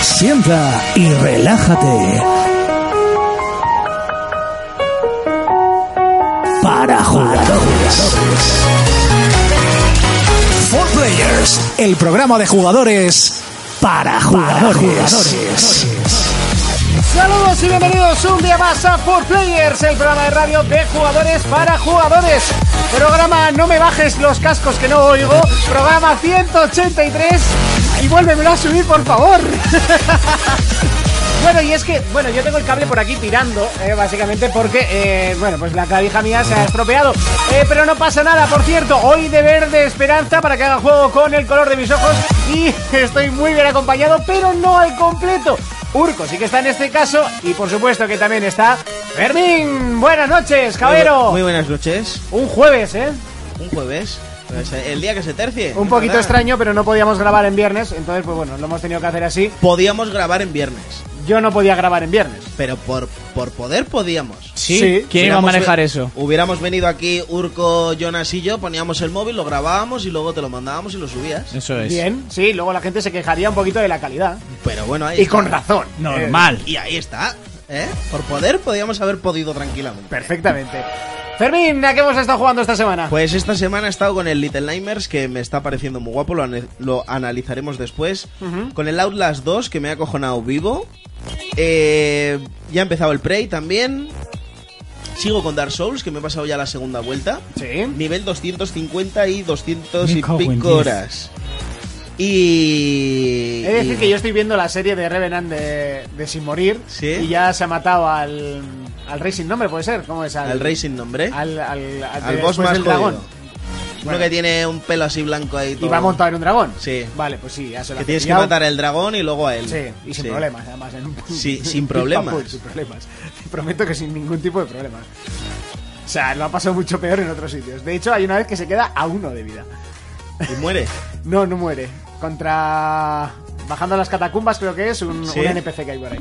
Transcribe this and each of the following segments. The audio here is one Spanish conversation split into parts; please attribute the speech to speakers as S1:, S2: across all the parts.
S1: Sienta y relájate. Para jugadores. Four Players, el programa de jugadores para jugadores.
S2: Saludos y bienvenidos un día más a 4Players, el programa de radio de jugadores para jugadores. Programa No me bajes los cascos que no oigo, programa 183 y vuélvemelo a subir por favor. Bueno, y es que, bueno, yo tengo el cable por aquí tirando, eh, básicamente porque, eh, bueno, pues la clavija mía se ha estropeado. Eh, pero no pasa nada, por cierto, hoy de verde esperanza para que haga juego con el color de mis ojos. Y estoy muy bien acompañado, pero no al completo. Urco sí que está en este caso, y por supuesto que también está Fermín. Buenas noches, cabero.
S3: Muy buenas noches.
S2: Un jueves, ¿eh?
S3: Un jueves. Pues, el día que se tercie.
S2: Un poquito
S3: ¿verdad?
S2: extraño, pero no podíamos grabar en viernes, entonces, pues bueno, lo hemos tenido que hacer así.
S3: Podíamos grabar en viernes,
S2: Yo no podía grabar en viernes.
S3: pero por, por poder podíamos.
S2: Sí.
S4: ¿Quién iba a
S3: Hubiéramos
S4: manejar
S3: ve-
S4: eso?
S3: Hubiéramos venido aquí, Urco, Jonas y yo, poníamos el móvil, lo grabábamos y luego te lo mandábamos y lo subías.
S4: Eso es.
S2: Bien, sí, luego la gente se quejaría un poquito de la calidad.
S3: Pero bueno, ahí
S2: Y
S3: está.
S2: con razón.
S4: Normal.
S3: Y ahí está. ¿eh? Por poder podíamos haber podido tranquilamente.
S2: Eh, Perfectamente. Fermín, ¿a qué hemos estado jugando esta semana?
S3: Pues esta semana he estado con el Little Nightmares, que me está pareciendo muy guapo, lo, ane- lo analizaremos después. Con el Outlast 2, que me ha acojonado vivo. Eh, ya ha empezado el Prey también. Sigo con Dark Souls, que me he pasado ya la segunda vuelta.
S2: sí.
S3: Nivel 250 y 200
S4: Me
S3: y
S4: cago en
S3: pico
S4: diez.
S3: horas. Y...
S2: He de decir
S3: y-
S2: que yo estoy viendo la serie de Revenant de, de Sin Morir
S3: Sí.
S2: y ya se ha matado al, al Rey Sin Nombre, ¿puede ser? ¿Cómo es? Al,
S3: Al Rey sin nombre. Al,
S2: Al, al, al- de-
S3: boss
S2: después
S3: más
S2: del
S3: jodido.
S2: dragón.
S3: Uno
S2: Bueno.
S3: que tiene un pelo así blanco ahí.
S2: Y
S3: todo-
S2: va montado en un dragón.
S3: Sí.
S2: Vale, pues sí, ya se lo
S3: Que
S2: ha
S3: tienes que
S2: pillado.
S3: matar al dragón y luego a él.
S2: Sí, y sin
S3: Sí.
S2: problemas, además. en un-
S3: Sí, sin problemas.
S2: Pum, sin problemas. Te prometo que sin ningún tipo de problemas. O sea, lo ha pasado mucho peor en otros sitios. De hecho, hay una vez que se queda a uno de vida.
S3: Y muere.
S2: No, no muere. Contra. Bajando a las catacumbas, creo que es un,
S3: Sí.
S2: un NPC que hay por ahí.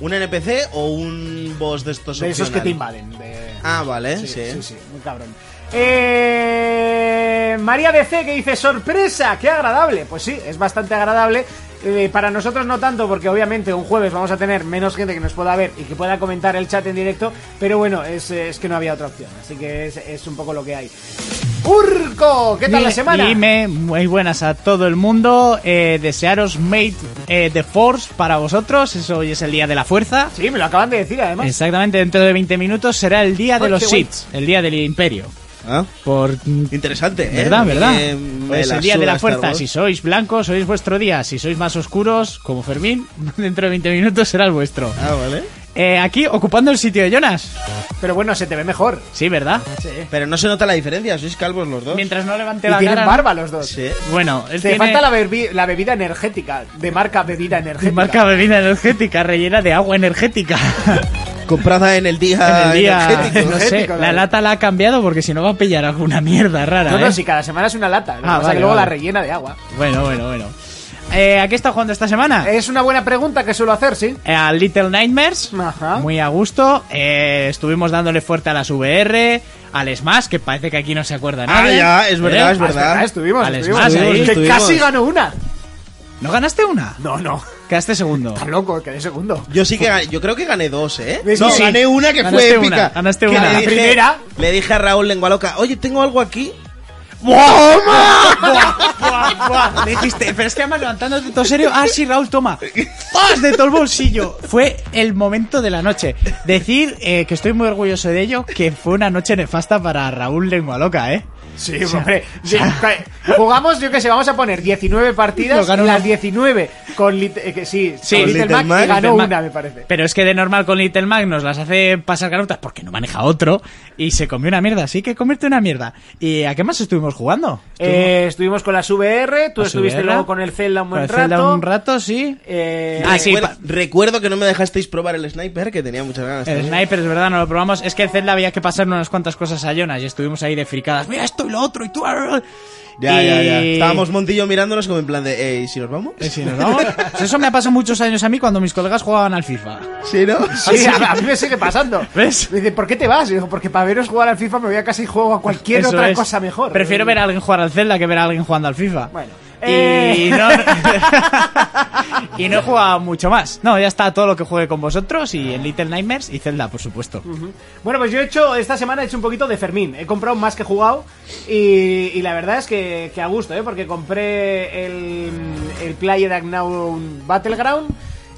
S3: ¿Un NPC o un boss de estos
S2: De esos
S3: opcional?
S2: que te invaden. de-
S3: Ah, vale, sí.
S2: sí, sí, muy cabrón. Eh, María DC que dice: ¡Sorpresa! ¡Qué agradable! Pues sí, es bastante agradable. Eh, para nosotros no tanto, porque obviamente un jueves vamos a tener menos gente que nos pueda ver y que pueda comentar el chat en directo. Pero bueno, es, es que no había otra opción. Así que es, es un poco lo que hay. ¡Urco! ¿Qué tal la
S4: Dime-
S2: semana?
S4: Dime, muy buenas a todo el mundo. Eh, desearos Made eh, the Force para vosotros. Eso hoy es el día de la fuerza.
S2: Sí, me lo acaban de decir además.
S4: Exactamente, dentro de 20 minutos será el día de
S2: Ay,
S4: los
S2: qué guay.
S4: Sith, el día del Imperio.
S3: Ah,
S4: Por.
S3: interesante, ¿eh?
S4: ¿Verdad, verdad?
S3: Eh, me
S4: Pues
S3: la
S4: el día de
S3: suda
S4: la
S3: Star
S4: fuerza.
S3: Wars.
S4: Si sois blancos, sois vuestro día. Si sois más oscuros, como Fermín, dentro de 20 minutos será el vuestro.
S3: Ah, vale.
S4: Eh, aquí, ocupando el sitio de Jonas.
S2: Pero bueno, se te ve mejor.
S4: Sí, ¿verdad?
S2: Sí.
S3: Pero no se nota la diferencia, sois calvos los dos.
S4: Mientras no levante
S2: Y
S4: la
S2: tienen
S4: cara.
S2: barba los dos.
S3: Sí.
S4: Bueno, él
S2: Te
S4: tiene-
S2: falta la, bebi- la bebida energética, de marca bebida energética.
S4: Y marca bebida energética rellena de agua energética.
S3: Comprada en el
S4: en
S3: día
S4: el día,
S3: Ah, energético. ¿eh?
S4: no sé,
S2: energético,
S4: la
S2: dale.
S4: lata la ha cambiado porque si no va a pillar alguna mierda rara.
S2: No, no,
S4: ¿eh?
S2: si cada semana es una lata. Lo que
S4: Ah,
S2: pasa es
S4: vale,
S2: que luego la
S4: vale.
S2: rellena de agua.
S4: Bueno, bueno, bueno. Eh, ¿A qué está jugando esta semana?
S2: Es una buena pregunta que suelo hacer, sí.
S4: Eh, A Little Nightmares,
S2: Ajá.
S4: muy a gusto. Eh, estuvimos dándole fuerte a las VR, al Smash, que parece que aquí no se acuerda
S3: Ah,
S4: nadie.
S3: ya, es verdad,
S4: ¿Eh?
S3: es verdad.
S2: Ah, estuvimos,
S4: Al
S2: estuvimos.
S4: Smash,
S2: Que
S4: ahí
S3: estuvimos.
S2: casi ganó una.
S4: ¿No ganaste una?
S2: No, no.
S4: Quedaste segundo.
S2: Está loco, quedé segundo.
S3: Yo sí que gané- yo creo que gané dos, ¿eh?
S2: Sí,
S3: no,
S2: sí.
S3: gané una que
S4: Ganaste
S3: fue
S4: una,
S3: épica.
S4: ganaste
S3: Que
S4: una.
S3: le
S4: La
S3: dije-
S2: primera.
S3: Le dije a Raúl Lengua Loca, oye, tengo algo aquí.
S4: Le dijiste, pero es que además levantándote todo serio. Ah, sí, Raúl, toma. ¡Pas de todo el bolsillo! Fue el momento de la noche. Decir eh, que estoy muy orgulloso de ello, que fue una noche nefasta para Raúl Lengua Loca, ¿eh?
S2: Sí, hombre. Sí, ca- jugamos, yo que sé, vamos a poner 19 partidas.
S4: Lo ganó
S2: y las
S4: una.
S2: 19 con Lit- eh, que sí,
S4: Sí,
S2: con
S4: con
S2: Little,
S3: Little
S2: Mac, y
S3: Mac,
S2: ganó
S4: Little Mac.
S2: una, me parece.
S4: Pero es que de normal con Little Mac nos las hace pasar carotas porque no maneja otro y se comió una mierda. Sí que comerte una mierda. ¿Y a qué más estuvimos jugando?
S2: Eh, estuvimos con las VR, tú
S4: Las
S2: estuviste
S4: VR,
S2: luego con el Zelda un
S4: con
S2: buen
S4: el Zelda
S2: rato.
S4: un rato, sí.
S2: Eh,
S4: Ah, sí,
S3: Recuer-
S4: pa-
S3: Recuerdo que no me dejasteis probar el sniper, que tenía muchas ganas.
S4: El
S3: también.
S4: sniper, es verdad, no lo probamos. Es que el Zelda había que pasar unas cuantas cosas a Jonas y estuvimos ahí de fricadas. Mira esto y lo otro y tú. ah,
S3: Ya, ya, ya.
S4: Y-
S3: Estábamos Montillo mirándonos como en plan de, "Ey, ¿si nos vamos?
S4: Eh, si nos vamos. Pues Eso me ha pasado muchos años a mí cuando mis colegas jugaban al FIFA.
S3: ¿Sí, no?
S2: Sí, a, a mí me sigue pasando.
S4: ¿Ves?
S2: Me dice, ¿por qué te vas? Y digo, porque para veros jugar al FIFA me voy a casa y juego a cualquier
S4: Eso
S2: otra
S4: es.
S2: cosa mejor.
S4: Prefiero ver a
S2: eh.
S4: alguien jugar al Zelda que ver a alguien jugando al FIFA.
S2: Bueno.
S4: Y
S2: Eh.
S4: no- Y no he jugado mucho más. No, ya está todo lo que jugué con vosotros y en Little Nightmares y Zelda, por supuesto.
S2: Bueno, pues yo he hecho, esta semana he hecho un poquito de Fermín. He comprado más que jugado y, y la verdad es que, que a gusto, ¿eh? Porque compré el, el Player Now Battleground.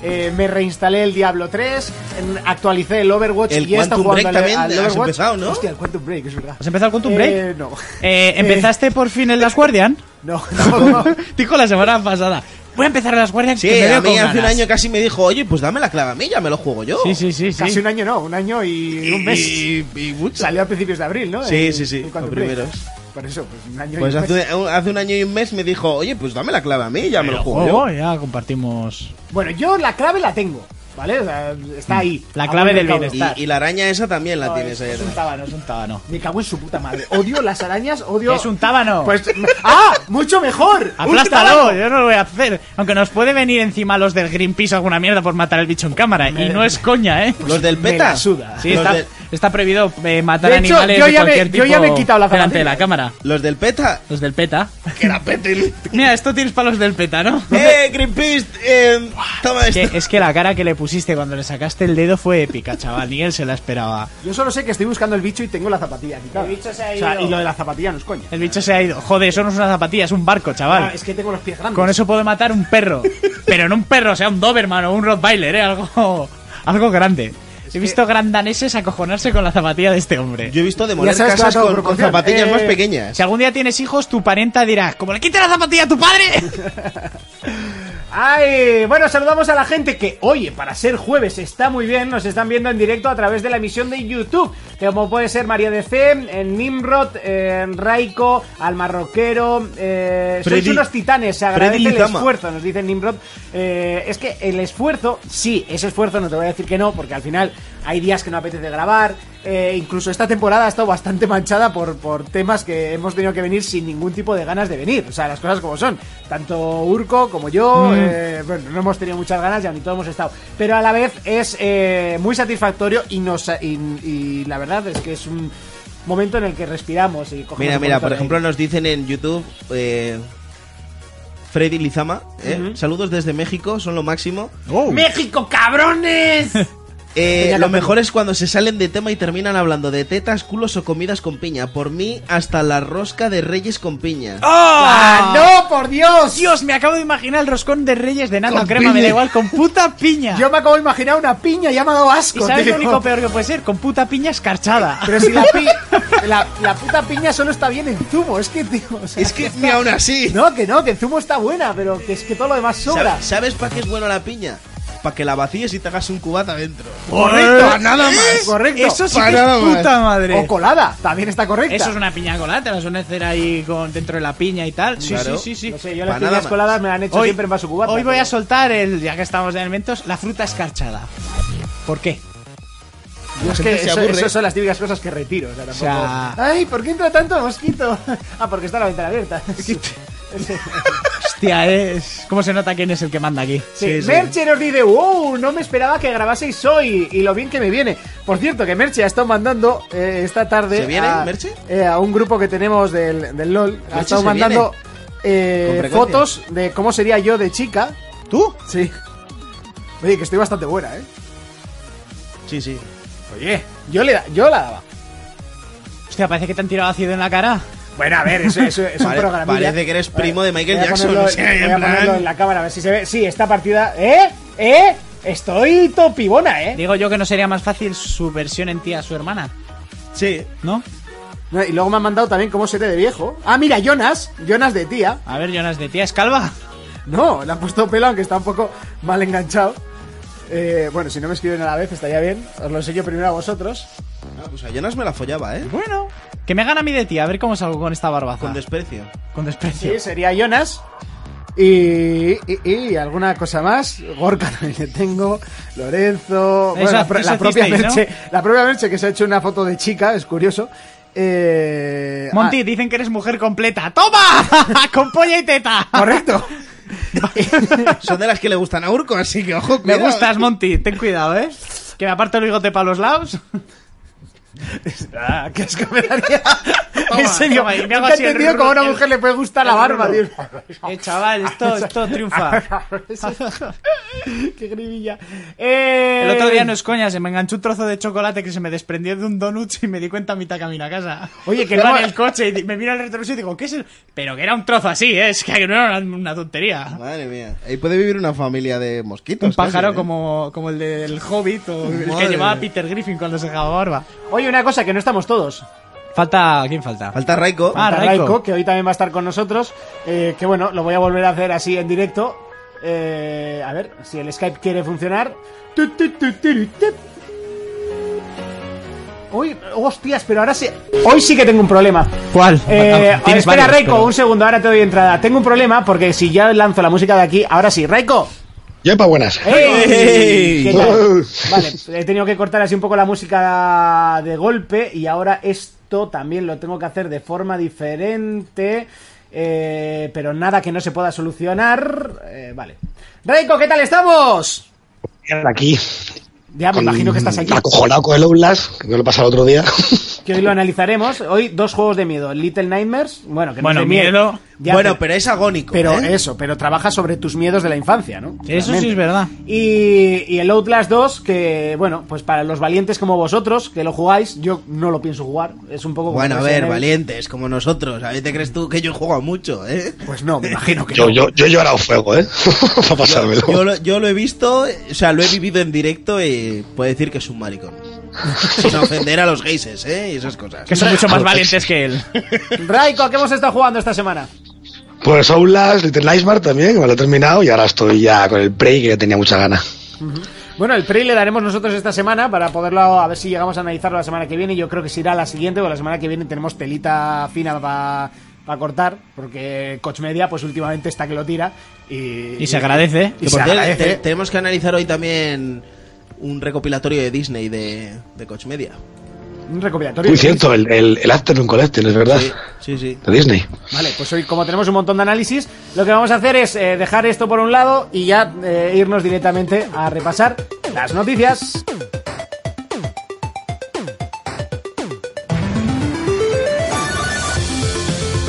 S2: eh, me reinstalé el Diablo 3, en- actualicé el Overwatch
S3: El
S2: y he estado
S3: Quantum Break
S2: jugando al-
S3: también
S2: al
S3: has
S2: Overwatch.
S3: empezado, ¿no?
S2: Hostia, el Quantum Break, es verdad.
S4: ¿Has empezado con tu break?
S2: Eh, no.
S4: Eh, ¿Empezaste por fin en Las Guardian?
S2: No, tampoco.
S4: Dijo la semana pasada. Voy a empezar en Las Guardian.
S3: Sí,
S4: que me veo
S3: a mí
S4: con
S3: hace un
S4: ganas".
S3: año casi me dijo, oye, pues dame la clave a mí, ya me lo juego yo.
S4: Sí, sí, sí. sí.
S2: Casi un año no, un año y un mes.
S3: Y, y mucho.
S2: Salió a principios de abril, ¿no?
S3: Sí,
S2: El-
S3: sí, sí,
S2: el Quantum
S3: a
S2: Break.
S3: primeros.
S2: Por eso, pues un año
S3: Pues
S2: y un mes.
S3: hace, hace un año y un mes me dijo, oye, pues dame la clave a mí, ya me lo juego yo.
S4: Juego, oh, ya compartimos.
S2: Bueno, yo la clave la tengo, ¿vale? O sea, está ahí.
S4: Mm, La clave del
S2: Aún no acabo.
S4: bienestar.
S3: Y, y la araña esa también la
S2: No,
S3: tienes ahí.
S2: es un
S3: atrás.
S2: tábano, es
S4: Es
S2: un-
S4: un tábano.
S2: Me cago en su puta madre. Odio las arañas, odio.
S4: Es un tábano.
S2: Pues. ¡Ah! ¡Mucho mejor! ¡Un
S4: Aplástalo,
S2: tábano!
S4: yo no lo voy a hacer. Aunque nos puede venir encima los del Greenpeace alguna mierda por matar al bicho en cámara. Y no es coña, ¿eh?
S3: Los del
S2: Me
S3: PETA.
S2: la suda.
S4: Sí,
S3: los,
S4: está,
S3: del,
S4: está prohibido eh, matar
S2: De hecho,
S4: animales
S2: yo
S4: de
S2: ya me-
S4: cualquier
S2: yo
S4: tipo
S2: ya me he quitado las
S4: delante de la
S2: zapatillas.
S4: cámara.
S3: los del PETA.
S4: Los del PETA.
S3: Que la peten.
S4: Mira, esto tienes para los del PETA, ¿no?
S3: ¡Eh, Greenpeace! eh, toma
S4: Es
S3: esto.
S4: que, es que la cara que le pusiste cuando le sacaste el dedo fue épica, chaval. Ni él se la esperaba.
S2: Yo solo sé que estoy buscando el bicho y tengo la zapatilla quitada.
S4: El bicho se ha
S2: O sea,
S4: ido.
S2: y lo de la zapatilla no es coña.
S4: El bicho se ha ido. Joder, eso no es una zapatilla, es un barco,
S2: Ah,
S4: chaval.
S2: es que tengo los pies grandes.
S4: Con eso puedo matar un perro. Pero no un perro, sea un Doberman o un Rottweiler, ¿eh? Algo, algo grande. He visto grandaneses acojonarse con la zapatilla de este hombre.
S3: Yo he visto demoler
S2: sabes que
S3: casas
S2: va todo
S3: con, con
S2: proporción.
S3: zapatillas
S2: Eh,
S3: más pequeñas.
S4: Si algún día tienes hijos, tu parenta dirá, como le quite la zapatilla a tu padre.
S2: Ay, bueno, saludamos a la gente que, oye, para ser jueves está muy bien, nos están viendo en directo a través de la emisión de YouTube, que como puede ser María de C, eh, Nimrod, eh, Raico, Al Marroquero, eh, sois
S3: Freddy-
S2: unos titanes, se
S3: Freddy
S2: agradece el
S3: Lizama.
S2: esfuerzo, nos dice Nimrod. Eh, es que el esfuerzo, sí, es esfuerzo, no te voy a decir que no, porque al final hay días que no apetece grabar, eh, incluso esta temporada ha estado bastante manchada por, por temas que hemos tenido que venir sin ningún tipo de ganas de venir, o sea, las cosas como son, tanto Urco como yo,
S3: Mm.
S2: eh, bueno, no hemos tenido muchas ganas, ya ni todos hemos estado. Pero a la vez es eh, muy satisfactorio y, nos, y, y la verdad es que es un momento en el que respiramos y cogemos
S3: Mira,
S2: un
S3: mira,
S2: poquito
S3: por
S2: de
S3: ejemplo
S2: aire.
S3: nos dicen en YouTube eh, Freddy Lizama, ¿eh? saludos desde México, son lo máximo.
S2: Oh. ¡México, cabrones!
S3: Eh,
S2: Peña
S3: lo
S2: Capelo.
S3: mejor es cuando se salen de tema y terminan hablando de tetas, culos o comidas con piña. Por mí, hasta la rosca de reyes con piña.
S2: ¡Ah, no, por Dios!
S4: Dios, me acabo de imaginar el roscón de Reyes de nata
S3: Con
S4: crema, me
S3: piña.
S4: da igual, con puta piña.
S2: Yo me acabo de imaginar una piña y ha me ha dado
S4: ¿Y
S2: asco.
S4: sabes lo
S2: tío.
S4: único peor que puede ser? Con puta piña escarchada.
S2: Pero si la, pi- la, la puta piña solo está bien en zumo, es que, tío. o sea,
S3: Es que ni aún así.
S2: No, que no, que en zumo está buena, pero que es que todo lo demás sobra.
S3: ¿Sabes, para qué es bueno la piña? Para que la vacíes y te hagas un cubata adentro.
S2: Correcto,
S3: nada más.
S2: Correcto.
S4: Eso sí
S3: Para
S4: que
S3: nada
S4: es
S3: más.
S4: puta madre.
S2: O colada, también está correcta.
S4: Eso es una piña colada, te la suelen hacer ahí con, dentro de la piña y tal. Sí,
S3: Claro.
S4: sí, sí,
S2: No
S4: sí.
S2: sé, yo
S3: Pa'
S2: las
S3: nada
S2: piñas
S3: más.
S2: coladas me la han hecho siempre en vaso cubata.
S4: hoy voy
S2: pero-
S4: a soltar el, ya que estamos en alimentos, la fruta escarchada. ¿Por qué?
S2: Yo es
S3: gente
S2: que
S3: se
S2: eso,
S3: aburre.
S2: eso son las típicas cosas que retiro. O sea, tampoco-
S4: sea-
S2: Ay, ¿por qué entra tanto mosquito? Ah, porque está la ventana abierta. Sí.
S4: Hostia, es. ¿Cómo se nota quién es el que manda aquí?
S2: Sí, Merche nos dice, wow, no me esperaba que grabaseis hoy y lo bien que me viene. Por cierto, que Merche ha estado mandando eh, esta tarde
S3: ¿Se viene,
S2: a,
S3: Merche?
S2: eh, a un grupo que tenemos del, del LOL. Ha
S3: Merche,
S2: estado
S3: ¿se
S2: mandando eh,
S3: Con frecuencia.
S2: fotos de cómo sería yo de chica.
S4: ¿Tú?
S2: Sí. Oye, que estoy bastante buena, ¿eh?
S3: Sí, sí.
S2: Oye, yo, le da- yo la daba.
S4: Hostia, parece que te han tirado ácido en la cara.
S2: Bueno, a ver, eso, eso es un
S3: Pare-
S2: programilla.
S3: parece que eres primo de Michael
S2: Voy a
S3: Jackson,
S2: ponerlo-
S3: o sea,
S2: voy
S3: en
S2: a ponerlo
S3: plan-
S2: en la cámara, a ver si se ve. Sí, esta partida... ¿Eh? ¿Eh? Estoy topibona, ¿eh?
S4: Digo yo que no sería más fácil su versión en ti a su hermana,
S3: Sí.
S4: ¿no?
S2: No, Y luego me han mandado también cómo seré de viejo. Ah, mira, Jonas. Jonas de tía.
S4: A ver, Jonas, de tía, ¿es calva?
S2: No, le han puesto pelo, aunque está un poco mal enganchado. Eh, bueno, si no me escriben a la vez estaría bien. Os lo enseño primero a vosotros.
S3: Ah, pues a Jonas me la follaba, ¿eh?
S4: Bueno. Que me gana a mí de tía, a ver cómo salgo con esta barbaza.
S3: Con desprecio.
S4: Con desprecio.
S2: Sí, sería Jonas. Y, y, y alguna cosa más. Gorka también le tengo. Lorenzo. Bueno, la, pro-
S4: eso
S2: la propia
S4: hicisteis, ¿no?
S2: Merche. La propia Merche que se ha hecho una foto de chica, es curioso. Eh,
S4: Monty, dicen que eres mujer completa. ¡Toma! ¡Con polla y teta!
S2: ah, correcto.
S3: Son de las que le gustan a Urco, así que ojo,
S4: Me
S3: cuidado.
S4: gustas, Monty, ten cuidado, ¿eh? Que me aparto el bigote para los lados.
S2: Ah, qué asco me daría.
S4: Toma,
S2: en serio,
S4: toma, y me hago
S2: nunca he
S4: así el
S2: entendido
S4: ru-
S2: cómo a una
S4: el-
S2: mujer le puede gustar la barba, tío.
S4: Eh, chaval, esto, esto triunfa.
S2: qué gribilla. Eh,
S4: El otro día no es coña, se me enganchó un trozo de chocolate que se me desprendió de un donut y me di cuenta a mitad camino a casa.
S2: Oye, que
S4: Iba
S2: no-
S4: en el coche y di- me mira el retrovisor y digo, ¿qué es el...? Pero que era un trozo así, ¿eh? es que no era una, una tontería.
S3: Madre mía. Ahí puede vivir una familia de mosquitos.
S4: Un pájaro
S3: casi, ¿eh?
S4: como, como el del Hobbit o el
S3: Madre
S4: que llevaba
S3: mía.
S4: Peter Griffin cuando se dejaba barba.
S2: Oye, una cosa, que no estamos todos.
S4: Falta... ¿Quién falta?
S3: Falta Raiko.
S4: Ah,
S2: Falta
S4: Raiko.
S2: que hoy también va a estar con nosotros. eh, que bueno, lo voy a volver a hacer así en directo. Eh, a ver si el Skype quiere funcionar. Tu, tu, tu, turu, tup. Uy, hostias, pero ahora sí. Hoy sí que tengo un problema.
S4: ¿Cuál?
S2: Eh,
S4: Ah, tienes
S2: espera,
S4: varios,
S2: Reiko,
S4: pero-
S2: un segundo, ahora te doy entrada. Tengo un problema porque si ya lanzo la música de aquí, ahora sí. Reiko,
S5: Yepa, buenas.
S2: ¿Eh? ¡Ey! ¿Qué tal?
S5: Wow.
S2: Vale, he tenido que cortar así un poco la música de golpe y ahora esto también lo tengo que hacer de forma diferente, eh, pero nada que no se pueda solucionar. eh, vale. Reiko, ¿qué tal estamos?
S5: Mierda, aquí.
S2: Ya me
S5: Con-
S2: imagino que estás aquí.
S5: Acojonado con el Outlast, que me lo he pasado el otro día.
S2: Que hoy lo analizaremos. Hoy dos juegos de miedo. Little Nightmares, bueno, que no
S4: Bueno,
S2: es de miedo.
S4: miedo.
S2: Ya,
S3: bueno,
S2: pero,
S3: pero es agónico.
S2: pero
S3: ¿eh?
S2: eso, pero trabaja sobre tus miedos de la infancia, ¿no?
S4: Eso sí
S2: Claramente.
S4: es verdad.
S2: Y, y el Outlast 2, que bueno, pues para los valientes como vosotros, que lo jugáis, yo no lo pienso jugar. Es un poco como
S3: Bueno, a
S2: Resident
S3: ver,
S2: Evil.
S3: valientes, como nosotros. A ver, ¿te crees tú que yo he jugado mucho, eh?
S2: Pues no, me imagino que
S5: Yo,
S2: no.
S5: yo, yo he llorado fuego, ¿eh? Para pasármelo.
S3: Yo lo, yo lo he visto, o sea, lo he vivido en directo y puedo decir que es un maricón. Sin ofender a los gayses, ¿eh? Y esas cosas.
S4: Que son mucho más valientes que él.
S2: Raiko, ¿qué hemos estado jugando esta semana?
S5: Pues Outlast, Little Nightmare también, que me lo he terminado y ahora estoy ya con el Prey, que tenía mucha gana.
S2: Bueno, el pre le daremos nosotros esta semana para poderlo, a ver si llegamos a analizarlo la semana que viene. Yo creo que se irá la siguiente, porque la semana que viene tenemos telita fina para cortar, porque Coach Media, pues últimamente está que lo tira. Y,
S4: Y se agradece.
S2: y
S3: Que
S2: se
S3: por cierto,
S2: agradece. ¿eh?
S3: te- tenemos que analizar hoy también un recopilatorio de Disney de, de Coach Media.
S2: Un recopilatorio.
S5: Muy cierto, el, el, el Afternoon Collection, es verdad.
S3: Sí, sí, sí.
S5: De Disney.
S2: Vale, pues hoy como tenemos un montón de análisis, lo que vamos a hacer es eh, dejar esto por un lado y ya eh, irnos directamente a repasar las noticias.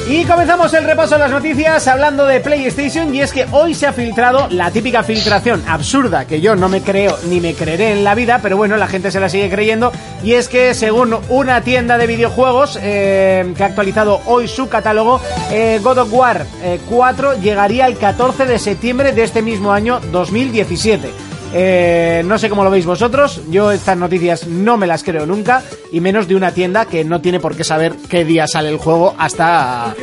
S2: Y comenzamos el repaso de las noticias hablando de PlayStation y es que hoy se ha filtrado la típica filtración absurda que yo no me creo ni me creeré en la vida, pero bueno, la gente se la sigue creyendo y es que según una tienda de videojuegos eh, que ha actualizado hoy su catálogo, eh, God of War eh, 4 llegaría el 14 de septiembre de este mismo año 2017. Eh, no sé cómo lo veis vosotros, yo estas noticias no me las creo nunca, y menos de una tienda que no tiene por qué saber qué día sale el juego hasta...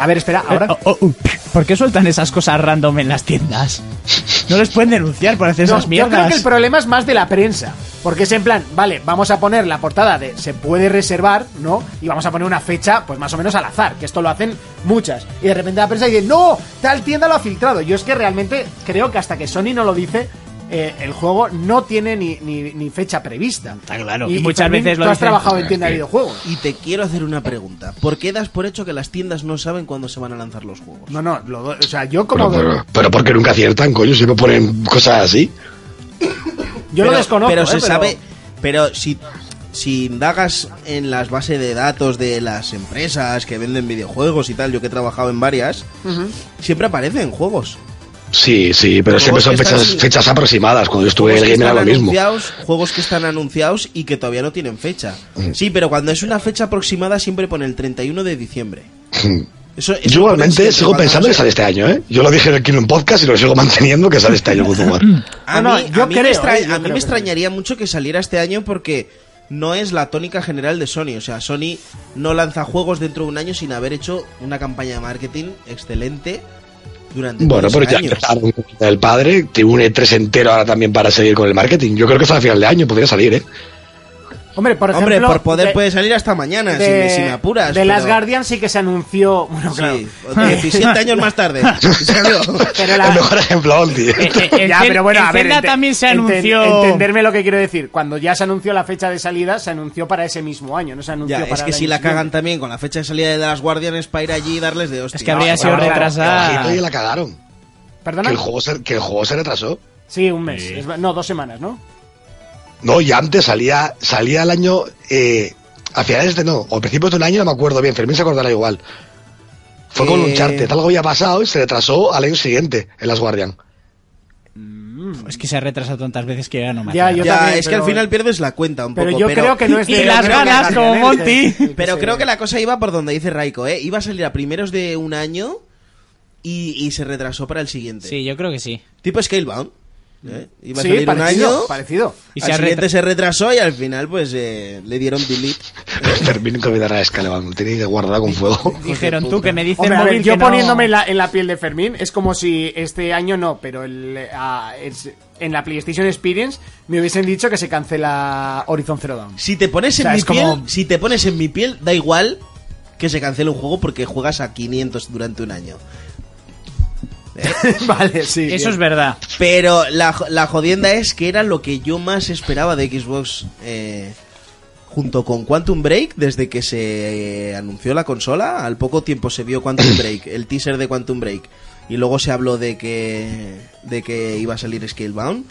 S2: A ver, espera, ahora...
S4: Oh, oh, uh, ¿Por qué sueltan esas cosas random en las tiendas? No les pueden denunciar por hacer
S2: No,
S4: esas
S2: yo creo que el
S4: mierdas.
S2: problema es más de la prensa, porque es en plan, vale, vamos a poner la portada de se puede reservar, ¿no? Y vamos a poner una fecha, pues más o menos al azar, que esto lo hacen muchas. Y de repente la prensa dice, no, tal tienda lo ha filtrado. Yo es que realmente creo que hasta que Sony no lo dice... eh, el juego no tiene ni, ni- ni fecha prevista.
S3: Ah,
S4: Está claro, y muchas
S2: Fermín,
S4: veces lo
S2: tú has
S4: dicen.
S2: trabajado en tienda de videojuegos.
S3: Y te quiero hacer una pregunta. ¿Por qué das por hecho que las tiendas no saben cuándo se van a lanzar los juegos?
S2: No, no, lo doy- o sea, yo como
S5: Pero, pero, pero porque nunca aciertan, coño, siempre ponen cosas así.
S2: yo lo desconozco,
S3: Pero
S2: eh,
S3: se sabe. Pero si, si indagas en las bases de datos de las empresas que venden videojuegos y tal, yo que he trabajado en varias, siempre aparecen juegos.
S5: Sí, sí, pero
S3: Pero
S5: siempre
S3: vos
S5: son
S3: que estás-
S5: fechas, fechas aproximadas. Cuando yo estuve
S3: Juegos
S5: en el
S3: que
S5: game era
S3: están
S5: lo mismo.
S3: anunciados, juegos que están anunciados y que todavía no tienen fecha.
S5: Mm.
S3: Sí, pero cuando es una fecha aproximada siempre pone el 31 de diciembre. Eso, eso
S5: Mm. Yo
S3: pone siempre
S5: igualmente sigo
S3: cuando
S5: pensando
S3: no
S5: que
S3: se-
S5: sale este año, ¿eh? Yo lo dije aquí en un podcast y lo sigo manteniendo que sale este año God of War.
S3: A
S2: No,
S3: mí,
S2: no, yo
S3: a mí
S2: creo,
S3: me, extra-
S2: eh, yo
S3: a mí me
S2: creo que
S3: extrañaría mucho que saliera este año porque no es la tónica general de Sony. O sea, Sony no lanza juegos dentro de un año sin haber hecho una campaña de marketing excelente durante
S5: Bueno,
S3: tres
S5: pero ya
S3: años.
S5: empezaron con el padre, te une tres entero ahora también para seguir con el marketing. Yo creo que hasta final de año podría salir, ¿eh?
S2: Hombre, por ejemplo,
S3: Hombre, por poder
S2: de-
S3: puede salir hasta mañana, si,
S2: de-
S3: me, si me apuras.
S2: De
S3: pero-
S2: las Guardian sí que se anunció, bueno, claro.
S3: Sí, 17 años más tarde. Salió.
S2: Pero la-
S5: El mejor ejemplo, Onti.
S4: Eh, eh, en
S2: ya,
S4: Zen-
S2: pero bueno,
S4: en
S2: a ver,
S4: Zelda
S2: ente-
S4: también se
S2: enten-
S4: anunció.
S2: entenderme lo que quiero decir. Cuando ya se anunció la fecha de salida, se anunció para ese mismo año, no se anunció
S3: Ya,
S2: para
S3: es
S2: el
S3: que si
S2: año
S3: la cagan
S2: siguiente.
S3: también con la fecha de salida de las guardianes para ir allí y darles de hostia.
S4: Es que habría
S2: No,
S4: sido
S2: claro, claro,
S4: retrasada.
S5: Ojito, ya la cagaron. Que
S2: ¿Perdona?
S5: el, juego se, que el juego se retrasó.
S2: Sí, un mes. Es- no, dos semanas, ¿no?
S5: No, y antes salía, salía el año eh, a finales de no, o principios de un año, no me acuerdo bien, Fermín se acordará igual. Fue con
S3: Eh.
S5: un charter, algo había pasado y se retrasó al año siguiente en Las Guardian.
S4: Es que se ha retrasado tantas veces que ya no me
S2: Ya,
S4: acuerdo.
S2: yo
S3: ya,
S2: también,
S3: es que
S2: pero-
S3: al final pierdes la cuenta un poco.
S2: Pero yo creo que no es de-
S4: Y
S2: yo
S4: las
S2: creo que
S4: ganas,
S2: es
S4: como
S2: de-
S4: Monty.
S2: sí,
S3: Pero
S2: sí.
S3: creo que la cosa iba por donde dice Raiko, ¿eh? Iba a salir a primeros de un año y, y se retrasó para el siguiente.
S4: Sí, yo creo que sí.
S3: Tipo Scalebound. ¿eh? Iba a
S2: Sí,
S3: salir
S2: parecido,
S3: un año.
S2: parecido.
S4: Y
S3: Y
S4: se
S3: se
S4: ha
S3: siguiente
S4: retra-
S3: se retrasó y al final pues eh, le dieron delete.
S5: Fermín convidará a Escalabán, lo tenéis guardado con fuego.
S4: Dijeron
S3: de
S4: tú
S3: puta.
S4: que me dice el
S2: Hombre, a
S4: móvil
S2: ver, yo
S4: que no-
S2: poniéndome en la, en la piel de Fermín, es como si este año no, pero el, eh, ah, es- en la PlayStation Experience me hubiesen dicho que se cancela Horizon Zero Dawn.
S3: Si te pones en
S2: O sea,
S3: mi
S2: es como-
S3: piel, si te pones en mi piel, da igual que se cancele un juego porque juegas a 500 durante un año.
S2: vale, sí.
S4: Eso es
S2: bien.
S4: verdad.
S3: Pero la, jo- la jodienda es que era lo que yo más esperaba de Xbox eh, junto con Quantum Break desde que se eh, anunció la consola. Al poco tiempo se vio Quantum Break, el teaser de Quantum Break. Y luego se habló de que, de que iba a salir Scalebound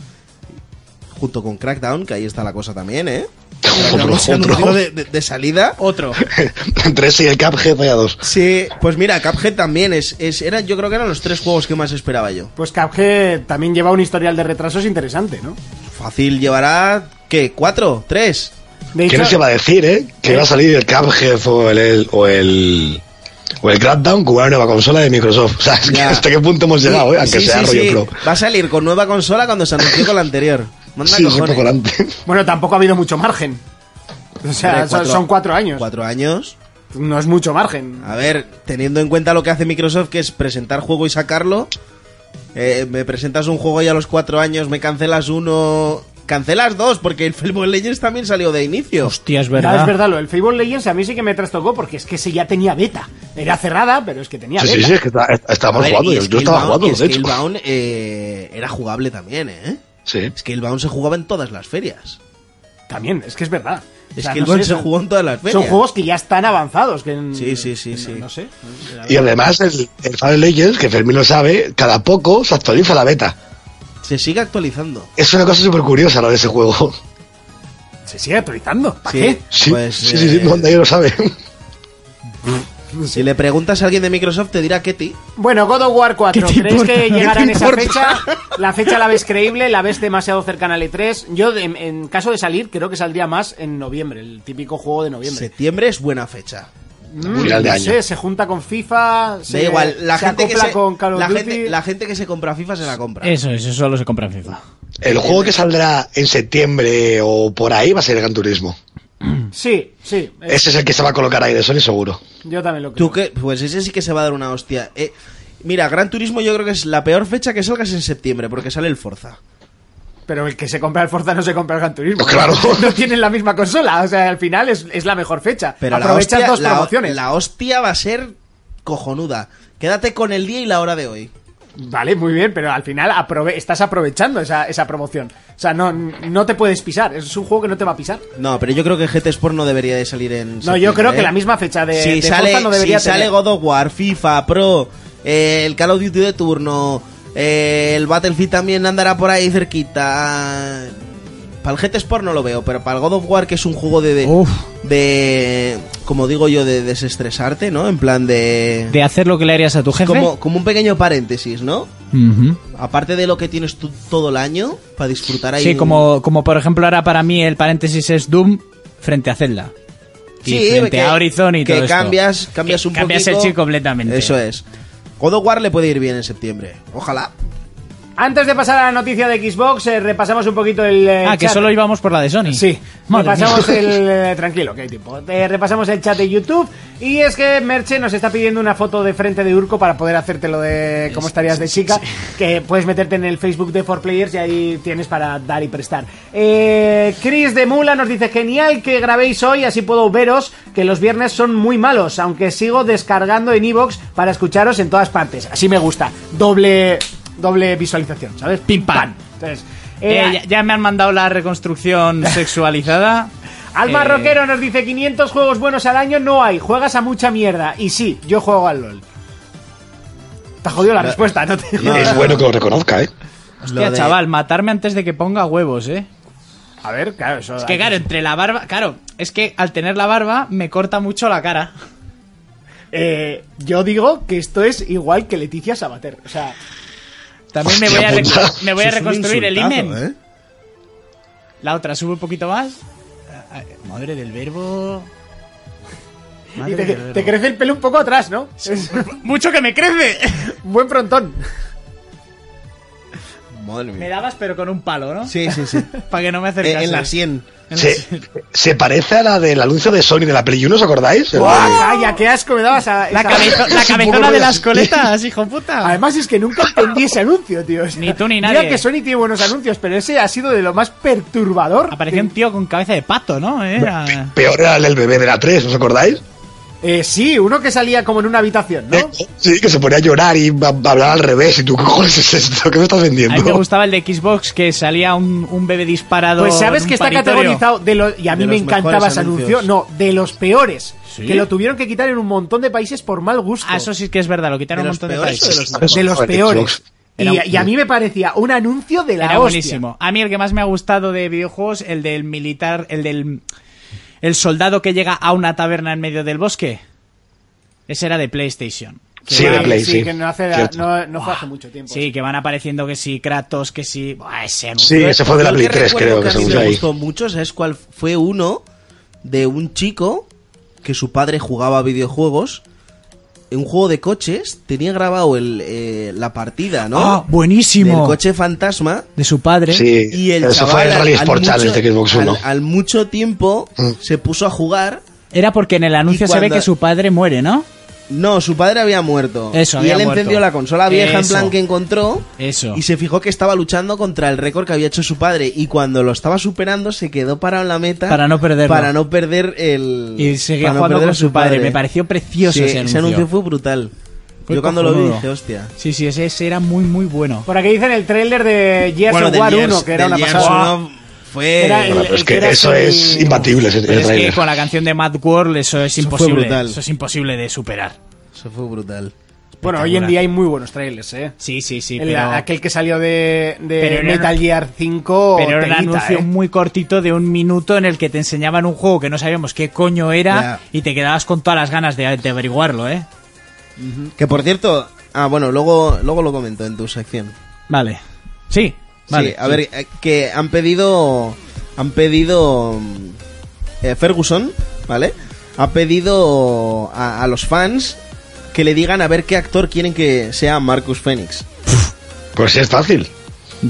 S3: junto con Crackdown, que ahí está la cosa también, ¿eh?
S5: Otro,
S3: Se anunció
S5: otro.
S3: de- de- de salida.
S4: Otro.
S5: Entre ese y el Cuphead, vaya dos.
S3: Sí, pues mira, Cuphead también es, es era, yo creo que eran los tres juegos que más esperaba yo.
S2: Pues Cuphead también lleva un historial de retrasos interesante, ¿no?
S3: Fácil llevará ¿qué? ¿Cuatro? ¿Tres?
S2: De
S5: ¿Quién se
S2: hecho,
S5: iba a decir, eh? Que iba a salir el Cuphead o el, el- o el o el Crackdown con una nueva consola de Microsoft. O sea, es que
S3: Ya.
S5: hasta qué punto hemos llegado, eh,
S3: Sí,
S5: aunque
S3: sí,
S5: sea
S3: sí,
S5: rollo
S3: sí.
S5: pro.
S3: Va a salir con nueva consola cuando se anunció con la anterior. Manda
S5: Sí, es un
S3: cojones.
S5: poco lante.
S2: bueno, tampoco ha habido mucho margen. O sea,
S3: Hombre,
S2: son- son cuatro años.
S3: Cuatro años.
S2: No es mucho margen.
S3: A ver, teniendo en cuenta lo que hace Microsoft, que es presentar juego y sacarlo. eh, me presentas un juego y a los cuatro años me cancelas uno. Cancelas dos, porque el Fable Legends también salió de inicio.
S4: Hostia, es
S2: Ah,
S4: verdad.
S2: es verdad, lo del Fable Legends a mí sí que me trastocó porque es que ese ya tenía beta. Era cerrada, pero es que tenía
S5: Sí,
S2: beta.
S5: sí, sí, es que está- est- estábamos
S3: A ver,
S5: jugando.
S3: y
S5: Yo, yo estaba
S3: Scalebound-
S5: jugando, de hecho.
S3: Scalebound, eh, era jugable también, ¿eh?
S5: Sí.
S3: Scalebound se jugaba en todas las ferias.
S2: También, es que es verdad. O sea, no
S3: Scalebound
S2: sé,
S3: se
S2: son-
S3: jugó en todas las ferias.
S2: Son juegos que ya están avanzados. Que en-
S3: Sí, sí, sí, sí.
S2: No, no sé.
S5: Y además, el, el Fable Legends, que Fermín lo sabe, cada poco se actualiza la beta.
S3: Se sigue actualizando.
S5: Es una cosa súper curiosa lo de ese juego.
S2: Se sigue actualizando. ¿Para
S3: Sí.
S2: qué?
S5: Sí,
S3: Pues,
S5: sí, sí, sí,
S3: eh,
S5: donde yo lo sabe.
S3: Si le preguntas a alguien de Microsoft, te dirá Ketty.
S2: Bueno, God of War 4.
S4: ¿Qué te
S2: ¿Creéis
S4: importa?
S2: que llegará
S3: ¿Qué
S2: en
S3: te
S2: esa
S3: importa?
S2: fecha? La fecha la ves creíble, la ves demasiado cercana al E3. Yo, de- en, en caso de salir, creo que saldría más en noviembre, el típico juego de noviembre.
S3: Septiembre es buena fecha.
S2: Mm,
S5: Final de
S2: no
S5: año.
S2: sé, se junta con FIFA. Se,
S3: da igual, la,
S2: se
S3: gente que
S2: acopla
S3: se,
S2: con Call of
S3: la,
S2: Duty.
S3: gente, la gente que se compra FIFA se la compra.
S4: Eso, eso solo se compra en FIFA.
S5: El
S3: eh,
S5: juego que saldrá en septiembre o por ahí va a ser el Gran Turismo.
S2: Sí, sí. eh,
S5: Ese es el que se va a colocar ahí de Sony, seguro.
S2: Yo también lo creo.
S3: ¿Tú qué? Pues ese sí que se va a dar una hostia. Eh, mira, Gran Turismo yo creo que es la peor fecha que salgas en septiembre, porque sale el Forza.
S2: Pero el que se compra el Forza no se compra el Gran Turismo.
S5: Pues claro.
S2: No tienen la misma consola. O sea, al final es, es la mejor fecha.
S3: Pero
S2: Aprovechas
S3: la hostia,
S2: dos
S3: la-
S2: promociones.
S3: La, hostia va a ser cojonuda. Quédate con el día y la hora de hoy.
S2: Vale, muy bien, pero al final aprove- estás aprovechando esa, esa promoción. O sea, no, no te puedes pisar. Es un juego que no te va a pisar.
S3: No, pero yo creo que GT Sport no debería de salir en.
S2: No,
S3: septiembre,
S2: yo creo que
S3: ¿eh?
S2: la misma fecha de,
S3: si
S2: de
S3: sale,
S2: Forza no debería
S3: si sale
S2: tener.
S3: God of War, FIFA, Pro, eh, el Call of Duty de turno, eh, el Battlefield también andará por ahí cerquita. Para el GT Sport no lo veo, pero para el God of War, que es un juego de. de,
S4: Uf.
S3: de- como digo yo, de desestresarte, ¿no? En plan de.
S4: De hacer lo que le harías a tu jefe.
S3: como, como un pequeño paréntesis, ¿no?
S4: Ujú.
S3: Aparte de lo que tienes tú todo el año, para disfrutar ahí.
S4: Sí,
S3: un-
S4: como, como por ejemplo ahora para mí el paréntesis es Doom frente a Zelda. Y
S3: Sí,
S4: frente
S3: que-
S4: a Horizon y
S3: que
S4: todo esto.
S3: cambias, cambias
S4: Que
S3: un
S4: cambias
S3: poquito.
S4: el chip completamente.
S3: Eso es. God of War le puede ir bien en septiembre. Ojalá.
S2: Antes de pasar a la noticia de Xbox, eh, repasamos un poquito el. eh,
S4: Ah, que
S2: chat.
S4: solo íbamos por la de Sony.
S2: Sí,
S4: Madre
S2: repasamos
S4: mía.
S2: el... eh, Tranquilo, que hay tiempo. Eh, repasamos el chat de YouTube. Y es que Merche nos está pidiendo una foto de frente de Urco para poder hacerte lo de cómo estarías de chica. Que puedes meterte en el Facebook de 4Players y ahí tienes para dar y prestar. Eh, Chris de Mula nos dice, genial que grabéis hoy, así puedo veros que los viernes son muy malos, aunque sigo descargando en Evox para escucharos en todas partes. Así me gusta. Doble... Doble visualización, ¿sabes?
S4: Pim, pam.
S2: Entonces, eh,
S4: Eh, ya, ya me han mandado la reconstrucción sexualizada.
S2: Alma
S4: Eh,
S2: Roquero nos dice 500 juegos buenos al año no hay, juegas a mucha mierda. Y sí, yo juego al LOL. Te ha jodido la respuesta, no te
S3: No,
S5: es
S3: no,
S5: bueno que lo reconozca, ¿eh?
S4: Hostia,
S3: Lo de-
S4: chaval, matarme antes de que ponga huevos, eh.
S2: A ver, claro, eso.
S4: Es que claro, entre la barba. Claro, es que al tener la barba me corta mucho la cara.
S2: Eh, yo digo que esto es igual que Leticia Sabater. O sea,
S4: También me voy
S5: Hostia
S4: a, reco-
S5: puta.
S4: me voy a
S6: Eso es un
S4: reconstruir el
S6: insultazo,
S4: imen.
S6: ¿eh?
S4: La otra sube un poquito más. Ah, ah, Madre del verbo.
S2: y
S4: Madre
S2: te,
S4: del verbo.
S2: te crece el pelo un poco atrás, ¿no? Es
S4: Mucho que me crece.
S2: un buen frontón.
S3: ¿eh? Madre
S4: Me
S3: mía.
S4: dabas pero con un palo, ¿no?
S3: Sí, sí, sí.
S4: Para que no me
S3: Eh,
S4: acercase.
S3: en la 100.
S5: Se, se parece a la del anuncio de Sony de la Play 1, ¿os acordáis? El de-
S2: Vaya, qué asco me dabas a.
S4: La,
S2: esa-
S4: cabezo- la
S5: Es un poco
S4: cabezona de
S5: rollo
S4: las
S5: así.
S4: coletas, hijo puta.
S2: Además es que nunca entendí ese anuncio, tío. O sea,
S4: Ni tú ni
S2: mira
S4: nadie.
S2: que Sony tiene buenos anuncios, pero ese ha sido de lo más perturbador.
S4: Apareció un tío con cabeza de pato, ¿no? Eh, Era-
S5: Peor era el del bebé de la 3, ¿os acordáis? Eh,
S2: Eh, sí, uno que salía como en una habitación, ¿no?
S5: Sí, que se ponía a llorar y a, a hablar al revés. ¿Y tú qué cojones es esto? ¿Qué me estás
S4: A mí me
S5: vendiendo?
S4: gustaba el de Xbox que salía un, un bebé disparado.
S2: Pues sabes
S4: en
S2: que
S4: un
S2: está
S4: paritorio.
S2: categorizado de los y a mí
S3: De
S2: me
S3: los
S2: encantaba
S3: mejores
S2: ese anuncio,
S3: anuncios.
S2: no, de los peores,
S4: ¿Sí?
S2: que lo tuvieron que quitar en un montón de países por mal gusto.
S4: Ah, eso sí que es verdad, lo quitaron
S3: ¿De
S4: un
S3: los
S4: montón de
S3: peores o
S4: países.
S3: de los
S2: de los peores.
S4: Era
S2: Y,
S4: un-
S2: y a mí me parecía un anuncio de
S4: Era
S2: la hostia.
S4: buenísimo. A mí el que más me ha gustado de videojuegos, el del militar, el del el soldado que llega a una taberna en medio del bosque. Ese era de PlayStation.
S2: Que
S5: Sí,
S2: va,
S5: de Play,
S2: sí,
S5: sí.
S2: que no, hace,
S5: Cierto.
S2: no, no fue hace mucho tiempo.
S4: Sí, que van apareciendo que sí, Kratos, que sí. Buah, ese anuncio.
S5: Sí, ese fue de la
S3: Yo
S5: Play
S3: que
S5: 3,
S3: recuerdo
S5: creo, que
S3: a
S5: se
S3: mí
S5: anunció
S3: me
S5: ahí.
S3: gustó mucho, ¿sabes cuál fue uno? De un chico que su padre jugaba a videojuegos. En un juego de coches tenía grabado el, eh, la partida, ¿no?
S4: Ah, buenísimo.
S3: Del coche fantasma.
S4: De su padre.
S5: Sí,
S3: Y el
S5: eso
S3: chaval,
S5: fue el
S3: al-
S5: Rally
S3: al
S5: Sport
S3: mucho-
S5: Challenge de Xbox
S3: al-
S5: 1.
S3: Al, mucho tiempo
S5: Mm.
S3: se puso a jugar.
S4: Era porque en el anuncio se ve
S3: cuando-
S4: que su padre muere, ¿no?
S3: No, su padre había muerto.
S4: Eso,
S3: y
S4: había
S3: él
S4: muerto.
S3: encendió la consola
S4: Eso.
S3: vieja en plan que encontró.
S4: Eso.
S3: Y se fijó que estaba luchando contra el récord que había hecho su padre. Y cuando lo estaba superando, se quedó parado en la meta.
S4: Para no perderlo.
S3: Para no perder el.
S4: Y seguía
S3: para no
S4: jugando
S3: perder
S4: con
S3: a
S4: su padre. Me pareció precioso
S3: Sí,
S4: ese anuncio.
S3: fue brutal.
S4: Fue
S3: Yo cuando lo vi
S4: cojonudo.
S3: dije, hostia.
S4: Sí, sí, ese, ese era muy, muy bueno.
S2: Por aquí dicen el tráiler de Gears
S3: Bueno,
S2: of
S3: del
S2: War 1,
S3: Gears-
S2: que era
S3: del
S2: una
S3: Gears
S2: pasada.
S3: 1 fue.
S2: Era el-
S5: Bueno, pero es
S2: el que era
S5: que eso
S2: así-
S5: es imbatible, ese, ese
S4: Pero es que
S5: trailer.
S4: con la canción de Mad World eso es
S3: fue
S4: imposible.
S3: brutal.
S4: Eso es imposible de superar.
S3: Eso fue brutal.
S2: Bueno, hoy en día hay muy buenos trailers, ¿eh?
S4: Sí, sí, sí,
S2: El-
S4: pero,
S2: Aquel que salió de, de
S4: Pero era-
S2: Metal Gear 5.
S4: pero era un
S2: telita,
S4: anuncio
S2: ¿eh?
S4: muy cortito de un minuto en el que te enseñaban un juego que no sabíamos qué coño era
S3: Ya.
S4: y te quedabas con todas las ganas de, de averiguarlo, ¿eh?
S3: Que por cierto. Ah, bueno, luego, luego lo comento en tu sección.
S4: Vale. Sí, vale.
S3: sí, a ver, eh, que han pedido. Han pedido. mm, eh, Ferguson, ¿vale? Ha pedido a, a los fans que le digan a ver qué actor quieren que sea Marcus Phoenix.
S5: Pues sí, es fácil.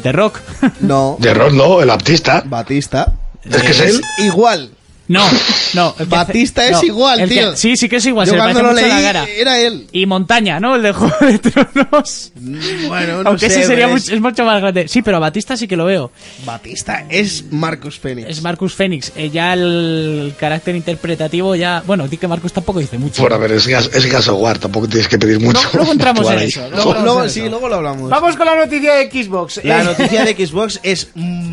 S4: The Rock.
S3: No,
S5: De Rod no, el artista.
S3: Batista.
S5: Es que es él.
S3: Igual.
S4: No, no. el que
S3: Batista
S4: hace-
S3: es
S4: no,
S3: igual,
S4: el que-
S3: tío.
S4: sí, sí que es igual.
S3: Yo
S4: se le
S3: cuando
S4: parece
S3: lo
S4: mucho
S3: leí,
S4: la cara.
S3: era él. Mm,
S4: Y Montaña, ¿no? El de Juego de Tronos.
S3: Bueno, no
S4: Aunque
S3: sé,
S4: ese sería
S3: pero
S4: mucho, es mucho más grande. Sí, pero a Batista sí que lo veo.
S3: es- Batista es Marcus Phoenix.
S4: Es Marcus Phoenix. Eh, ya el carácter interpretativo ya... Bueno, di que Marcus tampoco dice mucho.
S5: Bueno, pero es, Gas- es Gas of War, tampoco tienes que pedir mucho.
S4: No, luego entramos
S5: Actuar
S4: en
S5: ahí.
S4: eso, luego
S3: Luego-
S4: vamos
S3: luego-
S4: a ver
S3: sí,
S4: eso.
S3: luego lo hablamos.
S2: Vamos con la noticia de Xbox.
S3: La
S2: Eh,
S3: noticia de Xbox es...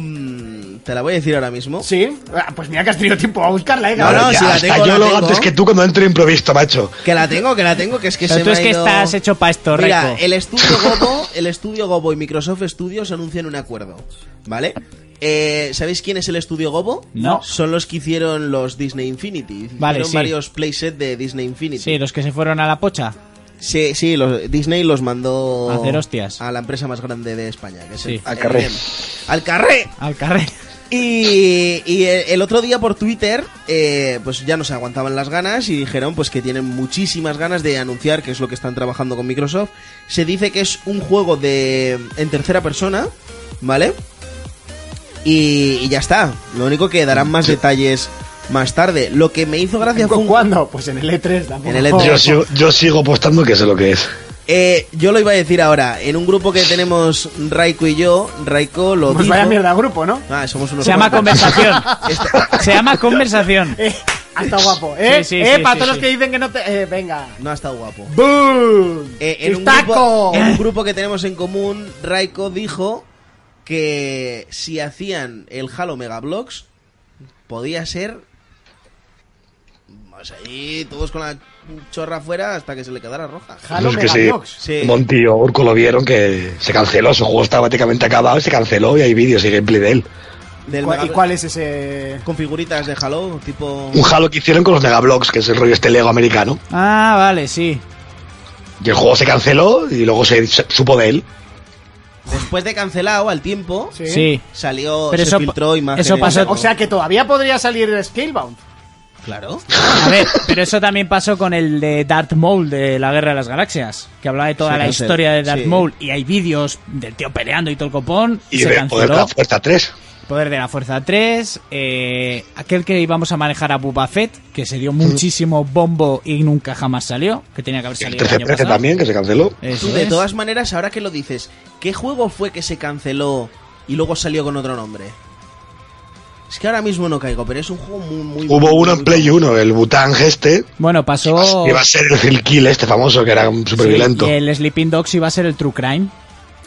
S3: mm, te la voy a decir ahora mismo.
S2: Sí, Ah, pues mira que has tenido tiempo a buscarla, ¿eh?
S3: No,
S2: cabrón.
S3: no,
S5: Ya,
S3: si la
S5: hasta
S3: tengo,
S5: yo
S3: la
S5: lo
S3: tengo.
S5: antes que tú cuando entro improvisto, macho.
S3: Que la tengo, que la tengo, que es que
S4: Pero
S3: se
S4: tú
S3: me
S4: es
S3: ha
S4: que
S3: ido-
S4: estás hecho pa' esto,
S3: Mira,
S4: Reco.
S3: el estudio Gobo, el estudio Gobo y Microsoft Studios anuncian un acuerdo, ¿vale? Eh, ¿Sabéis quién es el estudio Gobo?
S4: No.
S3: Son los que hicieron los Disney Infinity. Hicieron
S4: Vale, sí.
S3: varios playsets de Disney Infinity.
S4: Sí, los que se fueron a la pocha.
S3: Sí, sí, los- Disney los mandó
S4: A hacer hostias.
S3: a la empresa más grande de España, que es
S4: Sí.
S3: el-
S5: Al carré.
S3: el- Al carré.
S4: Al carrer.
S3: Y, y el el otro día por Twitter, eh, pues ya no se aguantaban las ganas y dijeron pues que tienen muchísimas ganas de anunciar que es lo que están trabajando con Microsoft. Se dice que es un juego de en tercera persona, ¿vale? Y, y ya está. Lo único que darán más detalles más tarde. Lo que me hizo gracia fue
S2: ¿Cu-
S3: un
S2: ¿Cuándo? Pues en el E3 tampoco.
S3: En el E E3.
S5: Yo, sigo- yo sigo apostando que sé lo que es.
S3: Eh, yo lo iba a decir ahora. En un grupo que tenemos Raiko y yo, Raiko lo
S2: Pues
S3: dijo.
S2: vaya mierda grupo, ¿no?
S3: Ah, somos unos
S4: Se llama
S3: cuantos.
S4: conversación. Se llama conversación.
S2: Eh, hasta guapo, ¿eh?
S4: Sí, sí,
S2: eh,
S4: sí,
S2: para
S4: sí,
S2: todos
S4: sí.
S2: los que dicen que no te... eh, venga.
S3: No ha estado guapo.
S2: ¡Boom!
S3: Eh, en, un
S2: ¡Taco!
S3: grupo, en un grupo que tenemos en común, Raiko dijo que si hacían el Halo Mega Bloks, podía ser. Pues ahí, todos con la chorra afuera hasta que se le quedara roja.
S2: Halo
S5: es que sí.
S2: Megalox.
S3: Sí.
S5: Monty o Urco lo vieron que se canceló, su juego estaba prácticamente acabado y se canceló y hay vídeos y gameplay de él.
S3: Del
S2: ¿Cuál- ¿Y
S3: Mega-
S2: cuál es ese...?
S3: Con figuritas de Halo, tipo...
S5: Un Halo que hicieron con los Megablocks, que es el rollo este Lego americano.
S4: Ah, vale, sí.
S5: Y el juego se canceló y luego se, se supo de él.
S3: Después de cancelado, al tiempo,
S2: Sí.
S4: Sí.
S3: salió,
S4: Pero
S3: se
S4: eso pa-
S3: filtró imágenes.
S4: eso pasó-
S2: O sea que todavía podría salir Scalebound.
S3: Claro.
S4: A ver, pero eso también pasó con el de Darth Maul de la Guerra de las Galaxias, que hablaba de toda
S3: Se
S4: la
S3: canceló,
S4: historia de Darth
S3: sí.
S4: Maul y hay vídeos del tío peleando y todo el copón.
S5: Y
S4: se
S5: de poder de
S4: canceló.
S5: la fuerza 3.
S4: Poder de la Fuerza 3, eh, aquel que íbamos a manejar a Boba Fett, que se dio muchísimo bombo y nunca jamás Pues salió, que tenía que haber
S5: Y el
S4: salido el año
S5: 13-13
S4: pasado. Eh,
S5: también, que se canceló.
S4: Eso
S3: Tú, de
S4: es.
S3: todas maneras, ahora que lo dices, ¿qué juego fue que se canceló y luego salió con otro nombre? Es que ahora mismo no caigo, pero es un juego muy, muy...
S5: Hubo
S3: muy-
S5: uno
S3: muy-
S5: en Play 1, el Butang este.
S4: Bueno,
S3: Oh.
S4: pasó...
S5: Iba a ser el Hill Kill este famoso, que era un
S4: sí,
S5: superviolento.
S4: y el Sleeping Dogs iba a ser el True Crime.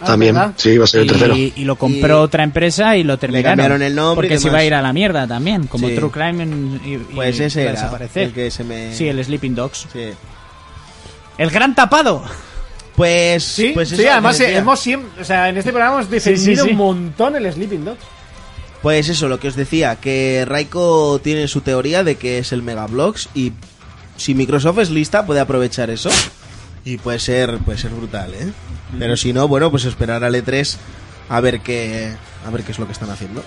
S5: También,
S2: ¿verdad?
S5: sí, iba a ser el tercero.
S4: Y, y lo compró
S3: ah, Y-
S4: otra empresa y lo terminaron.
S3: cambiaron el nombre y
S4: Porque se
S3: demás.
S4: iba a ir a la mierda también, como
S3: Sí.
S4: True Crime en- y, y
S3: Pues ese
S4: iba a
S3: era
S4: desaparecer.
S3: el que se me...
S4: Sí, el Sleeping Dogs.
S3: Sí.
S4: ¡El gran tapado!
S3: Pues...
S2: Sí,
S3: pues
S2: sí
S3: eso,
S2: además
S3: decía.
S2: eh, hemos siempre, o sea, en este programa hemos defendido
S4: sí.
S2: un montón el Sleeping Dogs.
S3: Pues eso, lo que os decía, que Raiko tiene su teoría de que es el Megablox y si Microsoft es lista puede aprovechar eso y puede ser, puede ser brutal, ¿eh? Pero si no, bueno, pues esperar al E3 a ver qué, a ver qué es lo que están haciendo.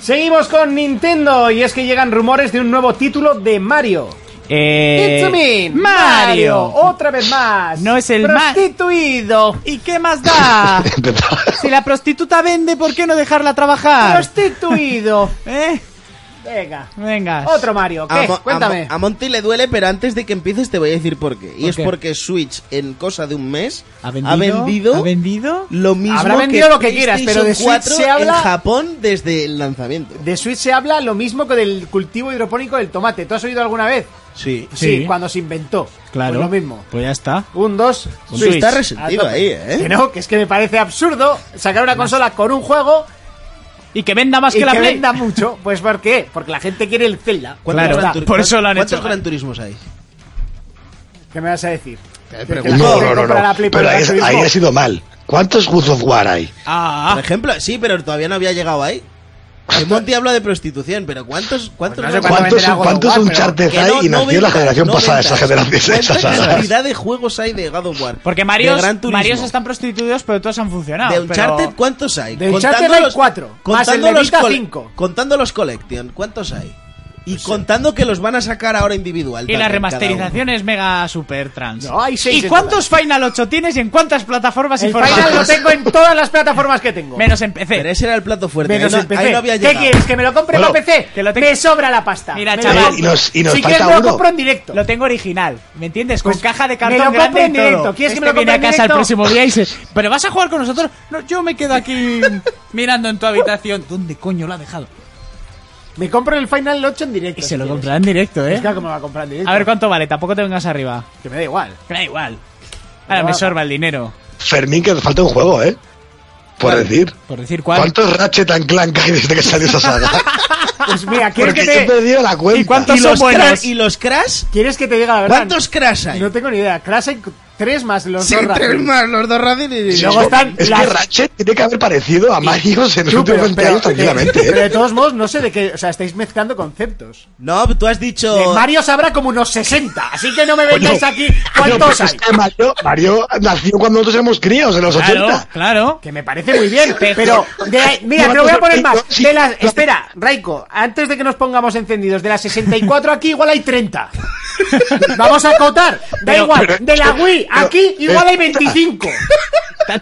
S2: Seguimos con Nintendo y es que llegan rumores de un nuevo título de Mario.
S4: Eh,
S2: It's me,
S4: Mario.
S2: otra vez más.
S4: No es el ma-
S2: prostituido.
S4: ¿Y qué más da? si la prostituta vende, ¿por qué no dejarla trabajar?
S2: Prostituido.
S4: ¿Eh?
S2: Venga.
S4: Venga.
S2: Otro Mario, ¿qué?
S3: A Mo- a Mo-
S2: Cuéntame.
S3: A, Monty le duele, pero antes de que empieces te voy a decir por qué. Y
S4: ¿Por
S3: es
S4: qué?
S3: porque Switch en cosa de un mes
S4: ¿Ha vendido?
S3: vendido
S4: ¿Ha vendido?
S3: lo mismo
S2: Habrá
S3: que
S2: vendido lo que quieras, pero de
S3: PlayStation
S2: Switch se
S3: 4
S2: habla-
S3: en Japón desde el lanzamiento.
S2: De Switch se habla lo mismo que del cultivo hidropónico del tomate. ¿Tú has oído alguna vez? Pues
S3: Sí.
S4: Sí.
S2: cuando se inventó.
S4: Claro.
S2: Pues lo mismo.
S4: Pues ya está.
S2: Un, dos,
S4: Un
S2: Switch.
S4: Switch.
S3: Está resentido
S2: A tope.
S3: ahí, ¿eh?
S2: Que no, que es que me parece absurdo sacar una consola con un juego
S4: Y que venda más
S2: y
S4: que
S2: que,
S4: la Play.
S2: venda mucho. Pues ¿por qué? Porque la gente quiere el Zelda.
S3: ¿Cuántos
S4: Claro,
S3: Gran
S4: por
S3: Turi-
S4: eso lo han
S3: ¿Cuántos
S4: hecho.
S3: Gran Turismos hay?
S2: ¿Qué me vas a decir? ¿De que la
S5: No,
S2: gente
S5: no, no,
S2: compra la
S5: no.
S2: Play por
S5: Pero
S2: el
S5: ahí,
S2: Gran
S5: ahí
S2: Turismo?
S5: ha sido mal. ¿Cuántos Good of War hay?
S4: Ah,
S3: Por ejemplo, sí, pero todavía no había llegado ahí. Que Monty habla de prostitución, pero ¿cuántos? ¿Cuántos?
S2: Pues no sé
S3: Gran-
S2: cuántos
S5: ¿Cuántos,
S2: venderá God of
S5: cuántos
S2: War, pero
S5: Uncharted
S3: que
S5: hay?
S3: no-
S5: y
S3: no
S5: nació la
S3: ventas,
S5: generación
S3: no
S5: pasada, esa
S3: ventas.
S5: generación, esa
S3: ¿Cuánta
S5: saga.
S3: cantidad de juegos hay de God of War?
S4: porque Marios,
S3: de Gran Turismo.
S4: Marios están prostituidos, pero todos han funcionado.
S3: De
S4: pero-
S3: Uncharted, ¿cuántos hay?
S2: De Uncharted
S3: Contando
S2: hay
S3: los-
S2: cuatro, más
S3: Contando
S2: el de
S3: los
S2: Vita,
S3: cole-
S2: cinco.
S3: Contando los Collection, ¿cuántos hay? Y contando que los van a sacar ahora individual.
S4: Pues Y
S3: también,
S4: las
S3: cada
S4: remasterizaciones mega super trans.
S2: No, hay seis
S4: ¿Y
S2: en
S4: cuántos Final 8 tienes y en cuántas plataformas y
S2: El
S4: formatos?
S2: Final lo tengo en todas las plataformas que tengo.
S4: Menos en
S3: uno.
S4: PC.
S3: Pero ese era el plato fuerte.
S2: Menos
S3: ahí,
S2: en
S3: no,
S2: PC.
S3: ahí no había
S2: ¿Qué
S3: llegado.
S2: quieres? ¿Que me lo compre
S5: Bueno,
S2: para PC?
S4: que lo tengo-
S2: Me sobra la pasta.
S4: Mira,
S2: Me-
S4: chaval.
S5: Y nos- y nos
S2: si
S5: falta
S2: quieres, me lo
S5: uno.
S2: compro en directo.
S4: Lo tengo original, ¿me entiendes? Con
S2: Pues,
S4: caja de
S2: me lo
S4: cartón
S2: compro
S4: grande
S2: en
S4: y todo.
S2: directo. ¿Quieres que me lo
S4: Este viene
S2: compre
S4: a
S2: en
S4: casa el
S2: directo?
S4: próximo día y dice, "¿Pero vas a jugar con nosotros?" No, yo me quedo aquí mirando en tu habitación. ¿Dónde coño lo ha dejado?
S2: Me compro el Final 8 en directo.
S4: Y
S2: si
S4: se lo
S2: quieres.
S4: comprará en directo, ¿eh?
S2: Pues Es claro que me lo va a comprar en directo.
S4: A ver cuánto vale, tampoco te vengas arriba.
S2: Que me da igual.
S4: Me Da igual. Ahora me sorba el dinero,
S5: Fermín, que falta un juego, ¿eh? Por decir.
S4: por decir cuál.
S5: ¿Cuántos Ratchet and Clank hay desde que salió esa saga?
S2: Pues mira, ¿quieres,
S5: Porque
S2: que
S5: yo he
S2: te,
S5: perdido la cuenta.
S4: ¿Y cuántos
S3: ¿Y los,
S4: son buenos?
S3: crash, ¿Y los Crash?
S2: ¿Quieres que te diga la verdad?
S3: ¿Cuántos Crash hay?
S2: No tengo ni idea. Crash hay tres más los
S3: Sí,
S2: dos Raspberry.
S3: tres más, los dos Radeon y-
S2: luego están
S5: es
S2: las-
S5: que Ratchet tiene que haber parecido a Mario en los
S2: Tú,
S5: últimos 20 años tranquilamente.
S2: pero
S5: ¿eh?
S2: de todos modos, no sé de qué. O sea, estáis mezclando conceptos.
S3: No, tú has dicho.
S2: De Mario sabrá como unos 60, así que no me vengáis
S5: Coño.
S2: aquí
S5: Coño,
S2: cuántos
S5: pero
S2: hay.
S5: es que Mario, Mario nació cuando nosotros éramos críos, en los
S4: Claro,
S5: 80.
S4: claro.
S2: Que me parece muy bien, pero de- mira, te lo voy a
S4: eh,
S2: poner más. De las- espera, Raiko, antes de que nos pongamos encendidos, de las 64 aquí igual hay 30. Vamos a acotar, da
S4: Pero- eh,
S2: igual.
S5: pero-
S2: De la Wii
S5: pero-
S2: aquí igual hay
S5: pero-
S2: 25.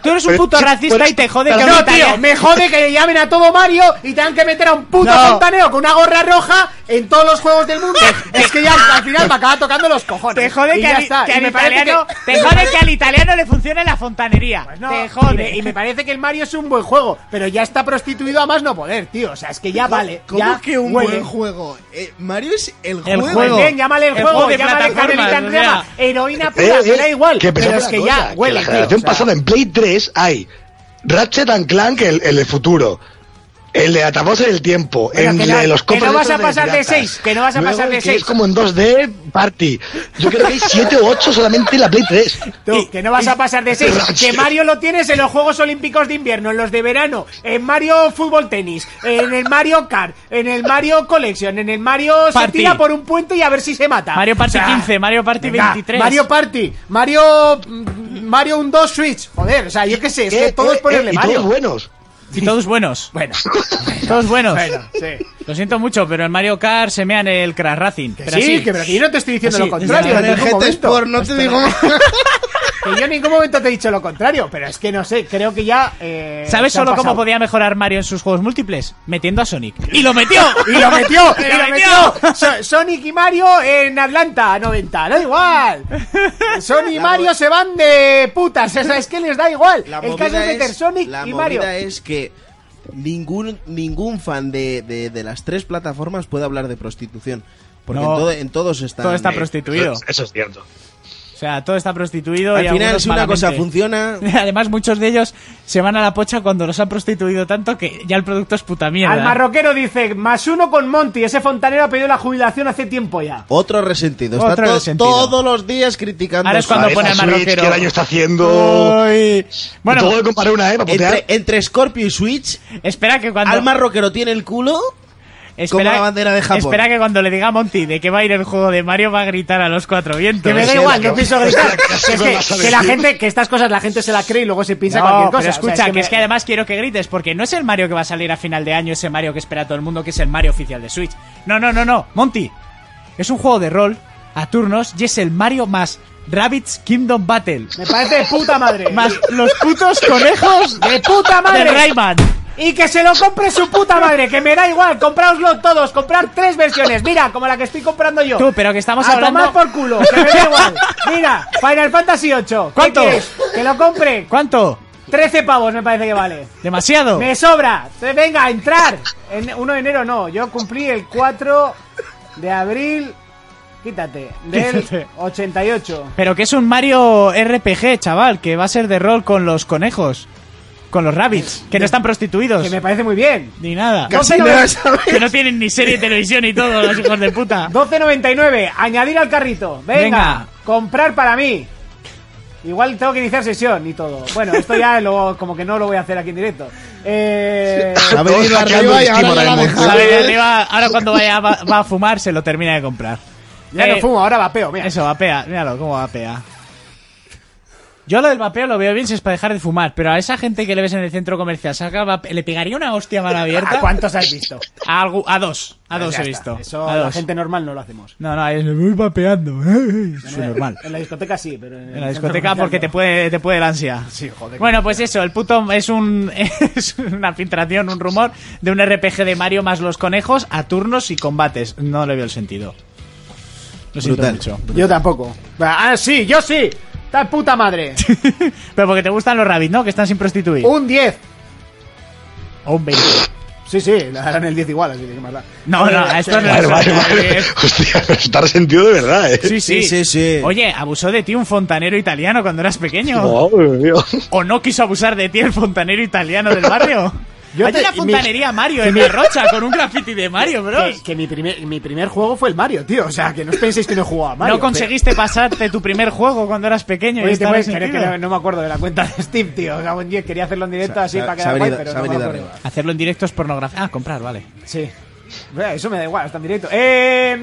S4: Tú eres un
S5: Pero
S4: puto
S5: si
S4: racista
S5: fueras-
S4: y te jode que
S2: No,
S4: ahorita
S2: tío,
S4: ya-
S2: me jode que le llamen a todo Mario y tengan que meter a un puto
S4: No.
S2: fontaneo con una gorra roja en todos los juegos del mundo. es que ya al final me acaba tocando los cojones.
S4: Te jode
S2: Y
S4: que,
S2: ya
S4: al,
S2: está.
S4: que
S2: Y
S4: al
S2: me parece
S4: italiano,
S2: que-
S4: te jode que al italiano le funcione la fontanería.
S2: Pues no,
S4: te
S2: Y
S4: jode.
S2: me, y me parece que el Mario es un buen juego, pero ya está prostituido a más no poder, tío. O sea, es que ya vale.
S3: ¿Cómo
S2: ya
S3: que un
S2: huele.
S3: buen juego? Eh, Mario es el,
S2: Pues
S3: juego.
S4: juego.
S2: bien, llámale el,
S4: El
S2: juego,
S4: juego de
S2: llámale
S4: plataformas,
S2: Carmelita en
S4: o sea.
S2: Rama, heroína pura,
S5: Eh,
S2: me
S5: eh,
S2: da igual,
S5: que
S2: pero
S5: pensaba
S2: es que
S5: una cosa,
S2: ya huele,
S5: la
S2: tío,
S5: generación
S2: o sea,
S5: pasada en Play 3 hay Ratchet and Clank, el, el de futuro. El de Atavoz en el tiempo,
S2: Venga,
S5: el
S2: que no-
S5: de los
S2: que no
S5: copas
S2: vas a
S5: estos de
S2: pasar de
S5: piratas.
S2: seis, que no vas a
S5: Luego
S2: pasar de
S5: el que
S2: seis.
S5: Es como en 2D Party. Yo creo que hay 7 o 8 solamente en la Play 3.
S2: Tú,
S4: Y-
S2: que no vas a pasar de 6.
S5: Rayo.
S2: Que Mario lo tienes en los Juegos Olímpicos de Invierno, en los de verano, en Mario Fútbol Tenis, en el Mario Kart, en el Mario Collection, en el Mario se
S4: Party.
S2: tira por un puente y a ver si se mata.
S4: Mario Party
S2: O sea,
S4: 15, Mario Party
S2: venga,
S4: 23.
S2: Mario Party, Mario. mm, Mario 1, 2 Switch. Joder, o sea, yo qué sé, es que
S5: Eh,
S2: todo
S5: eh,
S2: es ponerle
S5: eh, y
S2: Mario.
S5: todos buenos.
S4: Y todos buenos.
S2: Bueno,
S4: Todos buenos.
S2: bueno, sí.
S4: Lo siento mucho, pero en Mario Kart se mean el Crash Racing.
S2: Que
S4: Pero
S2: sí,
S4: así.
S2: que pero que yo no te estoy diciendo
S4: Así,
S2: lo contrario.
S4: desde
S2: en
S3: el
S2: ningún
S3: GT
S2: momento.
S3: Sport, no te digo más.
S2: Que yo en ningún momento te he dicho lo contrario, pero es que no sé, creo que ya. eh,
S4: ¿Sabes
S2: se han
S4: solo cómo
S2: pasado.
S4: podía mejorar Mario en sus juegos múltiples? Metiendo a Sonic. ¡Y lo metió!
S2: Y lo metió, y
S4: ¡Y
S2: lo metió. So- Sonic y Mario en Atlanta, 90, da igual. Sonic y Mario se van de putas, o sea, es que les da igual.
S3: La
S2: El
S3: movida
S2: caso es meter Sonic
S3: la
S2: y
S3: movida
S2: Mario.
S3: es que ningún, ningún fan de, de- de las tres plataformas puede hablar de prostitución. Porque
S4: No.
S3: en, todo- en todos están.
S4: Todo está
S3: eh,
S4: prostituido.
S5: Eso- Eso es cierto.
S4: O sea, todo está prostituido. y
S3: Al final,
S4: algunos
S3: si una cosa
S4: malamente.
S3: funciona.
S4: Además, muchos de ellos se van a la pocha cuando los han prostituido tanto que ya el producto es puta mierda.
S2: Al marroquero dice, más uno con Monty, ese fontanero ha pedido la jubilación hace tiempo ya.
S3: Otro resentido.
S4: Otro
S3: está to-
S4: resentido.
S3: todos los días criticando.
S4: Ahora es
S3: a
S4: cuando
S5: Vale,
S3: Sony.
S4: pone
S5: la
S4: al
S5: Switch,
S4: marroquero.
S5: ¿Qué daño está haciendo?
S4: Ay. Bueno,
S5: Todo de comparar una, ¿eh? Para
S3: Entre,
S5: putear.
S3: entre Scorpio y Switch,
S4: espera que cuando...
S3: al marroquero tiene el culo.
S4: espera,
S3: como la bandera de Japón.
S4: Espera que cuando le diga a Monty de que va a ir el juego de Mario va a gritar a los cuatro vientos.
S2: Que me da
S5: sí,
S2: igual,
S5: la
S2: no
S5: que-
S2: pienso gritar.
S5: la que
S2: Es
S5: se
S2: que,
S5: vas a
S2: que la
S5: decir.
S2: gente, que estas cosas la gente se la cree y luego se piensa
S4: No,
S2: cualquier cosa.
S4: pero
S2: o sea,
S4: escucha, que,
S2: me-
S4: es que además quiero que grites, porque no es el Mario que va a salir a final de año, ese Mario que espera todo el mundo, que es el Mario oficial de Switch. No, no, no, no, Monty. Es un juego de rol a turnos y es el Mario más Rabbit's Kingdom Battle.
S2: Me parece de puta madre.
S4: Más los putos conejos
S2: De puta madre.
S4: de Rayman.
S2: Y que se lo compre su puta madre, que me da igual, compráoslo todos, comprar tres versiones, mira, como la que estoy comprando yo.
S4: Tú, pero que estamos
S2: a
S4: hablando-
S2: tomar por culo, que me da igual. Mira, Final Fantasy VIII. ¿qué
S4: ¿Cuánto?
S2: quieres? Que lo compre.
S4: ¿Cuánto?
S2: 13 pavos me parece que vale.
S4: Demasiado.
S2: Me sobra. Te- Venga, entrar. En 1 de enero no, yo cumplí el 4 de abril. Quítate, del
S4: Quítate.
S2: 88.
S4: Pero que es un Mario RPG, chaval, que va a ser de rol con los conejos, con los rabbits, que no están prostituidos.
S2: Que me parece muy bien.
S4: Ni nada.
S3: Casi
S2: no,
S3: me
S2: no.
S3: vas a ver.
S4: Que no tienen ni serie de televisión y todo, los hijos de puta.
S2: 12.99, añadir al carrito. Venga,
S4: Venga.
S2: comprar para mí. Igual tengo que iniciar sesión y todo. Bueno, esto ya lo, como que no lo voy a hacer aquí en directo. Eh,
S3: Ha venido
S5: Todos hackeando
S3: arriba y
S5: el
S3: ahora ya
S5: Steam
S3: la
S5: Doraemon.
S3: deja.
S4: Sabe de arriba, ahora cuando vaya va, va a fumar, se lo termina de comprar.
S2: ya
S4: Eh,
S2: no fumo, ahora vapeo, mira.
S4: Eso, vapea, míralo, cómo vapea. Yo lo del vapeo lo veo bien si es para dejar de fumar, pero a esa gente que le ves en el centro comercial saca vape- le pegaría una hostia mano abierta.
S2: ¿A cuántos has visto?
S4: A, algu- a dos, a
S2: Pues
S4: dos
S2: ya
S4: he
S2: está.
S4: visto.
S2: Eso
S4: a
S2: la
S4: dos.
S2: gente normal no lo hacemos.
S4: No, no, ahí le voy vapeando. Es normal.
S2: En la discoteca sí, pero en, el
S4: En la
S2: centro
S4: discoteca
S2: comercial
S4: porque
S2: no.
S4: te puede, te puede el ansia.
S2: Sí, joder.
S4: Bueno, pues eso, el puto es un es una filtración, un rumor de un RPG de Mario más los conejos a turnos y combates. No le veo el sentido. Lo siento
S3: Brutal.
S4: mucho.
S2: Yo tampoco. Ah, sí, yo sí. Está puta madre.
S4: Pero porque te gustan los rabbits, ¿no? Que están sin prostituir.
S2: Un 10.
S4: O un 20.
S2: Sí, sí, le darán el 10 igual, así que Eh, qué más da.
S4: No, no, a esto no
S5: Vale,
S4: es
S5: vale, vale. Hostia, pero está resentido de verdad, ¿eh?
S4: Sí sí.
S3: Sí, sí, sí.
S4: Oye, abusó de ti un fontanero italiano cuando eras pequeño.
S5: Madre mía.
S4: ¿O no quiso abusar de ti el fontanero italiano del barrio?
S2: Yo
S4: Hay
S2: te-
S4: una
S2: mi-
S4: fontanería Mario en la rocha con un graffiti de Mario, bros.
S2: Que, que mi, primer, mi primer juego fue el Mario, tío. O sea, que no os penséis que no he jugado a Mario.
S4: no conseguiste pasarte tu primer juego cuando eras pequeño.
S2: pero- Oye,
S4: y
S2: te
S4: estabas
S2: puedes creer que
S4: sentido.
S2: no, no me acuerdo de la cuenta de Steam, tío. O sea, buen día quería hacerlo en directo así
S3: se ha-
S2: para
S3: se ha
S2: quedar guay,
S3: venido-
S2: pero
S3: se
S2: no
S3: ha
S2: me
S3: venido
S2: acuerdo.
S3: arriba.
S4: Hacerlo en directo es pornografía. Ah, comprar, vale.
S2: Sí. Bueno, Eso me da igual, está en directo. Eh,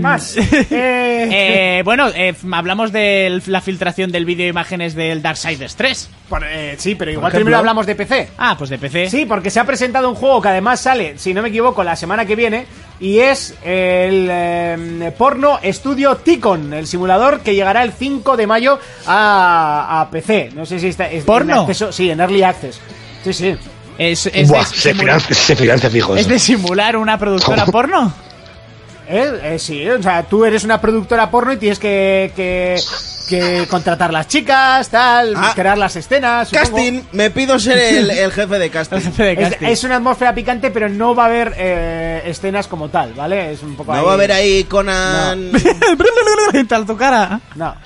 S2: más. Eh,
S4: Eh, bueno, eh, f- hablamos de la filtración del vídeo de imágenes del Darksiders 3.
S2: por- eh, sí, pero igual
S3: ejemplo-
S2: primero hablamos de PC.
S4: Ah, pues de PC.
S2: Sí, porque se ha presentado un juego que además sale, si no me equivoco, la semana que viene. Y es el eh, porno estudio Ticon, el simulador que llegará el 5 de mayo a, a PC. No sé si está. es-
S4: ¿Porno?
S2: en acceso- sí, en Early Access. Sí, sí.
S4: Es, es
S5: Buah,
S4: de
S5: se,
S4: simular,
S5: financia, se financia fijo
S4: ¿es
S5: eso.
S4: de simular una productora
S5: Toma.
S4: porno.
S2: Eh, eh, sí, o sea, tú eres una productora porno y tienes que, que, que contratar las chicas, tal,
S3: Ah.
S2: crear las escenas. supongo.
S3: Casting, me pido ser el, el jefe de casting.
S4: El jefe de
S2: Es,
S4: casting.
S2: es una atmósfera picante, pero no va a haber eh, escenas como tal, ¿vale? Es un poco
S3: No va a haber ahí Conan.
S4: Tal tu cara.
S2: No.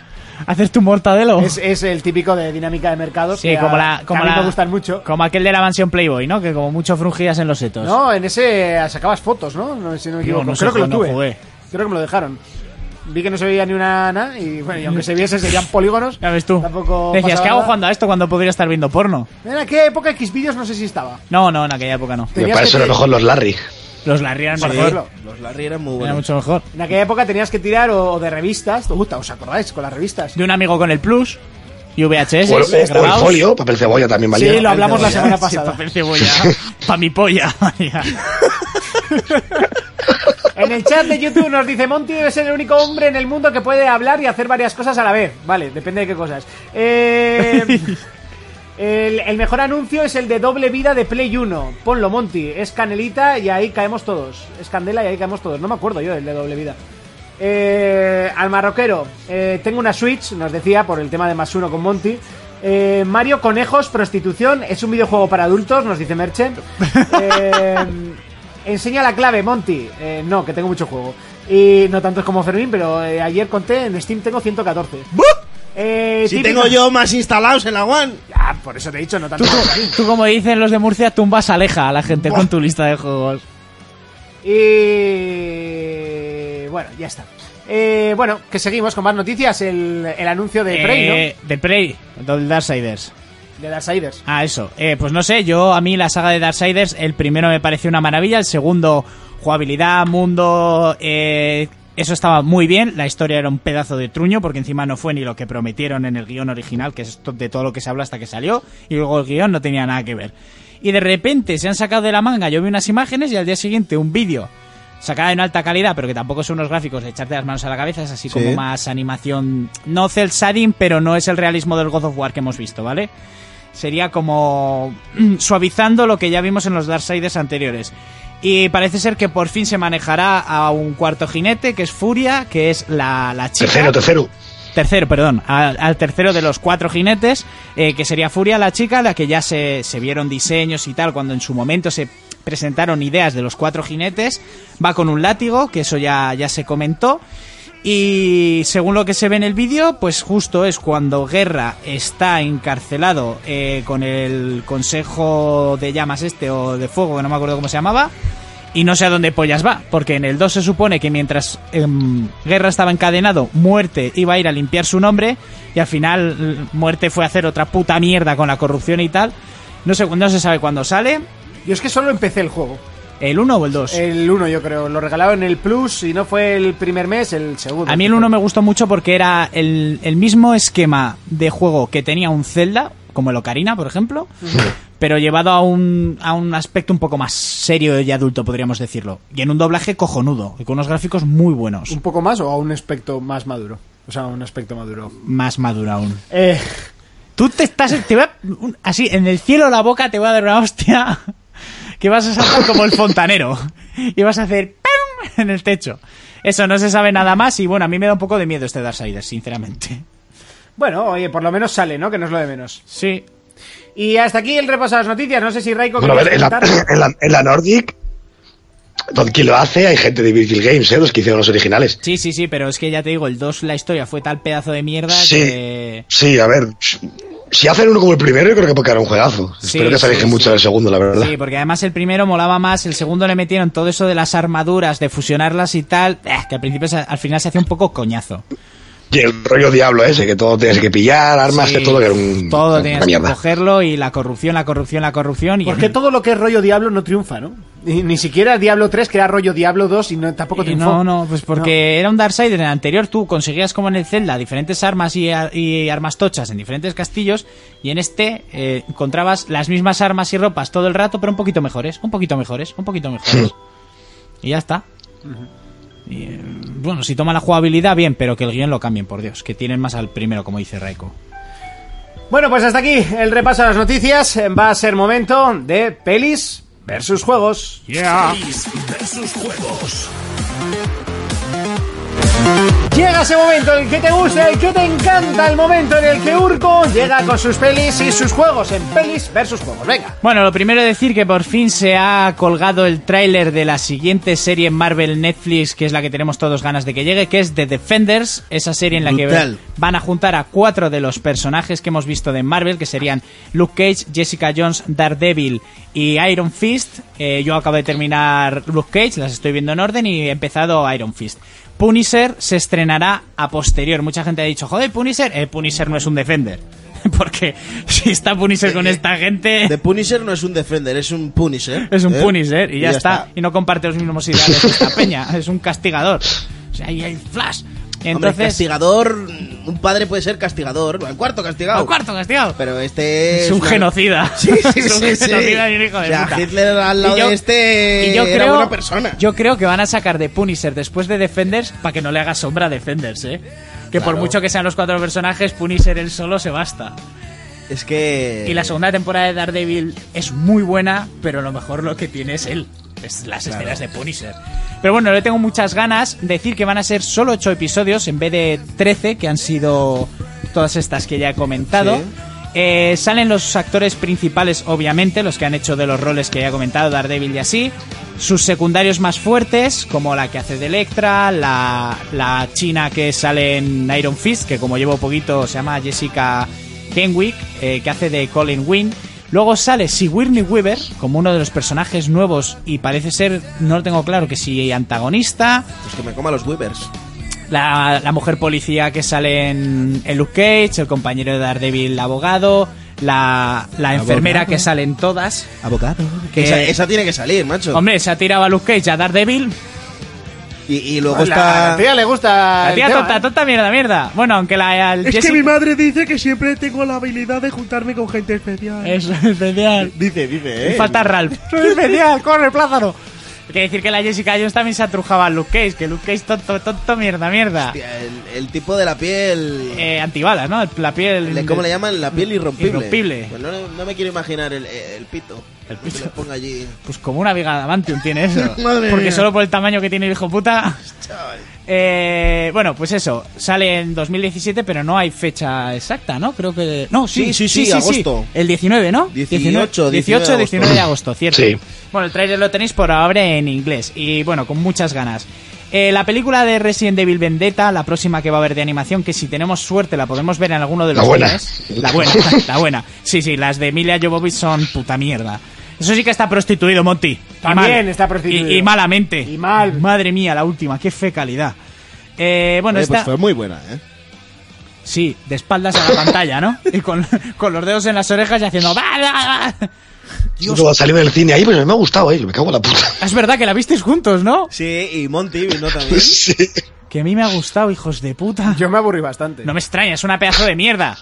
S4: hacer tu mortadelo.
S2: Es, es el típico de dinámica de mercado.
S4: Oh. sí,
S2: que
S4: como
S2: a-
S4: la,
S2: que
S4: como
S2: a mí
S4: la-
S2: me gustan mucho.
S4: Como aquel de la mansión Playboy, ¿no? Que como mucho frungías en los setos.
S2: No, en ese ah, sacabas fotos, ¿no? No, si no me
S4: Digo,
S2: equivoco.
S4: no sé,
S2: Creo que lo
S4: no
S2: tuve.
S4: jugué.
S2: Creo que me lo dejaron. Vi que no se veía ni una nana y bueno, y aunque se viese serían polígonos.
S4: Ya ves tú.
S2: Tampoco
S4: Decías,
S2: pasaba
S4: ¿qué hago
S2: nada".
S4: jugando a esto cuando podría estar viendo porno?
S2: ¿En qué época Xvideos no sé si estaba?
S4: No, no, en aquella época no.
S5: Me
S2: Tenías
S5: parece
S2: que-
S5: lo mejor los Larry.
S4: Los Larry eran
S2: Por
S4: mejor.
S2: ejemplo.
S3: Los Larry eran muy
S4: Era
S3: buenos.
S4: mucho mejor.
S2: En aquella época tenías que tirar o, o de revistas. ¿Te gusta? ¿Os acordáis con las revistas?
S4: De un amigo con el Plus y VHS
S5: O el, o-
S2: pues,
S5: o el
S4: grabados.
S2: oh.
S5: folio, papel cebolla también valía.
S2: Sí, lo hablamos la semana pasada.
S4: papel cebolla. pa' mi polla. María.
S2: En el chat de YouTube nos dice Monty debe ser el único hombre en el mundo que puede hablar y hacer varias cosas a la vez. Vale, depende de qué cosas. Eh, el, el mejor anuncio es el de doble vida de Play 1. Ponlo, Monty. Es Canelita y ahí caemos todos. Es Candela y ahí caemos todos. No me acuerdo yo del de doble vida. Eh, al marroquero, eh, tengo una Switch, nos decía, por el tema de más uno con Monty. Eh, Mario Conejos, prostitución, es un videojuego para adultos, nos dice Merche. Eh, enseña la clave, Monty. Eh, no, que tengo mucho juego. Y no tantos como Fermín, pero eh, ayer conté, en Steam tengo 114. Eh,
S3: Si
S2: típico-
S3: tengo yo más instalados en la One.
S2: Ah, por eso te he dicho, no tantos como Fermín.
S4: Tú, como dicen los de Murcia, tumbas aleja a la gente con tu lista de juegos.
S2: Y... Bueno, ya está. Eh, bueno, que seguimos con más noticias. El, el anuncio de Prey, ¿no?
S4: Eh, De Prey, del Darksiders.
S2: De Darksiders.
S4: Ah, eso. Eh, pues no sé, yo a mí la saga de Darksiders, el primero me pareció una maravilla, el segundo, jugabilidad, mundo, eh, eso estaba muy bien, la historia era un pedazo de truño, porque encima no fue ni lo que prometieron en el guión original, que es to- de todo lo que se habla hasta que salió, y luego el guión no tenía nada que ver. Y de repente se han sacado de la manga, yo vi unas imágenes y al día siguiente un vídeo. Sacada en alta calidad, pero que tampoco son unos gráficos de echarte las manos a la cabeza, es así como más animación, no cel shading, pero no es el realismo del God of War que hemos visto, ¿vale? sería como mm, suavizando lo que ya vimos en los Darksiders anteriores. Y parece ser que por fin se manejará a un cuarto jinete, que es Furia, que es la, la chica.
S5: Tercero, tercero.
S4: Tercero, perdón, al, al tercero de los cuatro jinetes, eh, que sería Furia la chica, la que ya se, se vieron diseños y tal, cuando en su momento se presentaron ideas de los cuatro jinetes, va con un látigo, que eso ya, ya se comentó, y según lo que se ve en el vídeo, pues justo es cuando Guerra está encarcelado eh, con el Consejo de Llamas este, o de Fuego, que no me acuerdo cómo se llamaba, y no sé a dónde pollas va, porque en el 2 se supone que mientras em, Guerra estaba encadenado, Muerte iba a ir a limpiar su nombre y al final l- Muerte fue a hacer otra puta mierda con la corrupción y tal. No sé, no se sabe cuándo sale,
S2: Yo es que solo empecé el juego.
S4: el 1 o el 2.
S2: El 1, yo creo. Lo regalaron en el Plus y no fue el primer mes, el segundo.
S4: A mí el 1 me gustó mucho porque era el, el mismo esquema de juego que tenía un Zelda, como el Ocarina, por ejemplo, pero llevado a un, a un aspecto un poco más serio y adulto, podríamos decirlo. Y en un doblaje cojonudo, y con unos gráficos muy buenos.
S2: ¿Un poco más o a un aspecto más maduro? O sea, a un aspecto maduro.
S4: Más maduro aún.
S2: Eh,
S4: Tú te estás. Te voy a- un- así, en el cielo la boca te voy a dar una hostia. Que vas a saltar como el fontanero. Y vas a hacer. ¡pam! En el techo. Eso no se sabe nada más. Y bueno, a mí me da un poco de miedo este Darksiders, sinceramente.
S2: bueno, oye, por lo menos sale, ¿no? Que no es lo de menos.
S4: Sí.
S2: Y hasta aquí el repaso de las noticias. No sé si Raiko
S5: Bueno, a ver,
S2: querías
S5: en la,
S2: comentar.
S5: en la, en la Nordic, Don quien lo hace, hay gente de Virgil Games, ¿eh? los que hicieron los originales.
S4: Sí, sí, sí, pero es que ya te digo, el 2, la historia fue tal pedazo de mierda
S5: Sí.
S4: que.
S5: Sí, a ver. Si hacen uno como el primero, yo creo que puede quedar un juegazo.
S4: Sí,
S5: Espero que se
S4: sí,
S5: aleje
S4: sí.
S5: mucho del segundo, la verdad.
S4: Sí, porque además el primero molaba más, el segundo le metieron todo eso de las armaduras, de fusionarlas y tal, eh, que al principio se- al final se hacía un poco coñazo.
S5: Y el rollo diablo ese, que todo tienes que pillar, armas,
S4: Sí,
S5: que todo, que era un,
S4: todo
S5: una
S4: tenías que
S5: mierda.
S4: cogerlo y la corrupción, la corrupción, la corrupción. Y
S2: Porque todo lo que es rollo Diablo no triunfa, ¿no? Ni, ni siquiera Diablo 3, que era rollo Diablo 2 y no, tampoco
S4: Y
S2: triunfó.
S4: No, no, pues porque era un Darkseid. En el anterior tú conseguías como en el Zelda diferentes armas y, ar- y armas tochas en diferentes castillos y en este eh, encontrabas las mismas armas y ropas todo el rato, pero un poquito mejores, un poquito mejores, un poquito mejores.
S5: Hmm.
S4: y ya está. Y, eh, bueno, si toma la jugabilidad, bien, pero que el guión lo cambien, por Dios. Que tienen más al primero, como dice Raiko.
S2: Bueno, pues hasta aquí el repaso de las noticias. Va a ser momento de pelis versus juegos.
S1: versus juegos.
S2: Llega ese momento, el que te gusta, el que te encanta, el momento en el que Urco llega con sus pelis y sus juegos en pelis versus juegos. Venga.
S4: Bueno, lo primero decir que por fin se ha colgado el tráiler de la siguiente serie en Marvel Netflix, que es la que tenemos todos ganas de que llegue, que es The Defenders, esa serie en la
S3: Brutal.
S4: que van a juntar a cuatro de los personajes que hemos visto de Marvel, que serían Luke Cage, Jessica Jones, Daredevil y Iron Fist. Eh, yo acabo de terminar Luke Cage, las estoy viendo en orden y he empezado Iron Fist. Punisher se estrenará a posterior. Mucha gente ha dicho, joder, Punisher. Eh, Punisher no es un Defender. Porque si está Punisher con esta gente...
S3: The Punisher no es un Defender, es un Punisher.
S4: Es un
S3: ¿eh?
S4: Punisher y ya, está. Y no comparte los mismos ideales que esta peña. Es un castigador. O sea, ahí hay Flash.
S3: Hombre,
S4: Entonces.
S3: castigador. Un padre puede ser castigador. El cuarto castigado.
S4: al cuarto castigado.
S3: Pero este.
S4: es, un
S3: una-
S4: genocida.
S3: Sí, sí,
S4: es un
S3: sí, sí.
S4: genocida y un hijo de
S3: O sea,
S4: puta.
S3: Hitler al lado de este
S4: y yo
S3: era
S4: creo,
S3: buena persona.
S4: Yo creo que van a sacar de Punisher después de Defenders para que no le haga sombra a Defenders, ¿eh? Que por mucho que sean los cuatro personajes, Punisher él solo se basta.
S3: Es que.
S4: Y la segunda temporada de Daredevil es muy buena, pero a lo mejor lo que tiene es él. Es las escenas de Punisher. Pero bueno, le tengo muchas ganas. Decir que van a ser solo 8 episodios en vez de 13, que han sido todas estas que ya he comentado.
S3: Sí.
S4: Eh, salen los actores principales, obviamente, los que han hecho de los roles que ya he comentado, Daredevil y así. Sus secundarios más fuertes, como la que hace de Electra, la, la china que sale en Iron Fist, que como llevo poquito se llama Jessica Kenwick, eh, que hace de Colin Wynn. Luego sale Sigourney Weaver como uno de los personajes nuevos y parece ser, no lo tengo claro, que si antagonista.
S3: Pues que me coma los Weavers.
S4: La, la mujer policía que sale en, en Luke Cage, el compañero de Daredevil, abogado, la, la enfermera que sale en todas.
S3: Abogado.
S4: Que-
S3: Esa, esa tiene que salir, macho.
S4: Hombre, se ha tirado a Luke Cage, a Daredevil.
S3: Y, y luego
S2: La-
S3: está.
S2: la tía le gusta.
S4: La
S2: el
S4: tía
S2: tema,
S4: tonta,
S2: ¿eh?
S4: tonta mierda, mierda. Bueno, aunque la... el
S6: Es que
S4: Jessica-
S6: mi madre dice que siempre tengo la habilidad de juntarme con gente especial.
S4: Es especial.
S3: Dice, dice, eh.
S4: Falta Ralph. Soy especial, corre, plázaro. Hay que decir que la Jessica Jones también se atrujaba a Luke Cage, que Luke Cage tonto, tonto, mierda, mierda.
S3: Hostia, El, el tipo de la piel.
S4: Eh, antibalas, ¿no? La piel...
S3: Le- ¿Cómo le llaman? La piel irrompible.
S4: Irrompible.
S3: Pues no, no me quiero imaginar el, eh, el pito.
S4: El
S3: Que
S4: pito.
S3: le ponga allí.
S4: Pues como una viga de adamantium tiene eso.
S3: Madre
S4: Porque
S3: mía.
S4: solo por el tamaño que tiene el hijo puta. Eh, bueno, pues eso. Sale en 2017, pero no hay fecha exacta, ¿no? Creo que. No, sí,
S3: Sí, sí, sí, agosto.
S4: El 19, ¿no?
S3: 18,
S4: 18, 19 de agosto, cierto.
S5: Sí.
S4: Bueno, el trailer lo tenéis por ahora en inglés. Y bueno, con muchas ganas. Eh, la película de Resident Evil Vendetta, la próxima que va a haber de animación, que si tenemos suerte la podemos ver en alguno de
S5: La
S4: los
S5: buena.
S4: cines. La buena, la buena. Sí, sí, las de Emilia Jovovich son puta mierda. Eso sí que está prostituido, Monty. Y
S2: También está prostituido.
S4: Y, y malamente.
S2: Y mal.
S4: Madre mía, la última, qué fe calidad. Eh, bueno,
S3: Oye,
S4: esta...
S3: Pues fue muy buena, eh.
S4: Sí, de espaldas a la pantalla, ¿no? Y con, con los dedos en las orejas y haciendo... "Bah, bah, bah". Dios.
S5: Yo salí del cine ahí, pero me ha gustado, ¿eh? Me cago en la puta.
S4: Es verdad que la visteis juntos, ¿no?
S3: Sí, y Monty vino también.
S5: Sí.
S4: Que a mí me ha gustado, hijos de puta.
S2: Yo me aburrí bastante.
S4: No me extraña, es una pedazo de mierda.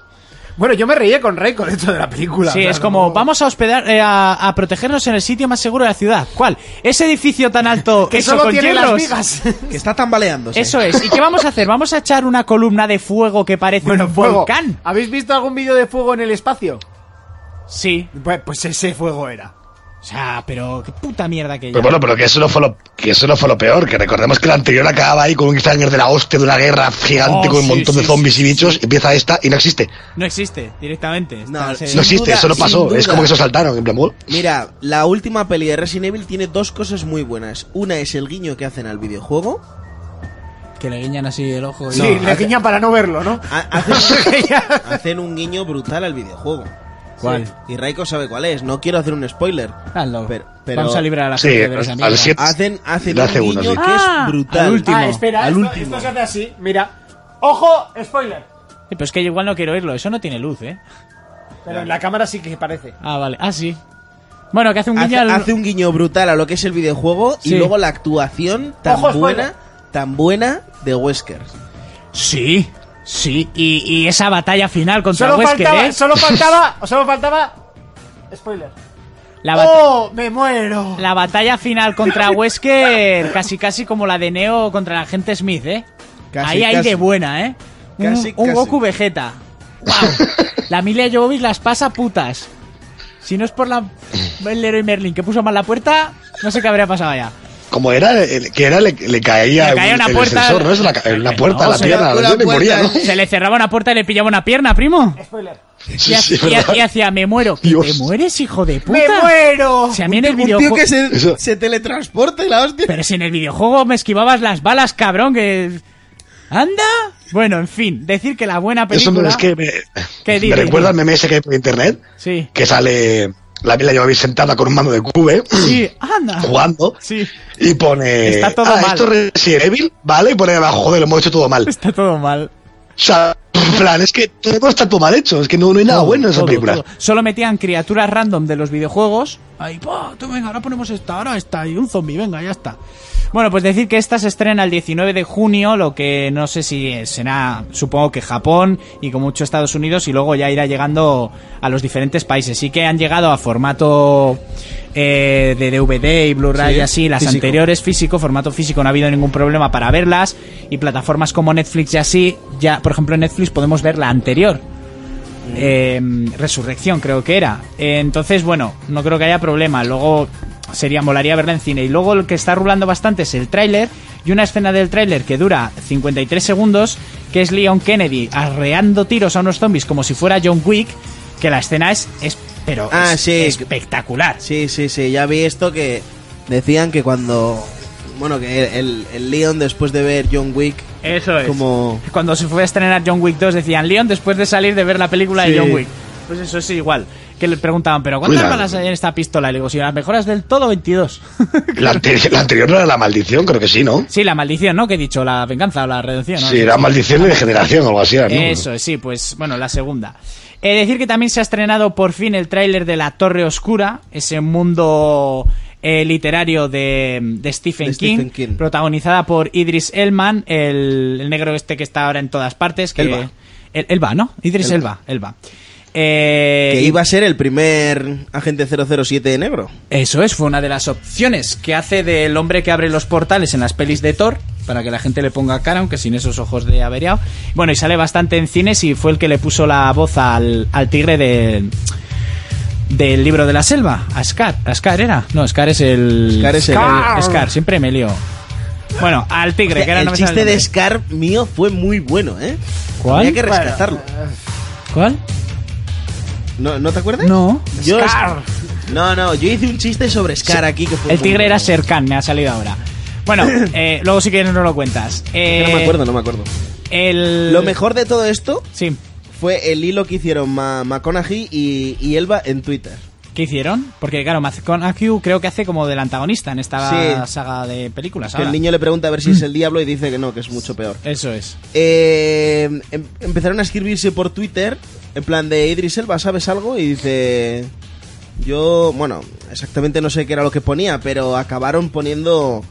S2: Bueno, yo me reía con Reiko dentro de la película.
S4: Sí,
S2: o sea,
S4: es
S2: no-
S4: como, vamos a hospedar, eh, a, a protegernos en el sitio más seguro de la ciudad. ¿Cuál? Ese edificio tan alto
S2: Que
S4: hecho
S2: solo
S4: con
S2: tiene las
S4: hierros.
S2: vigas.
S3: que está tambaleándose.
S4: Eso es. ¿Y qué vamos a hacer? ¿Vamos a echar una columna de fuego que parece un
S2: fuego.
S4: volcán?
S2: ¿Habéis visto algún vídeo de fuego en el espacio?
S4: Sí.
S2: Pues, pues ese fuego era.
S4: O sea, pero qué puta mierda que
S5: Pero bueno, pero que eso, no fue lo, que eso no fue lo peor, que recordemos que la anterior acababa ahí con un cliffhanger de la hostia de una guerra gigante
S4: Oh,
S5: con un
S4: sí,
S5: montón
S4: sí,
S5: de zombies y bichos, y empieza esta y no existe.
S4: No existe, directamente.
S3: No,
S4: Está- se-
S3: Sin
S5: No existe,
S3: duda,
S5: eso no
S3: sin
S5: pasó, es
S3: duda.
S5: como que se lo saltaron, en plan, bueno,
S3: Mira, la última peli de Resident Evil tiene dos cosas muy buenas. Una es el guiño que hacen al videojuego.
S4: Que le guiñan así el ojo. y-
S2: Sí, le guiñan para no verlo, ¿no?
S3: Ha- Hacen, hacen un guiño brutal al videojuego.
S4: ¿Cuál?
S3: Sí. Y Raiko sabe cuál es, no quiero hacer un spoiler.
S4: Hazlo.
S3: Pero- pero-
S4: Vamos a librar a la
S5: Sí,
S4: gente de Ah, ver esa mierda.
S5: al 7.
S3: Hacen, hacen
S5: Le
S3: un
S5: hace uno,
S3: guiño
S5: sí.
S3: que
S4: Ah,
S3: es brutal.
S4: al último.
S2: Ah, espera,
S3: Al
S2: esto,
S3: último.
S2: esto se hace así, mira. ¡Ojo! ¡Spoiler!
S4: Sí, Eh, Pero es que yo igual no quiero oírlo, eso no tiene luz, ¿eh?
S2: Pero en la cámara sí que parece.
S4: Ah, vale. Ah, sí. Bueno, que hace un
S3: Hace,
S4: guiño al-
S3: hace un guiño brutal a lo que es el videojuego
S4: Sí.
S3: y luego la actuación tan
S2: Ojo,
S3: buena,
S2: spoiler.
S3: tan buena de Wesker.
S4: Sí, sí. Y, y esa batalla final contra
S2: Solo
S4: Wesker,
S2: faltaba,
S4: ¿eh?
S2: solo faltaba, solo faltaba. Spoiler.
S4: La, bat-
S2: ¡Oh! ¡Me muero!
S4: la batalla final contra Wesker, casi casi como la de Neo contra la gente Smith, ¿eh?
S3: Casi,
S4: Ahí hay
S3: casi.
S4: de buena, ¿eh? Un,
S3: Casi,
S4: un
S3: casi.
S4: Goku Vegeta. ¡Guau! La Emilia Jovovich las pasa putas. Si no es por la el Leroy Merlin que puso mal la puerta, no sé qué habría pasado ya.
S5: como era, eh, el- que era, le, le caía,
S4: Le caía
S5: un-
S4: una
S5: el
S4: puerta.
S5: sensor, ¿no? Es la, en una puerta,
S4: No,
S5: la
S4: se
S5: pierna,
S3: le- una
S5: la pierna y moría, ¿no?
S3: puerta,
S4: Se le cerraba una puerta y le pillaba una pierna, primo.
S2: Spoiler.
S5: Sí,
S4: y,
S5: sí,
S4: hacia, y
S5: ¿verdad?
S4: hacia- hacia me muero. ¿Que
S5: Dios.
S4: ¿Te mueres, hijo de puta?
S2: ¡Me muero!
S4: Si a mí en el
S3: Un tío
S4: videojuego...
S3: que se,
S5: Eso.
S3: se teletransporta y la hostia.
S4: Pero si en el videojuego me esquivabas las balas, cabrón, que... ¿Anda? Bueno, en fin, decir que la buena
S5: Eso
S4: película...
S5: es que me,
S4: ¿Qué
S5: me
S4: dices?
S5: recuerda al meme ese que hay por internet,
S4: Sí.
S5: que sale la Mila Jovovich sentada con un mando de cube,
S4: Sí, anda.
S5: jugando,
S4: Sí,
S5: y pone...
S4: Está todo
S5: ah,
S4: mal".
S5: esto es Resident Evil, ¿vale? Y pone abajo, joder, lo hemos hecho todo mal. O
S4: está todo mal.
S5: sea, en plan, es que todo está todo mal hecho, es que no, no hay nada
S4: Todo,
S5: bueno en esa
S4: todo,
S5: película.
S4: todo. Solo metían criaturas random de los videojuegos. Ahí, pa, tú venga, ahora ponemos esta, ahora esta, y un zombie, venga, ya está. Bueno, pues decir que esta se estrena el 19 de junio, lo que no sé si eh, será, supongo que Japón y como mucho Estados Unidos, y luego ya irá llegando a los diferentes países. Sí que han llegado a formato eh, de DVD y Blu-ray y así, las anteriores físico, formato físico, no ha habido ningún problema para verlas, y plataformas como Netflix y así, ya, por ejemplo, en Netflix podemos ver la anterior, eh, Resurrección, creo que era. Eh, entonces, bueno, no creo que haya problema. Luego sería molaría verla en cine. Y luego lo que está rulando bastante es el tráiler y una escena del tráiler que dura 53 segundos, que es Leon Kennedy arreando tiros a unos zombies como si fuera John Wick, que la escena es, es pero
S3: Ah,
S4: es
S3: sí.
S4: espectacular.
S3: Sí, sí, sí, ya vi esto que decían que cuando... Bueno, que el, el Leon después de ver John Wick...
S4: Eso es.
S3: Como...
S4: Cuando se fue a estrenar John Wick 2 decían Leon después de salir de ver la película
S3: Sí.
S4: de John Wick. Pues eso es igual. Que le preguntaban, ¿pero cuántas
S5: Cuidado.
S4: balas hay en esta pistola? Y le digo, si las mejoras del todo, 22.
S5: La, anteri- la anterior era la maldición, creo que sí, ¿no?
S4: Sí, la maldición, ¿no? Que he dicho, la venganza o la redención. ¿no?
S5: Sí, era maldición de generación o algo así. era, ¿no?
S4: Eso, sí, pues bueno, la segunda. Eh, decir que también se ha estrenado por fin el tráiler de La Torre Oscura, ese mundo eh, literario de, de Stephen,
S3: De
S4: King,
S3: Stephen King.
S4: protagonizada por Idris Elman, el, el negro este que está ahora en todas partes. Que,
S3: Elba.
S4: El- Elba, ¿no? Idris Elba, Elba. Eh,
S3: Que
S4: y-
S3: iba a ser el primer agente 007 de negro.
S4: eso es, fue una de las opciones que hace del hombre que abre los portales en las pelis de Thor, para que la gente le ponga cara, aunque sin esos ojos de averiado. Bueno, y sale bastante en cines y fue el que le puso la voz al, al tigre de- del libro de la selva, a Scar. ¿A Scar era? No, Scar es el...
S3: Scar es el-
S4: Scar, siempre me lío. Bueno, al tigre, que ahora
S3: el
S4: no me sale
S3: chiste
S4: el
S3: de
S4: nombre.
S3: Scar mío fue muy bueno, ¿eh?
S4: ¿Cuál?
S3: Había que rescatarlo.
S4: ¿Cuál?
S3: ¿No, ¿No te acuerdas?
S4: No.
S3: Yo, No, no, yo hice un chiste sobre Scar aquí que fue
S4: El
S3: muy
S4: tigre era
S3: bueno.
S4: Serkan, me ha salido ahora. Bueno, eh, luego si quieres no lo cuentas. Eh,
S3: No me acuerdo, no me acuerdo.
S4: El...
S3: Lo mejor de todo esto
S4: Sí.
S3: fue el hilo que hicieron Ma McConaughey y, y Elba en Twitter.
S4: ¿Qué hicieron? Porque claro, McConaughey creo que hace como del antagonista en esta
S3: Sí.
S4: saga de películas.
S3: Que
S4: ahora.
S3: el niño le pregunta a ver si es el diablo y dice que no, que es mucho peor.
S4: Eso es.
S3: Eh, em- empezaron a escribirse por Twitter en plan de Idris Elba, ¿sabes algo? Y dice... Yo, bueno, exactamente no sé qué era lo que ponía, pero acabaron poniendo...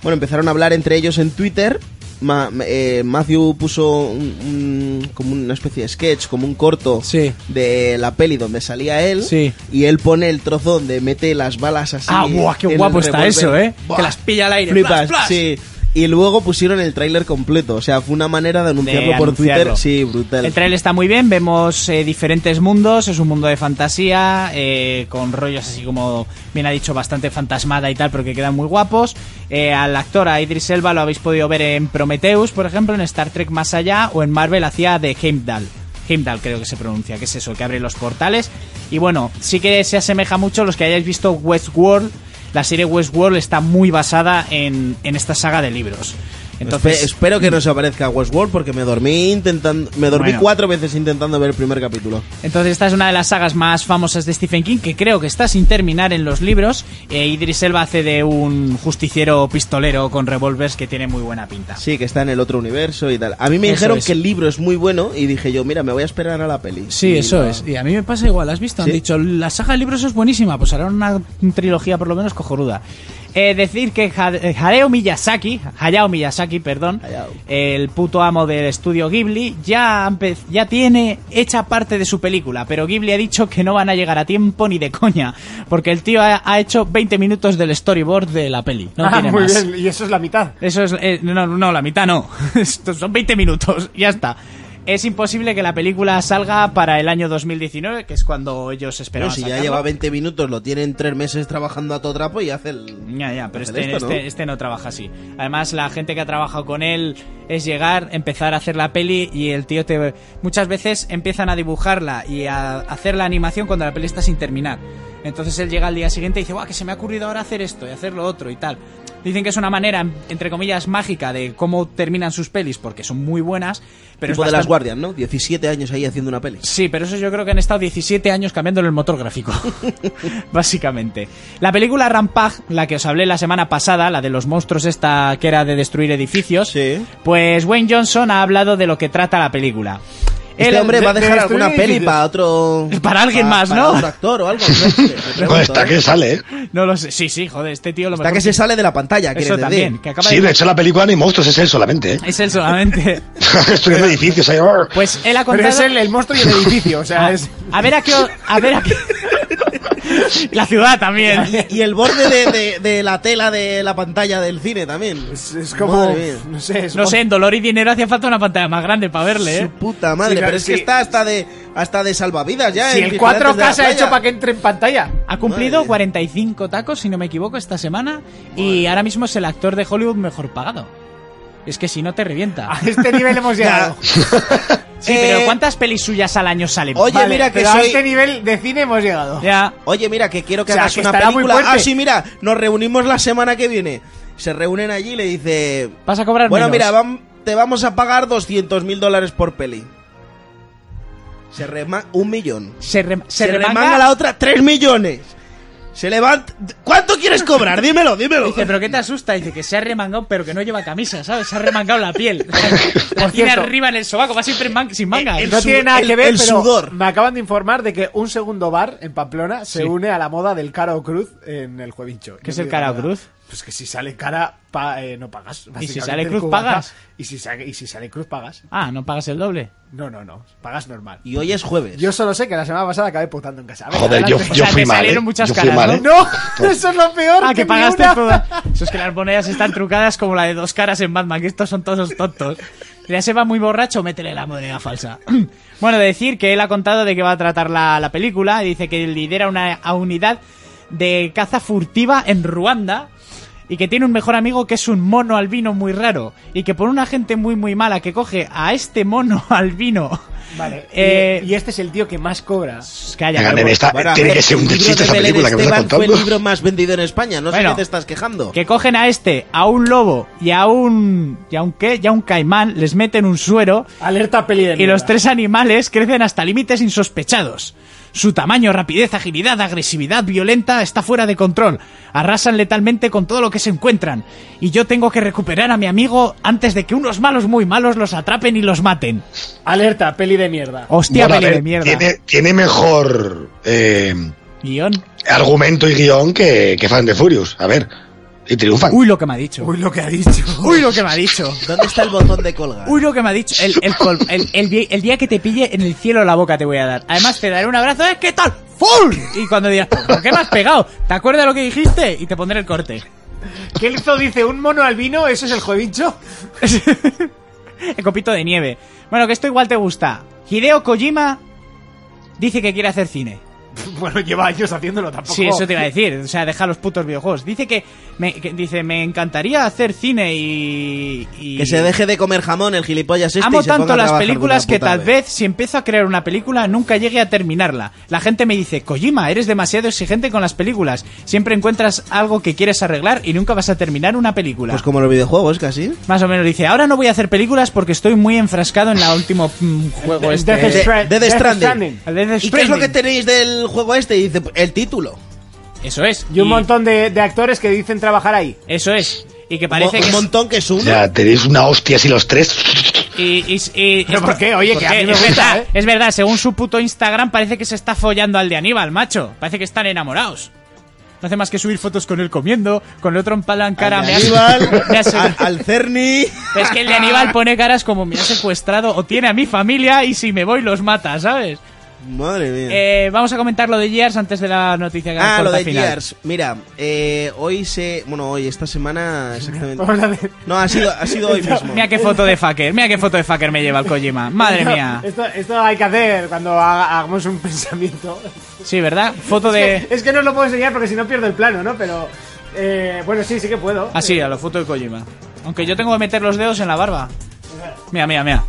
S3: Bueno, empezaron a hablar entre ellos en Twitter. Ma- eh, Matthew puso un- un- como una especie de sketch, como un corto
S4: Sí.
S3: de la peli donde salía él.
S4: Sí.
S3: Y él pone el trozo donde mete las balas así.
S4: ah, buah, qué
S3: en el
S4: guapo está
S3: revólver.
S4: eso, ¿eh?
S3: Buah
S4: Que las pilla al aire.
S3: flipas,
S4: ¡plas, plas!
S3: sí. Y luego pusieron el tráiler completo, o sea, fue una manera de anunciarlo
S4: De
S3: por
S4: anunciarlo.
S3: Twitter, sí, brutal.
S4: El trailer está muy bien, vemos eh, diferentes mundos, es un mundo de fantasía, eh, con rollos así como, bien ha dicho, bastante fantasmada y tal, pero que quedan muy guapos. Eh, al actor, a Idris Elba, lo habéis podido ver en Prometheus, por ejemplo, en Star Trek Más Allá, o en Marvel hacía de Heimdall. Heimdall creo que se pronuncia, que es eso, que abre los portales. Y bueno, sí que se asemeja mucho los que hayáis visto Westworld. La serie Westworld está muy basada en, en esta saga de libros.
S3: Espe-
S4: Entonces,
S3: espero que no se aparezca Westworld porque me dormí intentando me dormí
S4: Bueno.
S3: cuatro veces intentando ver el primer capítulo.
S4: Entonces esta es una de las sagas más famosas de Stephen King que creo que está sin terminar en los libros. Eh, Idris Elba hace de un justiciero pistolero con revólveres que tiene muy buena pinta.
S3: Sí, que está en el otro universo y tal. A mí me
S4: Eso
S3: dijeron
S4: es.
S3: que el libro es muy bueno y dije yo, mira, me voy a esperar a la peli.
S4: Sí,
S3: Y
S4: eso
S3: no.
S4: es. Y a mí me pasa igual, ¿has visto? Han
S3: Sí.
S4: dicho, la saga de libros es buenísima, pues harán una trilogía por lo menos cojoruda. Eh, decir que Ha- eh, Hideo Miyazaki, Hayao Miyazaki, perdón,
S3: Hayao.
S4: el puto amo del estudio Ghibli, ya, ha empe- ya tiene hecha parte de su película, pero Ghibli ha dicho que no van a llegar a tiempo ni de coña, porque el tío ha, ha hecho 20 minutos del storyboard de la peli, no
S2: Ah,
S4: tiene
S2: muy
S4: más.
S2: bien, y eso es la mitad.
S4: Eso es. eh, no, no, la mitad no. Estos son 20 minutos, ya está. es imposible que la película salga para el año 2019, que es cuando ellos
S3: Pero
S4: esperaban.
S3: si ya
S4: sacarlo.
S3: lleva 20 minutos, lo tienen 3 meses trabajando a todo trapo y hace el.
S4: Ya, ya, pero
S3: hacer
S4: este,
S3: esto, ¿no?
S4: este- este ¿no? trabaja así. Además, la gente que ha trabajado con él es llegar, empezar a hacer la peli y el tío te... Muchas veces empiezan a dibujarla y a hacer la animación cuando la peli está sin terminar. Entonces él llega al día siguiente y dice, guau, que se me ha ocurrido ahora hacer esto y hacer lo otro y tal. Dicen que es una manera, entre comillas, mágica de cómo terminan sus pelis porque son muy buenas, pero es
S3: tipo de las
S4: bastante-
S3: guardias, ¿no? 17 años ahí haciendo una peli.
S4: Sí, pero eso yo creo que han estado 17 años cambiándole el motor gráfico. Básicamente. La película Rampage, la que os hablé la semana pasada, la de los monstruos esta que era de destruir edificios,
S3: Sí.
S4: pues Wayne Johnson ha hablado de lo que trata la película.
S3: Este
S4: Él-
S3: hombre va a
S2: de-
S3: dejar
S2: de
S3: alguna
S2: destruir
S3: peli
S2: edificios.
S3: para otro.
S4: Para alguien
S3: pa-
S4: más,
S3: para
S4: ¿no?
S3: otro actor o algo. no sé, me pregunto,
S5: Joder, está
S3: ¿eh?
S5: que sale, ¿eh?
S4: No lo sé. Sí, sí, joder, este tío lo
S3: Está
S4: mejor
S3: que se sale de la pantalla,
S4: Eso
S3: quieres decir.
S4: también, que acaba
S5: Sí,
S4: de...
S5: de hecho la película ni monstruos es él solamente, ¿eh?
S4: Es él solamente.
S5: Destruyendo edificios ahí. ¡arr!
S4: Pues él ha
S2: Pero
S4: contado... Ah.
S2: es el, el monstruo y el edificio, o sea,
S4: A,
S2: es...
S4: a ver a qué... o- A ver a qué... la ciudad también.
S3: Y el borde de, de- de la tela de la pantalla del cine también.
S2: Es, es como...
S3: Madre mía.
S2: No sé, es
S4: No sé, en dolor y dinero hacía falta una pantalla más grande para verle, ¿eh?
S3: Su puta
S2: Sí,
S3: madre,
S2: claro,
S3: pero es que
S2: sí.
S3: está hasta de hasta de salvavidas ya.
S2: Si
S3: en
S2: el
S3: Vigilantes
S2: 4K
S3: de
S2: se
S3: la
S2: ha hecho
S3: Playa.
S2: para que entre en pantalla.
S4: Ha cumplido
S3: Madre.
S4: 45 tacos, si no me equivoco, esta semana. Y ahora mismo es el actor de Hollywood mejor pagado. Es que si no te revienta.
S2: A este nivel hemos llegado.
S4: Sí,
S3: Ah, Eh,
S4: pero ¿cuántas pelis suyas al año salen?
S3: Oye,
S4: Vale.
S3: mira que
S2: Pero a
S3: soy.
S2: este nivel de cine hemos llegado.
S4: Ya.
S3: Oye, mira que quiero que
S2: O sea,
S3: hagas
S2: que
S3: una
S2: estará muy
S3: película.
S2: fuerte.
S3: Ah, sí, mira, nos reunimos la semana que viene. Se reúnen allí y le dice.
S4: Vas a cobrar
S3: Bueno,
S4: menos.
S3: mira, vam- te vamos a pagar 200 mil dólares por peli. Se rema un millón.
S4: Se, rem- se
S3: Se,
S4: remanga,
S3: remanga la otra 3 millones. Se levanta. ¿Cuánto quieres cobrar? Dímelo, dímelo.
S4: Dice, pero ¿qué te asusta? Dice que se ha remangado, pero que no lleva camisa, ¿sabes? Se ha remangado la piel. La tiene
S2: cierto.
S4: arriba en el sobaco, va siempre en man- sin manga.
S3: Eh, el
S2: no
S3: su-
S2: tiene nada
S3: el-
S2: que ver,
S3: el
S2: pero
S3: sudor.
S2: me acaban de informar de que un segundo bar en Pamplona se
S4: Sí.
S2: une a la moda del cara o cruz en el juevincho.
S4: ¿Qué es
S2: No
S4: el
S2: digo
S4: cara o
S2: nada.
S4: cruz?
S2: Pues que si sale cara, pa- eh, no pagas. básicamente,
S4: sale
S2: el
S4: cruz,
S2: cubata.
S4: pagas?
S2: Y si, sa- y si sale cruz, pagas.
S4: Ah, ¿no pagas el doble?
S2: No, no, no. Pagas normal.
S3: Y hoy es jueves.
S2: Yo solo sé que la semana pasada acabé putando en casa. A ver,
S5: Joder, yo,
S2: adelante.
S5: yo
S4: pues, O sea,
S5: fui
S4: te
S5: mal.
S4: salieron
S5: ¿eh?
S4: muchas
S5: yo fui
S4: caras,
S5: mal,
S4: ¿no?
S5: ¿eh?
S2: ¡No! Eso es lo peor.
S4: Ah, que
S2: ni
S4: pagaste
S2: una.
S4: todo. Eso es que las monedas están trucadas como la de dos caras en Batman, que estos son todos tontos. Ya se va muy borracho, métele la moneda falsa. Bueno, decir que él ha contado de qué va a tratar la, la película. y Dice que lidera una a unidad de caza furtiva en Ruanda. Y que tiene un mejor amigo que es un mono albino muy raro. Y que por una gente muy muy mala que coge a este mono albino.
S2: Vale. y-
S4: Eh, pues
S2: y este es el tío que más cobra.
S4: Calla,
S5: Venga,
S4: pero
S5: nene, esta-
S3: Bueno, a
S5: tiene
S3: ver,
S5: que ser un
S3: el libro
S5: chiste
S3: de
S5: esta
S3: Belén
S5: película que me está
S3: Esteban fue el
S5: contando.
S3: libro más vendido en España. No sé
S4: Bueno.
S3: qué te estás quejando.
S4: que cogen a este, a un lobo y a un. ¿Y a un qué? Y a un caimán, les meten un suero
S2: Alerta peli de
S4: y
S2: mierda.
S4: los tres animales crecen hasta límites insospechados. Su tamaño, rapidez, agilidad, agresividad violenta está fuera de control. Arrasan letalmente con todo lo que se encuentran. Y yo tengo que recuperar a mi amigo antes de que unos malos muy malos los atrapen y los maten.
S2: Alerta peli de mierda.
S4: Hostia,
S5: Bueno, a
S4: peli
S5: ver,
S4: de mierda.
S5: Tiene, tiene mejor eh,
S4: Guión.
S5: argumento y guión que, que Fan de Furious. A ver, y triunfan.
S4: Uy, lo que me ha dicho. Uy,
S2: lo que ha dicho.
S4: lo que me ha dicho.
S3: ¿Dónde está el botón de colgar?
S4: Uy, lo que me ha dicho. El, el, col- el- el di- el día que te pille en el cielo la boca te voy a dar. Además, te daré un abrazo. ¿eh? ¿Qué tal? ¡Full! Y cuando digas, ¿por qué me has pegado? ¿Te acuerdas lo que dijiste? Y te pondré el corte.
S2: Kelzo dice, un mono albino, eso es el juevincho.
S4: el copito de nieve. Bueno, que esto igual te gusta. Hideo Kojima dice que quiere hacer cine.
S2: Bueno, lleva años haciéndolo tampoco.
S4: Sí, eso te iba a decir. O sea, deja los putos videojuegos. Dice que me, que- dice, me encantaría hacer cine y. y-
S3: Que se deje de comer jamón el gilipollas este
S4: Amo
S3: y se ponga
S4: tanto
S3: a
S4: las
S3: trabajar de
S4: películas
S3: una
S4: que
S3: puta
S4: tal vez si empiezo a crear una película nunca llegue a terminarla. La gente me dice, Kojima, eres demasiado exigente con las películas. Siempre encuentras algo que quieres arreglar y nunca vas a terminar una película.
S3: Pues como los videojuegos, casi.
S4: Más o menos dice, ahora no voy a hacer películas porque estoy muy enfrascado en la último mm, juego este.
S2: Death
S3: De-
S2: Stra-
S3: Death Stranding.
S4: El Death
S3: ¿Y qué es lo que
S4: Stranding.
S3: tenéis del juego este? Y dice el título.
S4: Eso es.
S2: Y un montón de, de actores que dicen trabajar ahí.
S4: Eso es. Y que parece que...
S3: Mo- un
S4: es-
S3: montón que es uno.
S5: Ya, tenéis una hostia así los tres.
S4: Y, y- y-
S2: ¿Pero por qué? Oye, que a mí me
S4: es
S2: gusta,
S4: verdad,
S2: ¿eh?
S4: es verdad, según su puto Instagram parece que se está follando al de Aníbal, macho. Parece que están enamorados. No hace más que subir fotos con él comiendo, con el otro en plan cara.
S3: al
S4: me
S3: de
S4: has-
S3: Aníbal,
S4: me has-
S3: al, al Cerny.
S4: es que el de Aníbal pone caras como me ha secuestrado o tiene a mi familia y si me voy los mata, ¿sabes?
S3: Madre mía.
S4: Eh, vamos a comentar lo de Gears antes de la noticia que
S3: ah,
S4: nos
S3: lo
S4: corta
S3: de
S4: final.
S3: Gears. Mira, eh, hoy se. Bueno, hoy, esta semana exactamente.
S2: Vamos a ver.
S3: No, ha sido, ha sido hoy mismo.
S4: Mira qué foto de fucker, mira qué foto de fucker me lleva el Kojima. Madre mía.
S2: Esto, esto hay que hacer cuando haga- hagamos un pensamiento.
S4: Sí, ¿verdad? Foto de...
S2: Es que no os lo puedo enseñar porque si no pierdo el plano, ¿no? Pero. eh, bueno, sí, sí que puedo.
S4: Así, Ah, a lo foto de Kojima. Aunque yo tengo que meter los dedos en la barba. Mira, mira, mira.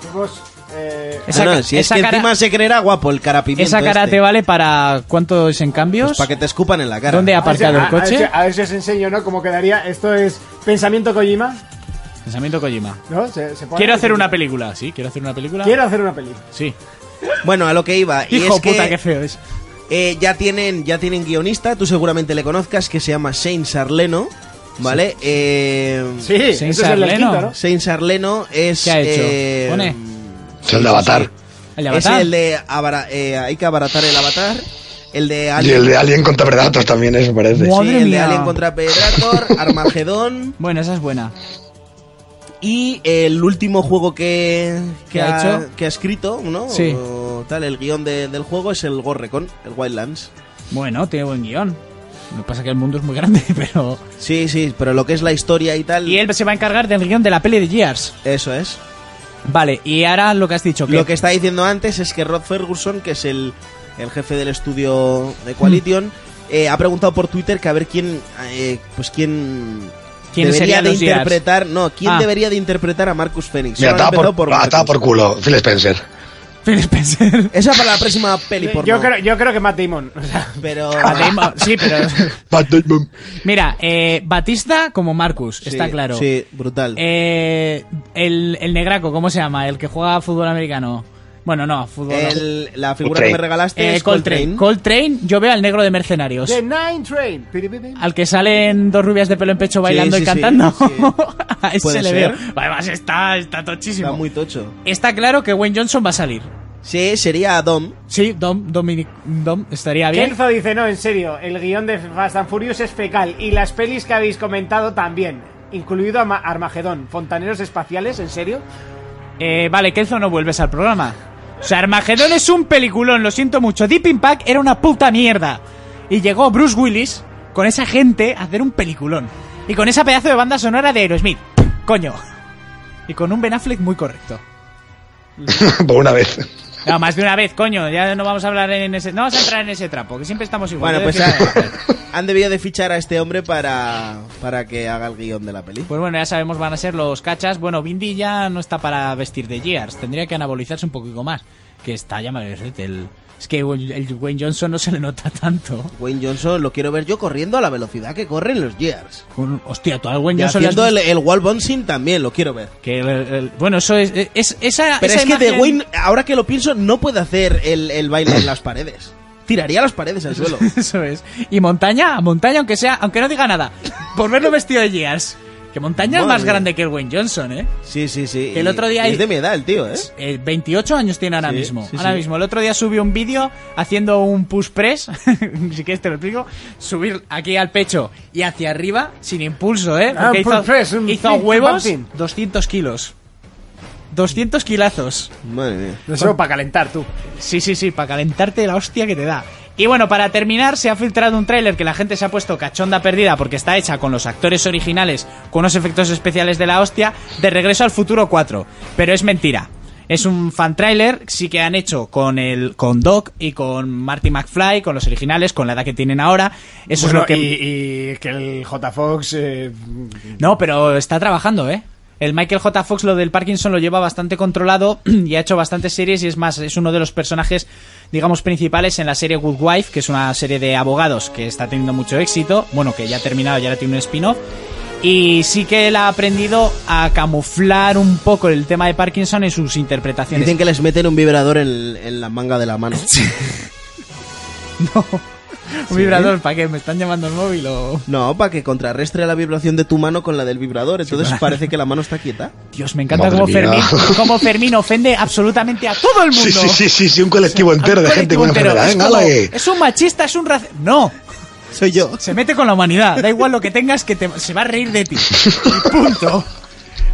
S2: Tenemos, eh,
S3: Ah, no, si es que
S4: cara,
S3: encima se creerá guapo el carapimiento.
S4: esa cara
S3: este.
S4: te vale para cuántos en cambios.
S3: Pues para que te escupan en la cara.
S4: ¿Dónde ha
S2: a ver si-
S4: aparcado
S2: a-
S4: el
S2: a ver si-
S4: coche?
S2: A ver si os enseño, ¿no? Cómo quedaría. Esto es pensamiento Kojima,
S4: Pensamiento Kojima.
S2: ¿no? Se- se pone-
S4: Quiero hacer una película, sí, quiero hacer una película.
S2: Quiero hacer una película.
S4: Sí.
S3: Bueno, a lo que iba. Y
S4: Hijo
S3: es que,
S4: puta, qué feo es.
S3: eh, ya, tienen, ya tienen guionista, tú seguramente le conozcas, que se llama Shane Sarleno. ¿Vale? Eh,
S2: Sí,
S4: Sí,
S2: eso es el del
S4: Sarleno.
S2: quinto, ¿no?
S3: Shane Sarleno es.
S4: ¿Qué ha hecho?
S3: eh,
S4: Pone.
S5: Es el de Avatar.
S4: El de
S3: Es
S4: Avatar.
S3: el de. abara- eh, hay que abaratar el avatar. El de
S5: Y
S3: Alien.
S5: el de Alien contra Predator también es, parece.
S3: Sí,
S4: Madre
S3: el de
S4: mía.
S3: Alien contra Predator, Armagedón.
S4: Bueno, esa es buena.
S3: Y el último juego que,
S4: ¿Que ha hecho?
S3: que ha escrito, ¿no?
S4: Sí.
S3: O tal, el guión de- del juego es el Gorrecon, el Wildlands.
S4: Bueno, tiene buen guión. Lo que pasa es que el mundo es muy grande, pero...
S3: Sí, sí, pero lo que es la historia y tal.
S4: Y él se va a encargar del guión de la peli de Gears.
S3: Eso es.
S4: Vale, y ahora lo que has dicho.
S3: Lo que está diciendo antes es que Rod Ferguson, que es el, el jefe del estudio de Coalition,
S4: Hmm.
S3: eh, ha preguntado por Twitter que a ver quién. eh, pues quién.
S4: ¿Quién
S3: debería
S4: serían
S3: de
S4: los Gears?
S3: interpretar. No, quién
S4: Ah.
S3: debería de interpretar a Marcus Phoenix.
S5: Me
S3: Solo han
S5: ataba
S3: empezado
S5: por, ataba
S3: Marcus.
S5: por culo, Phil Spencer.
S4: Phil Spencer.
S3: Esa para la próxima peli por
S2: Yo creo, yo creo que Matt Damon. O sea,
S3: Pero.
S4: Batemo- sí, pero...
S5: Matt Damon.
S4: Mira, eh, Batista como Marcus,
S3: Sí,
S4: está claro.
S3: Sí, brutal.
S4: Eh, el, el negraco, ¿cómo se llama? El que juega a fútbol americano. Bueno, no, a fútbol...
S3: El- la figura que
S5: Coltrane.
S3: me regalaste
S4: Eh,
S3: es
S4: Coltrane.
S3: Coltrane.
S4: Coltrane, yo veo al negro de mercenarios.
S2: The Nine Train. Piripipim.
S4: Al que salen dos rubias de pelo en pecho bailando
S3: sí,
S4: y
S3: sí,
S4: cantando.
S3: sí.
S4: A ese
S3: Puede
S4: le
S3: ser.
S4: veo. Además está, está tochísimo.
S3: Está muy tocho.
S4: Está claro que Wayne Johnson va a salir.
S3: Sí, sería Dom.
S4: Sí, Dom, Dominic, Dom estaría bien.
S2: Kenzo dice, no, en serio, el guión de Fast and Furious es fecal y las pelis que habéis comentado también, incluido Ama- Armagedón, Fontaneros Espaciales, ¿en serio?
S4: Eh, vale, Kenzo, no vuelves al programa. O sea, Armagedón es un peliculón, lo siento mucho. Deep Impact era una puta mierda. Y llegó Bruce Willis con esa gente a hacer un peliculón. Y con esa pedazo de banda sonora de Aerosmith. Coño. Y con un Ben Affleck muy correcto.
S5: por una vez.
S4: No, más de una vez, coño. Ya no vamos a hablar en ese. No vamos a entrar en ese trapo, que siempre estamos igual.
S3: Bueno,
S4: Yo
S3: pues
S4: decía-
S3: ha- han debido de fichar a este hombre para, para que haga el guión de la peli.
S4: Pues bueno, ya sabemos, van a ser los cachas. Bueno, Bindi ya no está para vestir de Gears. Tendría que anabolizarse un poquito más. Que está ya mayorcete. El... Es que Wayne- el Wayne Johnson no se le nota tanto.
S3: Wayne Johnson lo quiero ver yo corriendo a la velocidad que corren los Gears.
S4: Con- Hostia, tú al Wayne
S3: Y
S4: Johnson. le has
S3: haciendo el,
S4: visto
S3: el wall bouncing también lo quiero ver.
S4: que el- el- Bueno, eso es. es- esa,
S3: Pero
S4: esa
S3: es que de
S4: imagen-
S3: Wayne, ahora que lo pienso, no puede hacer el, el baile en las paredes. Tiraría las paredes al suelo.
S4: Eso es. Y montaña, montaña, aunque sea, aunque no diga nada. Por verlo vestido de Gears. Que montaña es
S3: Madre
S4: más
S3: mía.
S4: grande que el Wayne Johnson, ¿eh?
S3: Sí, sí, sí.
S4: El otro día
S3: Y
S4: hay-
S3: Es de mi edad el tío, ¿eh?
S4: Eh, 28 años tiene ahora
S3: Sí,
S4: mismo.
S3: sí,
S4: ahora
S3: sí.
S4: mismo. El otro día subió un vídeo haciendo un push press. si quieres te lo explico. Subir aquí al pecho y hacia arriba sin impulso, ¿eh?
S2: Ah,
S4: Porque
S2: un push
S4: hizo,
S2: press, un
S4: hizo
S2: pim,
S4: huevos
S2: pam, pim.
S4: 200 kilos. 200 kilazos.
S3: Madre mía.
S2: Eso para calentar, tú.
S4: Sí, sí, sí, para calentarte la hostia que te da. Y bueno, para terminar, se ha filtrado un tráiler que la gente se ha puesto cachonda perdida porque está hecha con los actores originales, con unos efectos especiales de la hostia, de Regreso al Futuro 4. Pero es mentira. Es un fan tráiler, sí que han hecho con el con Doc y con Marty McFly, con los originales, con la edad que tienen ahora. Eso
S2: Bueno,
S4: es lo que
S2: Y, y que el J. Fox... eh,
S4: no, pero está trabajando, ¿eh? El Michael J. Fox lo del Parkinson lo lleva bastante controlado y ha hecho bastantes series y es más, es uno de los personajes, digamos, principales en la serie Good Wife, que es una serie de abogados que está teniendo mucho éxito, bueno, que ya ha terminado, ya ahora tiene un spin-off. Y sí que él ha aprendido a camuflar un poco el tema de Parkinson en sus interpretaciones.
S3: Dicen que les meten un vibrador en, en la manga de la mano.
S4: No. Un vibrador, ¿para qué? ¿Me están llamando el móvil o...?
S3: No, para que contrarrestre la vibración de tu mano con la del vibrador. Entonces parece que la mano está quieta.
S4: Dios, me encanta
S5: Madre
S4: cómo
S5: mía.
S4: Fermín, cómo Fermín ofende absolutamente a todo el mundo.
S5: Sí, sí, sí, sí, sí, un colectivo entero de gente
S4: colectivo
S5: con
S4: entero.
S5: enfermedad.
S4: Es
S5: Venga,
S4: como,
S5: ala, que-
S4: es un machista, es un raci... No,
S3: Soy yo.
S4: se mete con la humanidad. Da igual lo que tengas, que te- se va a reír de ti. Y punto.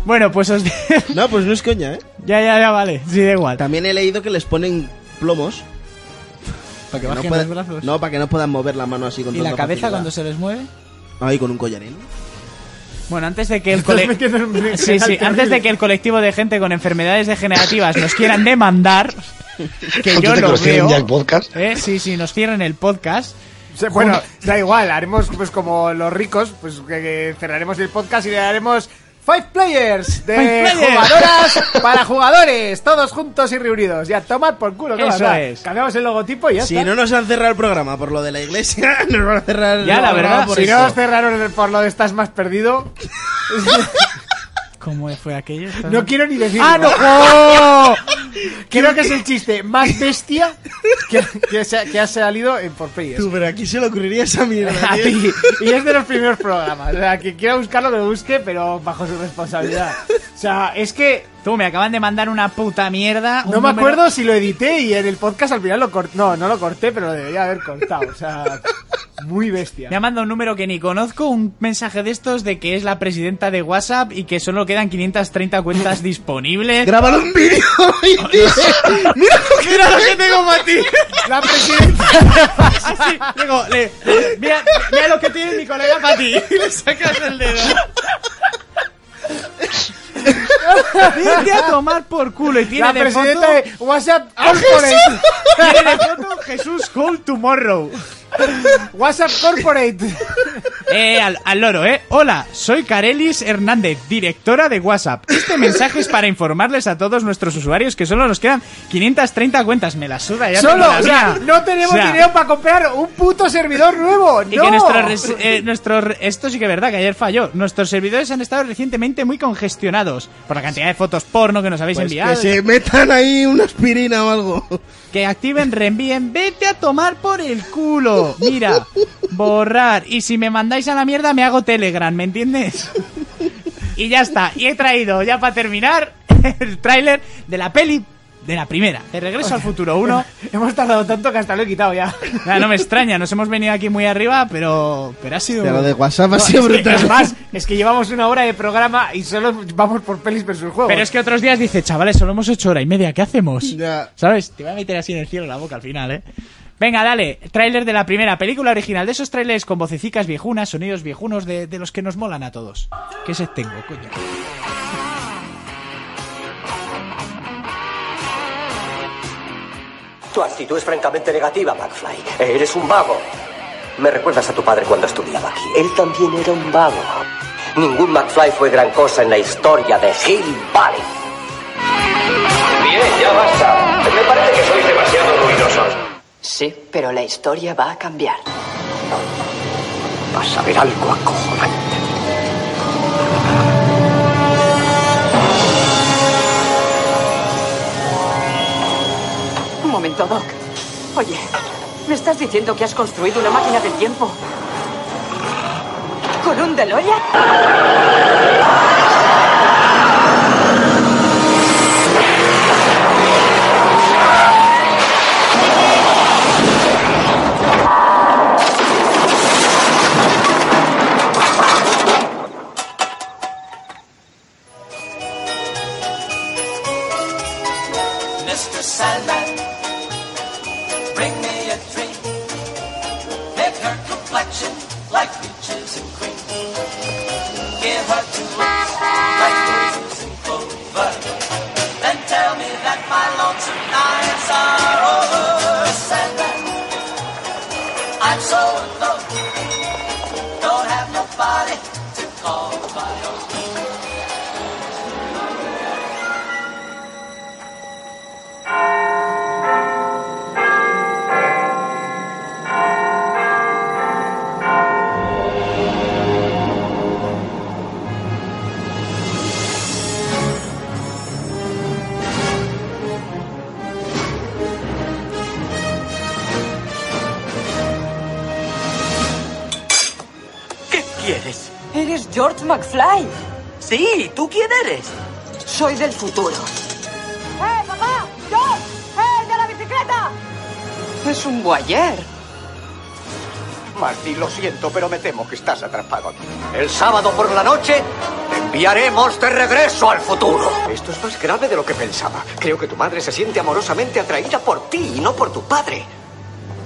S4: Bueno, pues os... de-
S3: No, pues no es coña, ¿eh?
S4: ya, ya, ya, vale. Sí, da igual.
S3: También he leído que les ponen plomos.
S4: Para que
S3: no,
S4: bajen
S3: pueda-
S4: los brazos.
S3: no, para que no puedan mover la mano así con
S4: y la
S3: tanta
S4: cabeza
S3: facilidad.
S4: cuando se les mueve.
S3: Ahí con un collarín.
S4: Bueno, antes de que el
S2: Estás
S4: cole-
S2: metiendo en
S4: Sí,
S2: un
S4: sí,
S2: berenjenal
S4: antes de
S2: terrible.
S4: que el colectivo de gente con enfermedades degenerativas nos quieran demandar, que yo
S5: Antes de que
S4: lo
S5: nos cierren
S4: veo.
S5: ya el podcast.
S4: Eh, sí, sí, nos cierren el podcast.
S2: Se- Bueno, da igual, haremos pues como los ricos, pues que, que cerraremos el podcast y le daremos Five Players de
S4: Five players.
S2: jugadoras para jugadores, todos juntos y reunidos. Ya, tomad por culo, toma,
S4: Eso
S2: va.
S4: es.
S2: Cambiamos el logotipo y ya
S3: Si
S2: está.
S3: no nos han cerrado el programa por lo de la iglesia, nos van a cerrar el
S4: Ya, la
S3: programa
S4: verdad,
S3: por
S2: si
S3: eso.
S2: no os cerraron el- por lo de estás más perdido,
S4: ¿Cómo fue aquello?
S2: no quiero ni decir.
S4: ¡Ah, no!
S2: Creo que es el chiste más bestia que, que se ha- que ha salido en por Players.
S3: Tú, pero aquí se le ocurriría esa mierda.
S2: A
S3: tío.
S2: ti. Y es de los primeros programas. O sea, que quiera buscarlo, que lo busque, pero bajo su responsabilidad. O sea, es que
S4: Tú, me acaban de mandar una puta mierda. un
S2: no me
S4: número-
S2: acuerdo si lo edité y en el podcast al final lo corté. No, no lo corté, pero lo debería haber cortado. O sea, muy bestia.
S4: Me ha mandado un número que ni conozco, un mensaje de estos de que es la presidenta de WhatsApp y que solo quedan 530 cuentas disponibles.
S3: Grábalo un vídeo y dile, Mira
S4: Pues
S3: lo que, tengo para ti.
S2: La presidenta.
S4: Así, Ah, digo, le- le- mira, mira lo que tiene mi colega para ti. Y le sacas el dedo. Vete a tomar por culo y tiene
S2: La
S4: de foto,
S2: presidenta de WhatsApp Corporate.
S4: tiene de foto Jesús Call Tomorrow.
S2: WhatsApp Corporate.
S4: Eh, al, al loro, ¿eh? Hola, soy Carelis Hernández, directora de WhatsApp. Este mensaje es para informarles a todos nuestros usuarios que solo nos quedan 530 cuentas. Me la suda ya.
S2: Solo,
S4: tengo la
S2: o sea,
S4: mía.
S2: no tenemos
S4: O sea,
S2: dinero para comprar un puto servidor nuevo.
S4: Y
S2: no.
S4: que nuestros, res- eh, nuestros re- esto sí que es verdad que ayer falló. Nuestros servidores han estado recientemente muy congestionados por la cantidad de fotos porno que nos habéis
S2: Pues
S4: enviado.
S3: pues
S4: ¿eh?
S3: que se metan ahí una aspirina o algo.
S4: Que activen, reenvíen, vete a tomar por el culo. Mira, borrar. Y si me mandáis a la mierda, me hago Telegram, ¿me entiendes? Y ya está. Y he traído, ya para terminar, el tráiler de la peli de la primera. De Regreso al Futuro 1.
S2: Hemos tardado tanto que hasta lo he quitado ya.
S4: Nada, no me extraña, nos hemos venido aquí muy arriba, pero, pero ha sido...
S3: Pero lo de WhatsApp ha
S2: No,
S3: sido
S2: es que,
S3: brutal.
S2: además, es que llevamos una hora de programa y solo vamos por pelis versus juegos.
S4: Pero es que otros días dice, chavales, solo hemos hecho hora y media, ¿qué hacemos?
S3: Ya.
S4: ¿Sabes? Te voy a meter así en el cielo la boca al final, ¿eh? Venga, dale, tráiler de la primera película original, de esos trailers con vocecicas viejunas, sonidos viejunos, de, de los que nos molan a todos. ¿Qué se tengo, coño?
S7: Tu actitud es francamente negativa, McFly. Eres un vago. Me recuerdas a tu padre cuando estudiaba aquí. Él también era un vago. Ningún McFly fue gran cosa en la historia de Hill Valley. Bien, ya basta. Me parece que sois demasiado ruidosos.
S8: Sí, pero la historia va a cambiar.
S7: Vas a ver algo acojonante.
S8: Un momento, Doc. Oye, ¿me estás diciendo que has construido una máquina del tiempo? ¿Con un DeLorean?
S9: Mr. Sandman, bring me a drink. Make her complexion like peaches and cream. Give her two looks like roses and clover. Then tell me that my lonesome nights are over. Sandman, I'm so alone. Don't have nobody to call my own. ¿Qué quieres?
S8: Eres George McFly.
S9: Sí, ¿tú quién eres?
S8: Soy del futuro. ¡Eh, papá! ¡George! ¡Eh, de la bicicleta! Es un guayer.
S7: Marty, lo siento, pero me temo que estás atrapado aquí. El sábado por la noche, te enviaremos de regreso al futuro. Esto es más grave de lo que pensaba. Creo que tu madre se siente amorosamente atraída por ti y no por tu padre.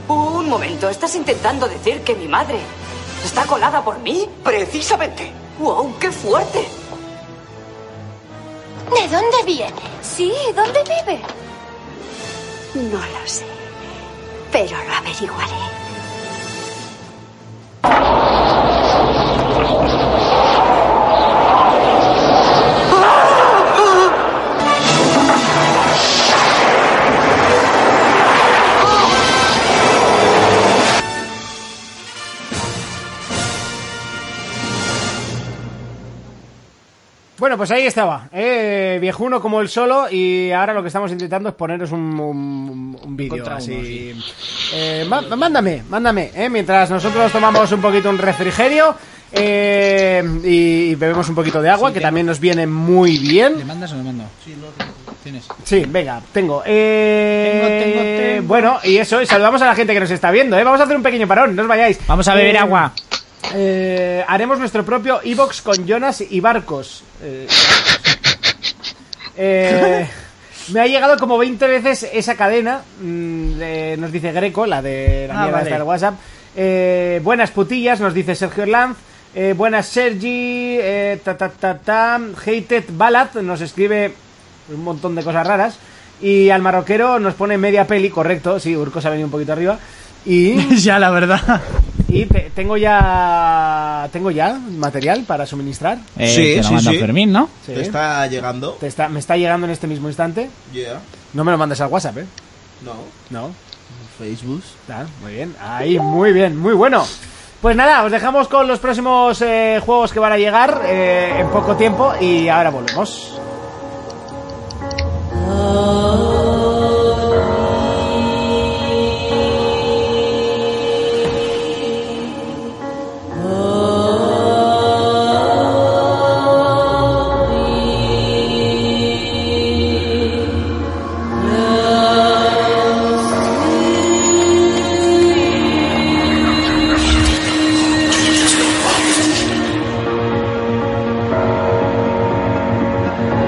S8: Un momento, ¿estás intentando decir que mi madre está colada por mí?
S7: Precisamente.
S8: ¡Wow, qué fuerte!
S10: ¿De dónde viene? Sí, ¿dónde vive?
S11: No lo sé, pero lo averiguaré.
S2: Bueno, pues ahí estaba, eh, viejuno como el solo y ahora lo que estamos intentando es poneros un, un, un vídeo
S3: Contra uno,
S2: así. Eh, ma- mándame, mándame, eh, mientras nosotros tomamos un poquito un refrigerio eh, y, y bebemos un poquito de agua, que también nos viene muy bien.
S4: ¿Le mandas o no mando? Sí, lo tienes.
S2: Sí, venga, tengo. Eh,
S4: Tengo, tengo, tengo.
S2: Bueno, y eso, y saludamos a la gente que nos está viendo, ¿eh? Vamos a hacer un pequeño parón, no os vayáis.
S4: Vamos a beber
S2: Eh,
S4: agua.
S2: eh, haremos nuestro propio Evox con Jonas y Barcos. Eh, eh, me ha llegado como 20 veces esa cadena. mm, de- nos dice Greco, la de la
S4: Ah,
S2: mierda
S4: vale.
S2: esta del WhatsApp. Eh, buenas putillas, nos dice Sergio Herlanz. Eh, buenas Sergi. eh, ta, ta, ta, ta. Hated Ballad nos escribe un montón de cosas raras. Y al marroquero nos pone media peli, correcto. Sí, Urco se ha venido un poquito arriba. Y
S4: ya, la verdad.
S2: y te- tengo ya tengo ya material para suministrar.
S3: Sí,
S4: Eh, te lo
S3: sí,
S4: manda
S3: sí.
S4: Fermín, ¿no?
S2: Sí.
S3: Te está llegando.
S2: Te está- me está llegando en este mismo instante.
S3: Yeah.
S2: No me lo mandes al WhatsApp, ¿eh?
S3: No.
S2: No.
S3: Facebook.
S2: Ah, muy bien. Ahí, muy bien, muy bueno. Pues nada, os dejamos con los próximos eh, juegos que van a llegar eh, en poco tiempo y ahora volvemos.
S9: Thank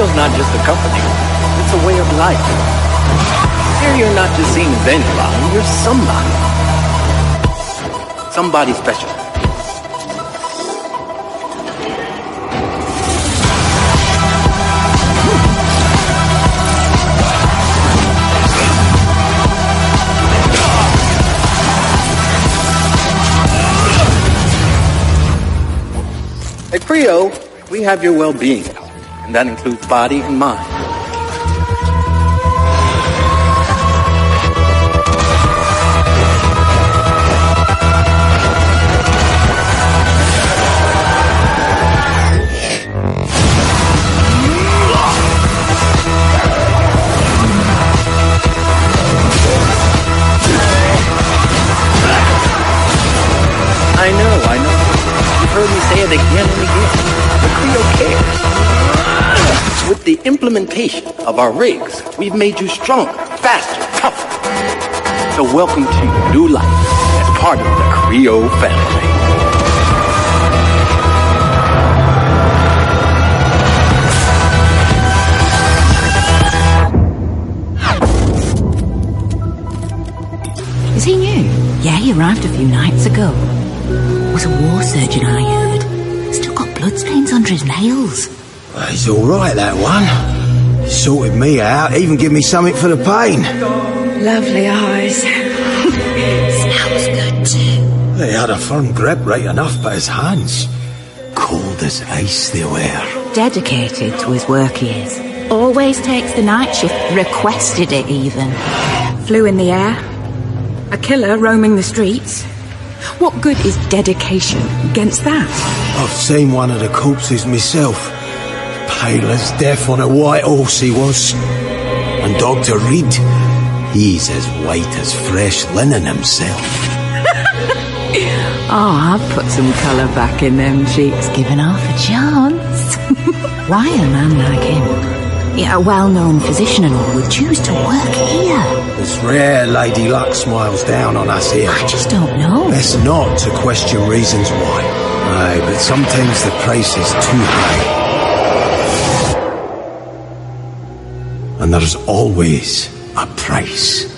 S7: is not just a company, it's a way of life. Here you're not just seeing anyone, you're somebody. Somebody special. At Creo, we have your well-being at heart, and that includes body and mind. I know, I know. You've heard me say it again and again. But Creo cares. With the implementation of our rigs, we've made you stronger, faster, tougher. So welcome to your new life as part of the Creo family.
S8: Is he new? Yeah, he arrived a few nights ago. Was a war surgeon, I heard. Still got bloodstains under his nails.
S12: He's all right, that one. He sorted me out, even give me something for the pain.
S3: Lovely eyes. Smells good too.
S12: They had a firm grip, right enough, but his hands, cold as ice they were.
S8: Dedicated to his work he is. Always takes the night shift, requested it even.
S13: Flew in the air. A killer roaming the streets. What good is dedication against that?
S12: I've seen one of the corpses myself. Pale as death on a white horse he was. And Dr. Reed, he's as white as fresh linen himself.
S8: Ah, I've put some colour back in them cheeks, given half a chance. Why a man like him? Yeah, a well-known physician and all would choose to work here.
S12: It's rare Lady Luck smiles down on us here. I
S8: just don't know.
S12: Best not to question reasons why. Aye, but sometimes the price is too high. And there's always a price.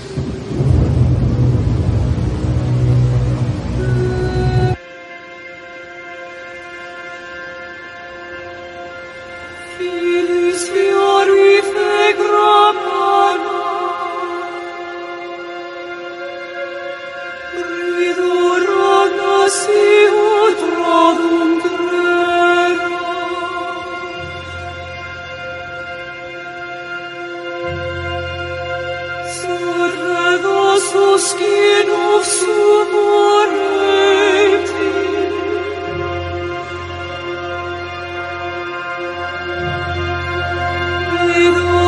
S14: Filis fiori fegramana Ridura nasiut radum crera Survedo suscinuf sumoreti Ego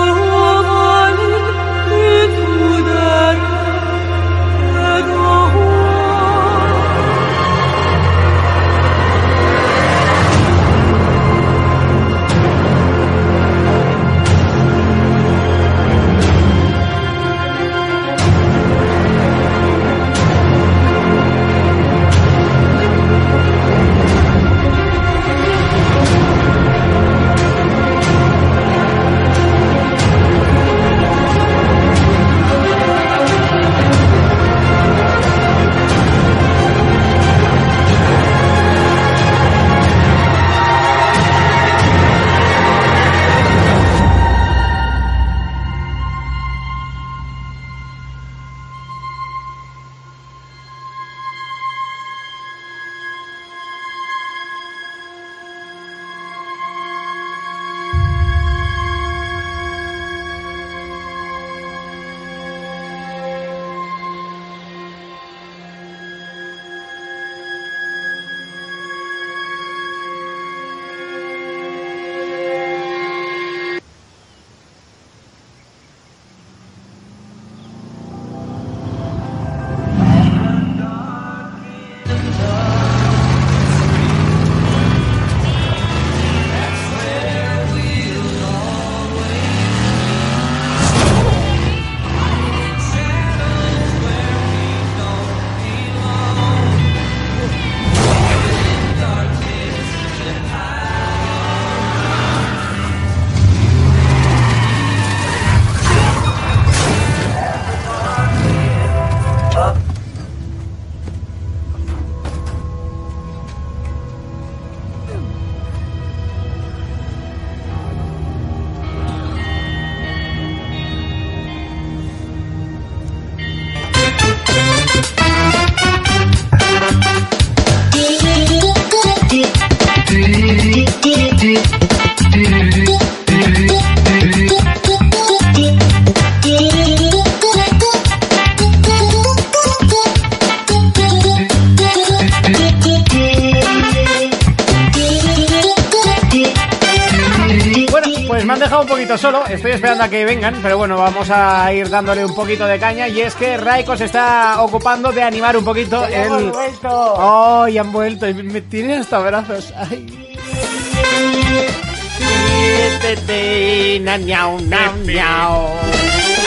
S2: Bueno, pues me han dejado un poquito solo, estoy esperando a que vengan, pero bueno, vamos a ir dándole un poquito de caña y es que Raiko se está ocupando de animar un poquito
S9: ¡Que ya
S2: el...
S9: hemos
S4: Eh,
S9: vuelto!
S2: ¡Oh, ya han vuelto! Y me- Me tienen hasta brazos. ¡Ay!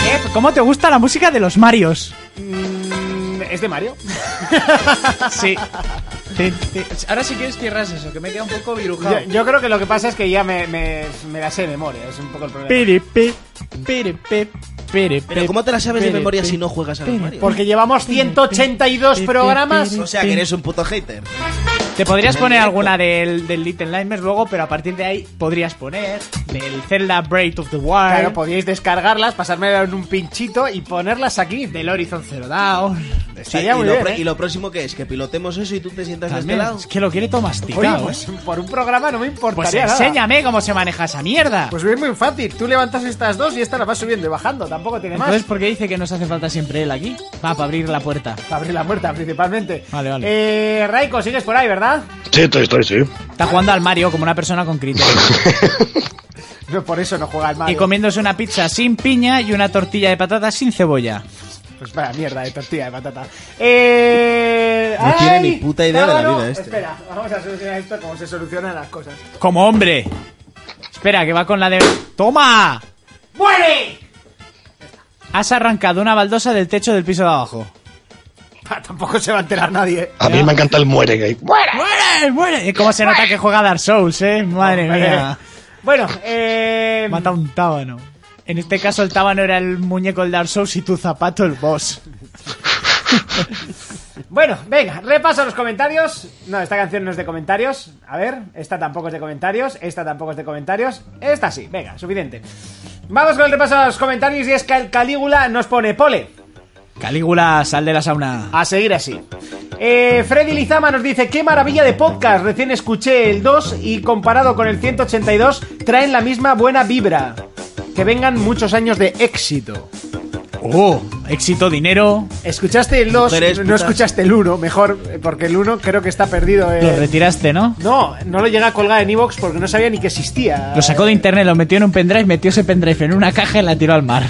S4: Eh, ¿Cómo te gusta la música de los Marios?
S2: Mm, ¿Es de Mario?
S4: Sí. Ahora si quieres cierras eso, que me queda un poco
S2: Yo,
S4: virujado.
S2: yo creo que lo que pasa es que ya me, me, me la sé de memoria, es un poco el problema.
S4: Perepe, perepe, perepe,
S3: Pero ¿cómo te la sabes de
S4: perepe.
S3: memoria si no juegas a los Mario?
S2: Porque llevamos 182 programas.
S3: O sea que eres un puto hater.
S4: Te podrías poner alguna del, del Little Nightmares luego, pero a partir de ahí podrías poner del Zelda Breath of the Wild.
S2: Claro, podíais descargarlas, pasármela en un pinchito y ponerlas aquí.
S4: Del Horizon Zero Dawn.
S3: Sí,
S2: Estaría
S3: y,
S2: muy
S3: lo
S2: bien,
S3: pro-
S2: ¿eh?
S3: y lo próximo que es que pilotemos eso y tú te sientas de este
S4: También,
S3: lado.
S4: es que lo quiere todo masticado.
S2: Oye,
S4: ¿eh?
S2: pues por un programa no me
S4: Pues
S2: importaría nada.
S4: enséñame cómo se maneja esa mierda.
S2: Pues es muy fácil. Tú levantas estas dos y esta la vas subiendo y bajando. Tampoco tiene más.
S4: Entonces, ¿por qué dice que nos hace falta siempre él aquí? Va, para abrir la puerta.
S2: Para abrir la puerta, principalmente.
S4: Vale, vale.
S2: Eh, Raiko, sigues por ahí, ¿verdad?
S5: Sí, estoy, estoy, sí.
S4: Está jugando al Mario como una persona con criterio.
S2: No, por eso no juega al
S4: y
S2: Mario.
S4: comiéndose una pizza sin piña y una tortilla de patatas sin cebolla.
S2: Pues para mierda de tortilla de patata. Eh...
S4: No tiene
S2: ¡ay!
S4: ni puta idea de la
S2: Claro,
S4: vida este.
S2: Espera, vamos a solucionar esto como se solucionan las cosas.
S4: Como hombre. Espera, que va con la de... ¡Toma!
S2: ¡Muere!
S4: Has arrancado una baldosa del techo del piso de abajo.
S2: tampoco se va a enterar nadie. ¿eh?
S5: A mí me encanta el muere gay.
S4: ¡Muere! ¡Muere! ¡Muere! ¿Cómo se nota que juega Dark Souls, eh? Madre
S2: Hombre.
S4: mía.
S2: Bueno, eh...
S4: Mata un tábano. En este caso el tábano era el muñeco del Dark Souls y tu zapato el boss.
S2: Bueno, venga, repaso los comentarios. No, esta canción no es de comentarios. A ver, esta tampoco es de comentarios. Esta tampoco es de comentarios. Esta sí, venga, suficiente. Vamos con el repaso a los comentarios y es que el Calígula nos pone pole.
S4: Calígula, sal de la sauna.
S2: A seguir así. Eh, Freddy Lizama nos dice, qué maravilla de podcast. Recién escuché el 2 y comparado con el 182 traen la misma buena vibra. Que vengan muchos años de éxito.
S4: ¡Oh! Éxito, dinero.
S2: Escuchaste el 2,
S4: Mujeres,
S2: no
S4: putas.
S2: escuchaste el 1, mejor, porque el 1 creo que está perdido. eh.
S4: Lo retiraste, ¿no?
S2: No, no lo llega a colgar en Evox porque no sabía ni que existía.
S4: Lo sacó de internet, lo metió en un pendrive, metió ese pendrive en una caja y la tiró al mar.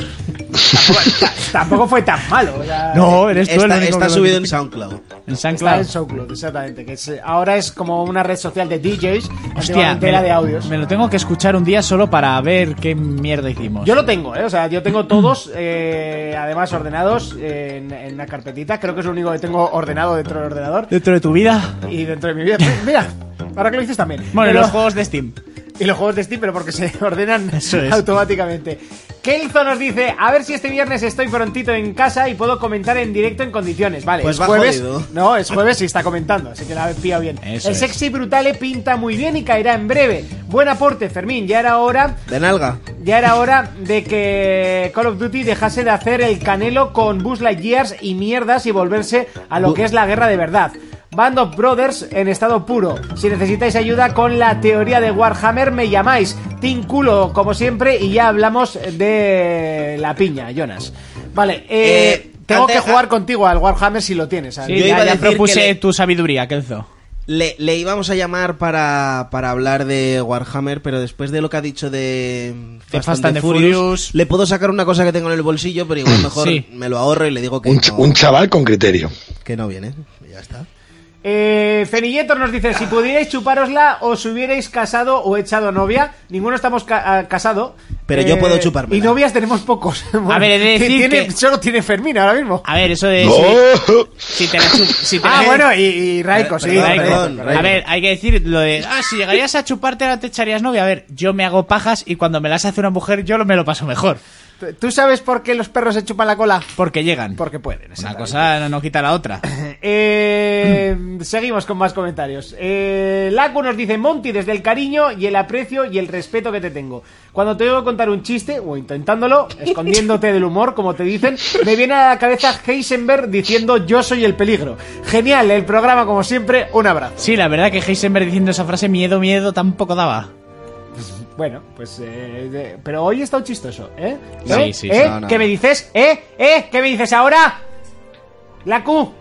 S2: Tampoco fue tan malo. o sea,
S4: No, eres tú el
S3: Está,
S4: único
S3: está
S4: que lo
S3: subido en
S4: dice.
S3: SoundCloud.
S4: En
S2: Está en
S4: SoundCloud.
S2: SoundCloud, exactamente. Que es, ahora es como una red social de DJs.
S4: Hostia,
S2: antiguamente era
S4: me-
S2: de audios.
S4: Me lo tengo que escuchar un día solo para ver qué mierda hicimos.
S2: Yo lo tengo, ¿eh? O sea, yo tengo todos, eh, además, ordenados eh, en, en una carpetita. Creo que es lo único que tengo ordenado dentro del ordenador
S4: Dentro de tu vida.
S2: y dentro de mi vida. Mira, ahora que lo dices también.
S4: Bueno, y
S2: Pero-
S4: los juegos de Steam.
S2: Y los juegos de Steam, pero porque se ordenan
S4: Eso es.
S2: automáticamente. Kelzo nos dice, a ver si este viernes estoy prontito en casa y puedo comentar en directo en condiciones. Vale,
S3: Pues
S2: es
S3: va
S2: jueves.
S3: jodido.
S2: No, es jueves y está comentando, así que la pilla bien.
S3: Eso
S2: el
S3: es.
S2: sexy brutale pinta muy bien y caerá en breve. Buen aporte, Fermín, ya era hora.
S3: De nalga.
S2: Ya era hora de que Call of Duty dejase de hacer el canelo con Buzz Lightyears y mierdas y volverse a lo
S3: Bu-
S2: que es la guerra de verdad. Band of Brothers en estado puro. Si necesitáis ayuda con la teoría de Warhammer, me llamáis. Team Culo, como siempre, y ya hablamos de la piña, Jonas. Vale, eh,
S3: Eh,
S2: tengo
S3: antes-
S2: que jugar contigo al Warhammer si lo tienes. al-
S4: Sí,
S3: Yo
S4: ya,
S3: iba a
S4: ya
S3: decir que
S4: propuse
S3: le-
S4: tu sabiduría, Kelzo.
S3: Le, le íbamos a llamar para, para hablar de Warhammer, pero después de lo que ha dicho de
S4: De Fast and the Furious.
S3: le puedo sacar una cosa que tengo en el bolsillo, pero igual mejor
S4: Sí.
S3: me lo ahorro y le digo que,
S5: Un, ch-
S3: no,
S5: un chaval con criterio.
S3: que no viene. Y Ya está.
S2: Eh, Cenilletor nos dice, si pudierais chupárosla, os hubierais casado o echado novia. Ninguno estamos ca- ah, casado.
S3: Pero yo
S2: Eh,
S3: puedo chupármela.
S2: Y novias tenemos pocos. Bueno,
S4: A ver, he de
S2: que
S4: decir
S2: tiene-
S4: que- Ah,
S2: Solo tiene Fermín ahora mismo.
S4: A ver, eso de... Si, si te la chup- si te la-
S2: ah, bueno, y, y Raiko, sí.
S3: Perdón,
S2: Raiko.
S3: perdón, Raiko.
S4: A ver, hay que decir lo de, ah, si llegarías a chuparte ahora te echarías novia. A ver, yo me hago pajas y cuando me las hace una mujer yo lo- me lo paso mejor.
S2: ¿Tú sabes por qué los perros se chupan la cola?
S4: Porque llegan.
S2: Porque pueden.
S4: Una
S2: exactamente.
S4: cosa no, no quita la otra.
S2: Eh, seguimos con más comentarios. Eh, Laku nos dice, Monty, desde el cariño y el aprecio y el respeto que te tengo. Cuando te oigo contar un chiste, o intentándolo, escondiéndote del humor, como te dicen, me viene a la cabeza Heisenberg diciendo yo soy el peligro. Genial, el programa como siempre, un abrazo.
S4: Sí, la verdad que Heisenberg diciendo esa frase miedo, miedo tampoco daba.
S2: pues bueno, pues. eh, de- pero hoy he estado chistoso, ¿eh?
S3: Sí,
S2: ¿Eh?
S3: sí, sí.
S2: ¿Eh?
S3: No, no.
S2: ¿Qué me dices? ¿Eh? ¿Eh? ¿Qué me dices ahora? La Q.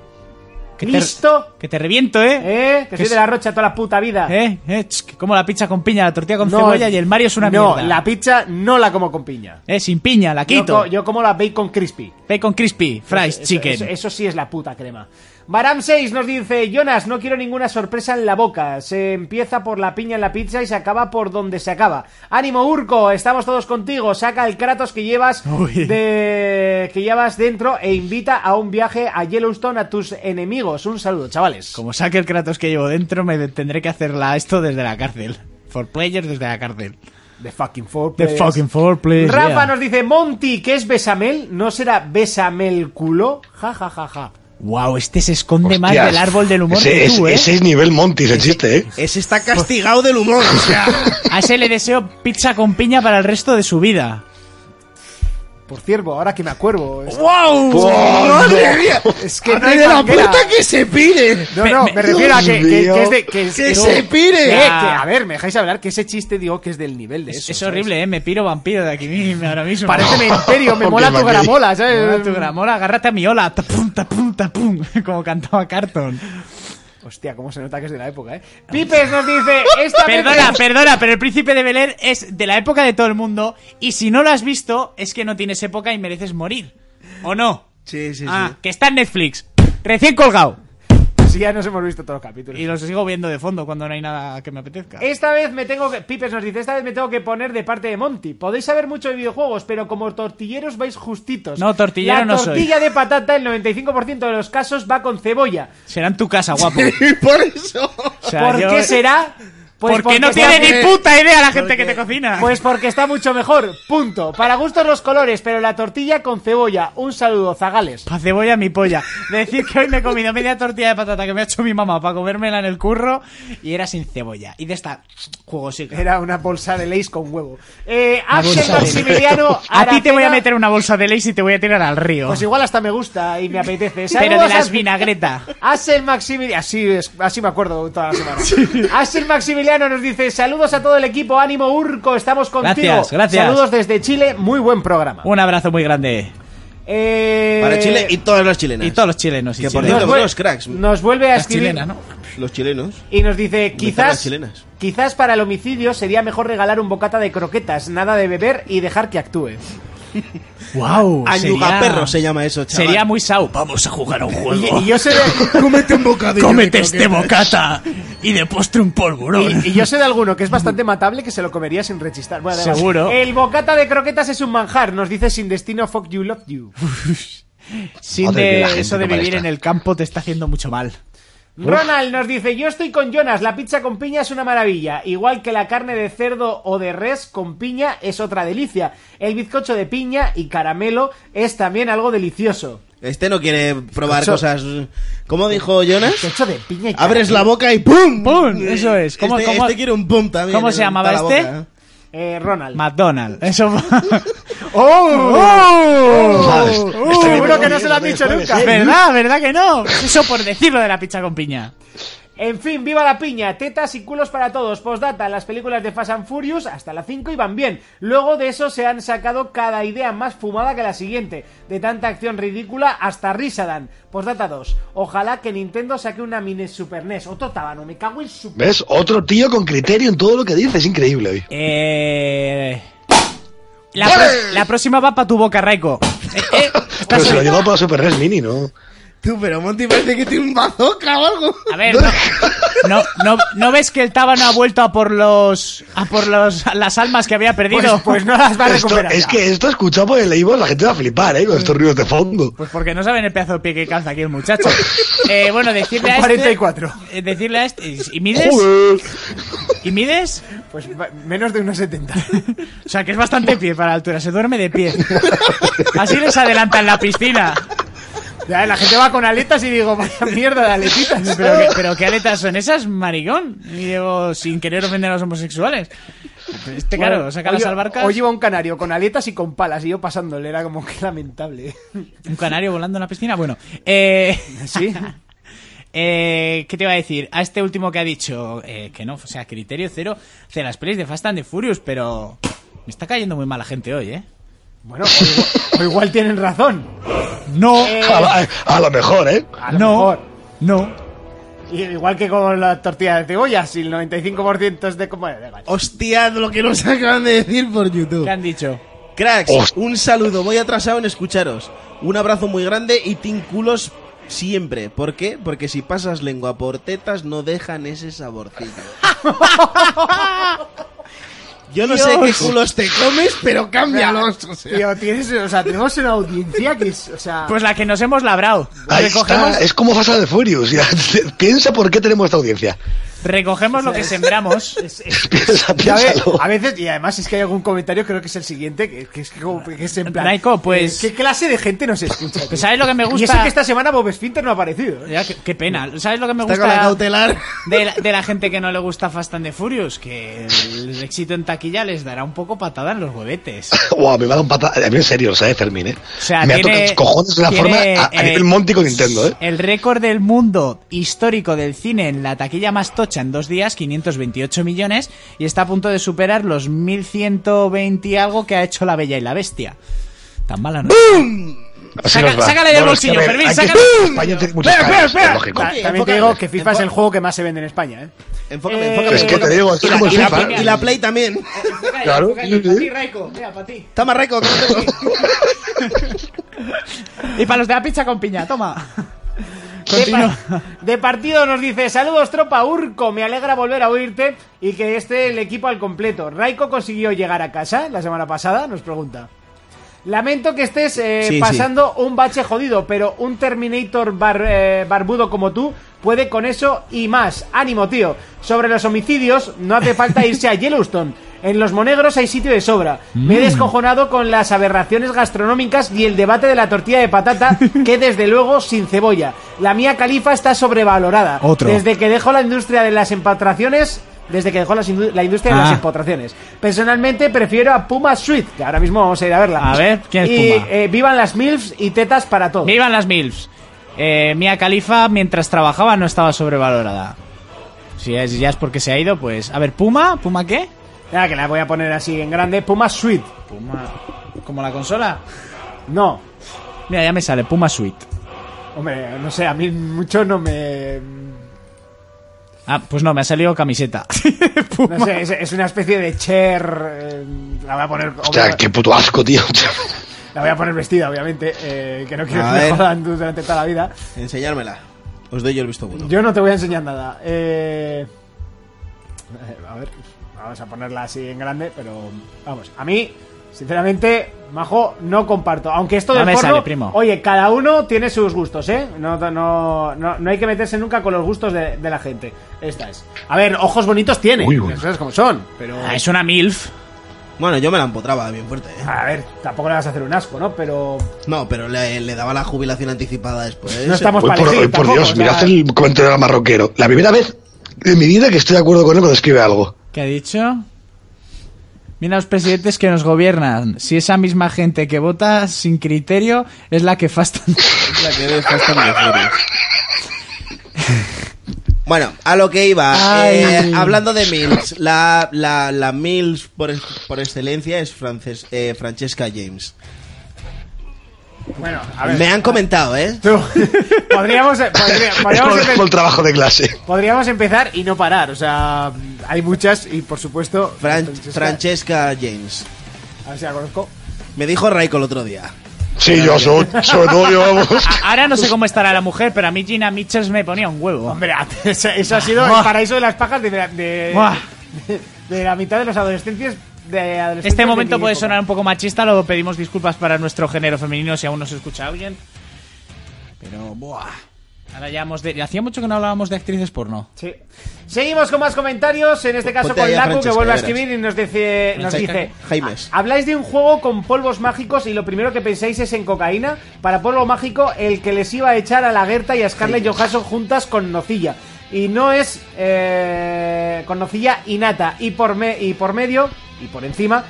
S2: ¿Listo?
S4: Que te reviento, ¿eh?
S2: ¿Eh? Que
S4: Que
S2: soy de
S4: es-
S2: la rocha toda la puta vida.
S4: ¿Eh? ¿Eh? Ch, que como la pizza con piña, la tortilla con
S2: No,
S4: cebolla y el Mario es una
S2: no,
S4: mierda.
S2: la pizza no la como con piña.
S4: ¿Eh? Sin piña, la
S2: Yo,
S4: quito.
S2: co- yo como la bacon crispy.
S4: Bacon crispy, fries,
S2: Eso-
S4: chicken.
S2: Eso, eso sí es la puta crema. Baram 6 nos dice, Jonas, no quiero ninguna sorpresa en la boca. Se empieza por la piña en la pizza y se acaba por donde se acaba. Ánimo, Urco, estamos todos contigo. Saca el Kratos que llevas, de... que llevas dentro e invita a un viaje a Yellowstone a tus enemigos. Un saludo, chavales.
S4: Como saque el Kratos que llevo dentro, me de- tendré que hacerla esto desde la cárcel. For players desde la cárcel.
S2: The fucking four
S4: The
S2: players.
S4: fucking four players.
S2: Pues, Rafa
S4: yeah.
S2: nos dice, Monty, ¿qué es Besamel? ¿No será Besamel culo? Ja, ja, ja, ja.
S4: Wow, este se esconde más
S5: Hostias,
S4: del árbol del humor
S5: ese,
S4: que tú, ¿eh?
S5: es- ese es nivel Monty, ese chiste, ¿eh?
S3: Ese está castigado del humor, o sea.
S4: A ese le deseo pizza con piña para el resto de su vida.
S2: Por cierto, ahora que me acuerdo. es-
S4: ¡Wow!
S3: ¡Oh, ¡Madre mía!
S2: Es que no
S3: ¡Abre
S2: hay
S3: la
S2: manera.
S3: puerta que se pide!
S2: No, no, me refiero a que,
S3: Dios
S2: que-
S3: mío.
S2: que es de. Que, es-
S3: ¡Que
S2: que-
S3: se pire!
S2: Que- que-
S4: Ya.
S2: a ver, me dejáis hablar que ese chiste digo que es del nivel de
S4: Es,
S2: eso.
S4: es horrible, ¿eh? Me piro vampiro de aquí mismo, ahora mismo.
S2: Parece Menterio, me mola tu gramola, ¿sabes?
S4: Me mola tu gramola, agárrate a mi ola. Tapum, tapum, tapum. Como cantaba Carton.
S2: ¿sabes? Hostia, cómo se nota que es de la época, ¿eh? Pipes nos dice. Esta vez-
S4: Perdona, perdona, pero el príncipe de Bel Air es de la época de todo el mundo. Y si no lo has visto, es que no tienes época y mereces morir. ¿O no?
S3: Sí, sí,
S4: Ah, que está en Netflix. Recién colgado.
S2: Sí, ya nos hemos visto todos los capítulos.
S4: Y los sigo viendo de fondo cuando no hay nada que me apetezca.
S2: Esta vez me tengo que. Pipes nos dice, esta vez me tengo que poner de parte de Monty. Podéis saber mucho de videojuegos, pero como tortilleros vais justitos.
S4: No, tortillero
S2: La
S4: no soy.
S2: tortilla de patata, el 95% de los casos va con cebolla.
S4: Será en tu casa, guapo.
S3: sí. Por eso.
S4: O sea,
S2: ¿Por
S4: yo-
S2: qué será? Pues
S4: porque, no
S2: está-
S4: tiene ni puta idea la gente que te cocina.
S2: Pues porque está mucho mejor. Punto. Para gustos los colores, pero la tortilla con cebolla. Un saludo, zagales.
S4: Pa' cebolla mi polla. Decir que hoy me he comido media tortilla de patata que me ha hecho mi mamá para comérmela en el curro y era sin cebolla. Y de esta juego sí.
S2: Era una bolsa de leis con huevo. Eh,
S4: Una
S2: Axel
S4: bolsa de
S2: Maximiliano.
S4: A ti te
S2: Aracena,
S4: voy a meter una bolsa de leis y te voy a tirar al río.
S2: Pues igual hasta me gusta y me apetece.
S4: pero de
S2: Saludos
S4: las
S2: a-
S4: vinagreta.
S2: Axel Maximiliano. Así, es- así me acuerdo toda la semana. Axel Maximiliano nos dice: Saludos a todo el equipo. Ánimo Urco, estamos contigo.
S4: Gracias, gracias.
S2: Saludos desde Chile. Muy buen programa.
S4: Un abrazo muy grande.
S2: Eh,
S3: Para Chile y todas las chilenas.
S4: Y todos los chilenos. y
S3: Que por
S4: chilenas.
S3: cierto,
S2: Nos vue-
S3: los cracks.
S2: Nos vuelve a
S4: Las
S2: escribir.
S4: chilenas, ¿no?
S3: Los chilenos.
S2: Y nos dice,
S3: Empezar las
S2: quizás,
S3: chilenas.
S2: quizás para el homicidio sería mejor regalar un bocata de croquetas, nada de beber y dejar que actúe.
S4: Wow.
S3: Añuga perro se llama eso, chaval.
S4: Sería muy sau. Vamos a jugar a un
S3: Pues
S2: Y,
S4: juego.
S2: y yo sé de,
S3: Cómete un bocadillo.
S4: Cómete este bocata y de postre un polvorón.
S2: y- y yo sé de alguno que es bastante matable que se lo comería sin rechistar. Bueno, da igual.
S4: Seguro.
S2: El bocata de croquetas es un manjar, nos dice sin destino fuck you love you.
S4: Sin
S5: Madre mía,
S4: de
S5: la gente
S4: eso de
S5: que
S4: vivir
S5: molesta.
S4: en el campo te está haciendo mucho mal.
S2: Ronald nos dice, yo estoy con Jonas, la pizza con piña es una maravilla, igual que la carne de cerdo o de res con piña es otra delicia. El bizcocho de piña y caramelo es también algo delicioso.
S3: Este no quiere probar
S2: Bizcocho.
S3: cosas. ¿Cómo dijo Jonas?
S2: Bizcocho de piña y
S3: Abres
S2: caramelo.
S3: la boca y ¡pum!
S4: ¡Pum! Eso es. ¿Cómo-
S3: este,
S4: cómo-
S3: este quiere un pum también.
S4: ¿Cómo se
S3: en
S4: llamaba
S3: toda la
S4: este?
S3: boca.
S2: Eh, Ronald.
S4: McDonald's. oh. Eso va. Oh,
S5: Madre, este
S2: Seguro
S5: nivel
S2: que no
S5: Monty,
S2: se lo han
S5: te
S2: dicho
S5: jodes,
S2: nunca.
S5: ¿eh?
S4: ¿Verdad? ¿Verdad que no? Eso por decirlo de la pizza con piña.
S2: En fin, viva la piña, tetas y culos para todos. Postdata, las películas de Fast and Furious hasta la 5 iban bien. Luego de eso se han sacado cada idea más fumada que la siguiente. De tanta acción ridícula hasta risa dan. Postdata 2. Ojalá que Nintendo saque una mini Super E NES. Otro tábano, me cago en su...
S5: ¿Ves? Otro tío con criterio en todo lo que dice, es increíble hoy.
S4: Eh... La,
S5: ¡Eh!
S4: pro- la próxima va para tu boca, Raiko. Eh, eh,
S5: Pero se lo
S4: estás-
S5: llevó para Super NES Mini, ¿no?
S3: Tú, pero Monty parece que tiene un bazooka o algo.
S4: A ver, no, no, no, ¿no ves que el tábano ha vuelto a por los a por los, las almas que había
S2: Pues,
S4: perdido?
S2: pues no las va a
S5: Esto-
S2: recuperar.
S5: es
S2: ya.
S5: que esto escuchado por el Eibor, la gente va a flipar, ¿eh? Con estos ruidos de fondo.
S4: Pues porque no saben el pedazo de pie que calza aquí el muchacho. Eh, bueno, decirle a este...
S2: 44.
S4: eh, decirle a este... ¿Y mides?
S5: Joder.
S4: ¿Y mides?
S2: Pues va- menos de 1,70.
S4: O sea, que es bastante pie para la altura. Se duerme de pie. Así les adelantan la piscina.
S2: Ya, la gente va con aletas y digo, vaya mierda de aletitas.
S4: ¿Pero qué, pero qué aletas son esas, maricón? Y digo, sin querer ofender a los homosexuales. Este, claro, sácalas
S2: Hoy-
S4: al barca.
S2: Hoy iba un canario con aletas y con palas y yo pasándole, era como que lamentable.
S4: Un canario volando en la piscina. Bueno, eh,
S2: Sí.
S4: Eh, ¿Qué te iba a decir? A este último que ha dicho eh, que no, o sea, criterio cero de las pelis de Fast and the Furious, pero me está cayendo muy mal la gente hoy, ¿eh?
S2: Bueno, o igual, o igual tienen razón.
S4: No.
S5: A, la- a lo mejor, ¿eh?
S4: Eh, no, no.
S2: Y- Igual que con las tortillas de cebolla, si el 95% es de... Bueno, da igual.
S3: Hostia, lo que nos acaban de decir por YouTube. ¿Qué
S4: han dicho?
S3: Cracks,
S2: Host-
S3: un saludo, voy atrasado en escucharos. Un abrazo muy grande y tinculos siempre. ¿Por qué? Porque si pasas lengua por tetas no dejan ese saborcillo. Yo no sé qué
S2: Dios.
S3: culos te comes, pero cámbialos. o sea.
S2: Tío, tienes, o sea, tenemos una audiencia que es, o sea...
S4: Pues la que nos hemos labrado.
S5: Ahí
S4: Recogemos,
S5: está, eh. es como Fast and the Furious. ya. Piensa por qué tenemos esta audiencia.
S4: recogemos lo que sembramos.
S5: Piensa,
S2: Y a, ve-
S5: piénsalo.
S2: a veces, y además es que hay algún comentario, creo que es el siguiente, que, que es, como- que es en plan...
S4: Raico, pues-
S2: ¿Qué clase de gente nos escucha? tío?
S4: Pues, ¿Sabes lo que me gusta?
S2: Y eso que esta semana Bob Esfinter no ha aparecido. ¿eh?
S4: Ya, qué, qué pena. ¿Sabes lo que me
S2: Está
S4: gusta? Eh,
S2: con la cautelar.
S4: De la, de la gente que no le gusta Fast and the Furious, que el éxito en taquilla les dará un poco patada en los huevetes.
S5: Guau, me va a dar un pata. A mí en serio, ¿sabes, Fermín? Eh?
S4: O sea,
S5: me ha
S4: tiene-
S5: tocado los cojones de una
S4: tiene,
S5: forma a, a
S4: eh,
S5: nivel Monty con Nintendo, ¿eh?
S4: El récord del mundo histórico del cine en la taquilla más tocha en dos días, 528 millones, y está a punto de superar los 1120 y algo que ha hecho La Bella y la Bestia. Tan mala no es.
S5: Así
S4: eh, Saca-
S5: nos va.
S4: sácale del
S5: Bueno, es que, a
S4: bolsillo,
S5: ver,
S4: Fermín,
S5: hay que-
S4: sácale.
S5: España tiene muchos
S4: Espera,
S5: caras,
S4: espera,
S5: es lógico.
S2: Ta- También te digo que FIFA es el juego que más se vende en España, ¿eh?
S3: Enfócame,
S2: Eh,
S3: enfócame.
S5: Es que te digo, es
S3: y, la,
S5: como el
S3: y la-
S5: FIFA, ¿eh?
S3: y la Play también.
S5: Claro.
S3: Toma, Reco, que no tengo-
S4: Y para los de la pizza con piña, toma.
S2: De, par- de partido nos dice Saludos tropa Urco, me alegra volver a oírte y que esté el equipo al completo. Raiko consiguió llegar a casa la semana pasada, nos pregunta. Lamento que estés eh,
S3: Sí, sí.
S2: pasando un bache jodido, pero un Terminator bar- eh, barbudo como tú puede con eso y más. Ánimo, tío. Sobre los homicidios, no hace falta irse a Yellowstone. En los monegros hay sitio de sobra. Me he
S4: Mm.
S2: descojonado con las aberraciones gastronómicas y el debate de la tortilla de patata, que desde luego sin cebolla. La mía califa está sobrevalorada.
S4: Otro.
S2: Desde que dejó la industria de las empatraciones. Desde que dejó las indu- la industria de
S4: Ah.
S2: las empotraciones. Personalmente prefiero a Puma Sweet, que ahora mismo vamos a ir a verla.
S4: A ver, ¿quién es
S2: Y,
S4: Puma?
S2: eh, vivan las MILFs y tetas para todos.
S4: Vivan las MILFs. Eh, Mia Khalifa, mientras trabajaba, no estaba sobrevalorada. Si es, ya es porque se ha ido, pues. A ver, Puma, ¿Puma qué?
S2: Mira, que la voy a poner así en grande. Puma Sweet.
S4: Puma. ¿Como la consola?
S2: No.
S4: Mira, ya me sale, Puma Suite.
S2: Hombre, no sé, a mí mucho no me...
S4: Ah, pues no, me ha salido camiseta.
S2: No sé, es, es una especie de Cher... eh, la voy a poner...
S5: Hostia, qué puto asco, tío.
S2: La voy a poner vestida, obviamente, eh, que no quiero
S3: A
S2: que me
S3: ver.
S2: jodan durante toda la vida.
S3: Enseñármela. Os doy yo el visto bueno.
S2: Yo no te voy a enseñar nada. Eh, eh, a ver, vamos a ponerla así en grande, pero vamos. A mí, sinceramente, majo, no comparto. Aunque esto
S4: No
S2: del
S4: me
S2: porno,
S4: sale, primo.
S2: oye, cada uno tiene sus gustos, ¿eh? No, no, no, no hay que meterse nunca con los gustos de, de la gente. Esta es. A ver, ojos bonitos tiene.
S5: Uy, uy.
S2: Eso es como son, pero.
S4: Ah, es una MILF.
S3: Bueno, yo me la empotraba bien fuerte. ¿eh?
S2: A ver, tampoco le vas a hacer un asco, ¿no? Pero.
S3: No, pero le, le daba la jubilación anticipada después.
S2: No estamos
S5: Hoy
S2: para
S5: por,
S2: elegir
S5: hoy por
S2: tampoco,
S5: Dios,
S2: o sea,
S5: mirad el comentario del marroquero. La primera vez en mi vida que estoy de acuerdo con él cuando escribe algo.
S4: ¿Qué ha dicho? Mira los presidentes que nos gobiernan. Si esa misma gente que vota sin criterio es la que fastan.
S3: La que ve Fast and the Furious. Bueno, a lo que iba.
S4: Ay.
S3: eh, hablando de Mills, la, la, la Mills por, ex- por excelencia es Frances- eh, Francesca James.
S2: Bueno, a ver.
S3: Me han comentado, ¿eh?
S2: Tú- podríamos. eh, podría-
S5: Es
S2: podríamos
S5: como, es
S2: hacer-
S5: como el trabajo de clase.
S2: Podríamos empezar y no parar, o sea, hay muchas y por supuesto.
S3: Fran-
S2: Francesca-
S3: Francesca James.
S2: A ver si la conozco.
S3: Me dijo Raiko el otro día.
S5: Sí, yo soy, soy novio, vamos.
S4: Ahora no sé cómo estará la mujer, pero a mí Gina Mitchell me ponía un huevo.
S2: Hombre, eso, eso ha sido el
S4: Buah.
S2: paraíso de las pajas de, de-
S4: Buah.
S2: de- de la mitad de los adolescentes. De adolescentes
S4: Este
S2: de
S4: momento
S2: mi
S4: puede
S2: época.
S4: sonar un poco machista, lo pedimos disculpas para nuestro género femenino si aún no se escucha alguien. Pero, buah. Ahora ya hemos de... Hacía mucho que no hablábamos de actrices porno.
S2: Sí. Seguimos con más comentarios, en este caso
S3: Ponte
S2: con
S3: ahí a
S2: Laku que
S3: Francesca,
S2: vuelve a
S3: ya verás.
S2: escribir y nos dice, nos
S4: Francesca.
S2: dice "Ah,
S3: Jaimes.
S2: Habláis de un juego con polvos mágicos y lo primero que pensáis es en cocaína. Para polvo mágico, el que les iba a echar a la Gerta y a Scarlett Johansson juntas con nocilla. Y no es eh, con nocilla y nata. Y por, me- y por medio, y por encima.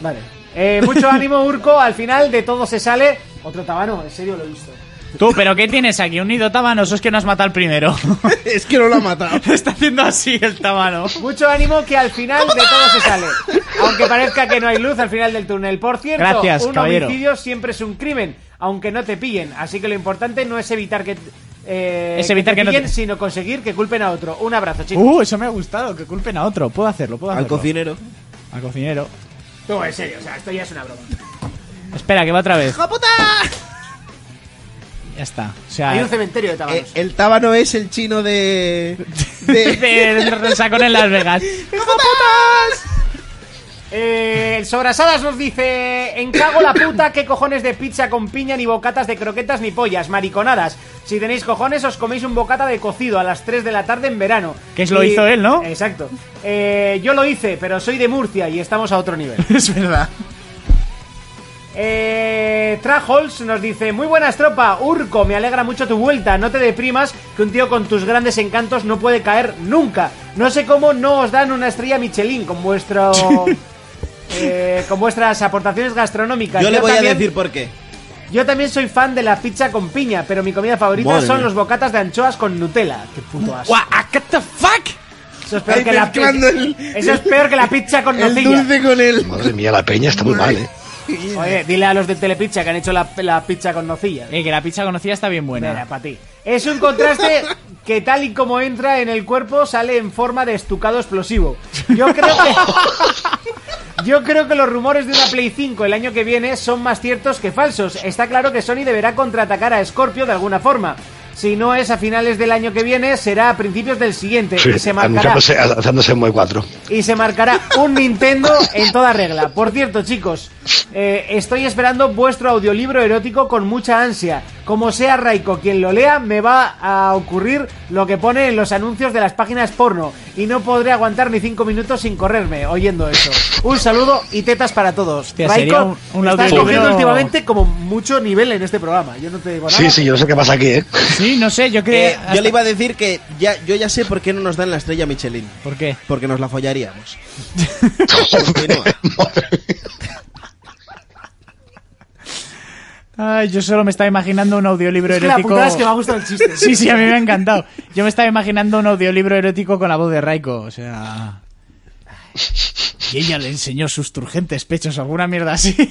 S2: Vale. Eh, mucho ánimo, Urco. Al final de todo se sale. Otro tabano, en serio lo he visto.
S4: Tú, ¿pero qué tienes aquí? ¿Un nido tábano? Eso es que no has matado al primero.
S2: ah".
S3: es que no lo ha matado.
S4: Está haciendo así el tábano.
S2: Mucho ánimo que al final de todo se sale. Aunque parezca que no hay luz al final del túnel. Por cierto,
S4: Gracias,
S2: un
S4: caballero.
S2: homicidio siempre es un crimen, aunque no te pillen. Así que lo importante no es evitar que eh,
S4: Es evitar que
S2: te
S4: no te-
S2: pillen, sino conseguir que culpen a otro. Un abrazo, chicos.
S4: Uh, eso me ha gustado, que culpen a otro. Puedo hacerlo, puedo hacerlo.
S3: cocinero.
S4: Al cocinero.
S2: No, en serio, o sea, esto ya es una broma.
S4: Espera, que va otra vez.
S2: puta!
S4: Ya está. O sea,
S2: Hay un cementerio de tabanos.
S3: Eh, el tábano es el chino de.
S4: de, del sacón en Las Vegas.
S2: Eh, el Sobrasadas nos dice: En cago la puta, qué cojones de pizza con piña, ni bocatas de croquetas, ni pollas, mariconadas. Si tenéis cojones, os coméis un bocata de cocido a las 3 de la tarde en verano.
S4: Que es lo hizo él, ¿no?
S2: Exacto. Eh, yo lo hice, pero soy de Murcia y estamos a otro nivel.
S4: es verdad.
S2: Eh, Trajols nos dice: Muy buenas, tropa. Urco, me alegra mucho tu vuelta. No te deprimas que un tío con tus grandes encantos no puede caer nunca. No sé cómo no os dan una estrella Michelin con vuestro. eh, con vuestras aportaciones gastronómicas.
S3: Yo le voy a
S2: también-
S3: decir por qué.
S2: Yo también soy fan de la pizza con piña, pero mi comida favorita
S3: Madre
S2: son
S3: mía. ah,
S2: los bocatas de anchoas con Nutella. Qué puto asco.
S4: what the fuck?
S2: Eso es peor,
S3: Ahí
S2: que la,
S3: mezclando
S2: pizza.
S3: el-
S2: Eso es peor que la pizza con
S3: El
S2: nocilla.
S3: dulce con el.
S5: Madre mía, la peña está muy mal, ¿eh?
S2: Oye, dile a los de Telepizza que han hecho la, la pizza con nocilla.
S4: Eh, que la pizza conocida está bien buena.
S2: Mira, para ti. Es un contraste que tal y como entra en el cuerpo sale en forma de estucado explosivo. Yo creo que Yo creo que los rumores de una Play 5 el año que viene son más ciertos que falsos. Está claro que Sony deberá contraatacar a Scorpio de alguna forma. Si no es a finales del año que viene, será a principios del siguiente
S5: Sí,
S2: y se marcará
S5: anunciándose, lanzándose en Moe 4.
S2: y se marcará un Nintendo en toda regla. Por cierto, chicos, eh, estoy esperando vuestro audiolibro erótico con mucha ansia. Como sea Raiko quien lo lea, me va a ocurrir lo que pone en los anuncios de las páginas porno. Y no podré aguantar ni cinco minutos sin correrme oyendo eso. Un saludo y tetas para todos.
S4: Hostia, sería
S2: Raiko,
S4: un- un
S2: estás
S4: audiolibro-
S2: cogiendo últimamente como mucho nivel en este programa. Yo no te digo nada.
S5: Sí, sí, yo no sé qué pasa aquí, ¿eh?
S4: Sí, no sé, yo creo.
S3: Eh,
S4: hasta-
S3: yo le iba a decir que ya, yo ya sé por qué no nos dan la estrella Michelin.
S4: ¿Por qué?
S3: Porque nos la follaríamos.
S4: Ay, yo solo me estaba imaginando un audiolibro
S2: Es que la
S4: erótico.
S2: putada es que me ha gustado el chiste.
S4: Sí, sí, a mí me ha encantado. Yo me estaba imaginando un audiolibro erótico con la voz de Raiko, o sea. Y ella le enseñó sus turgentes pechos, alguna mierda así.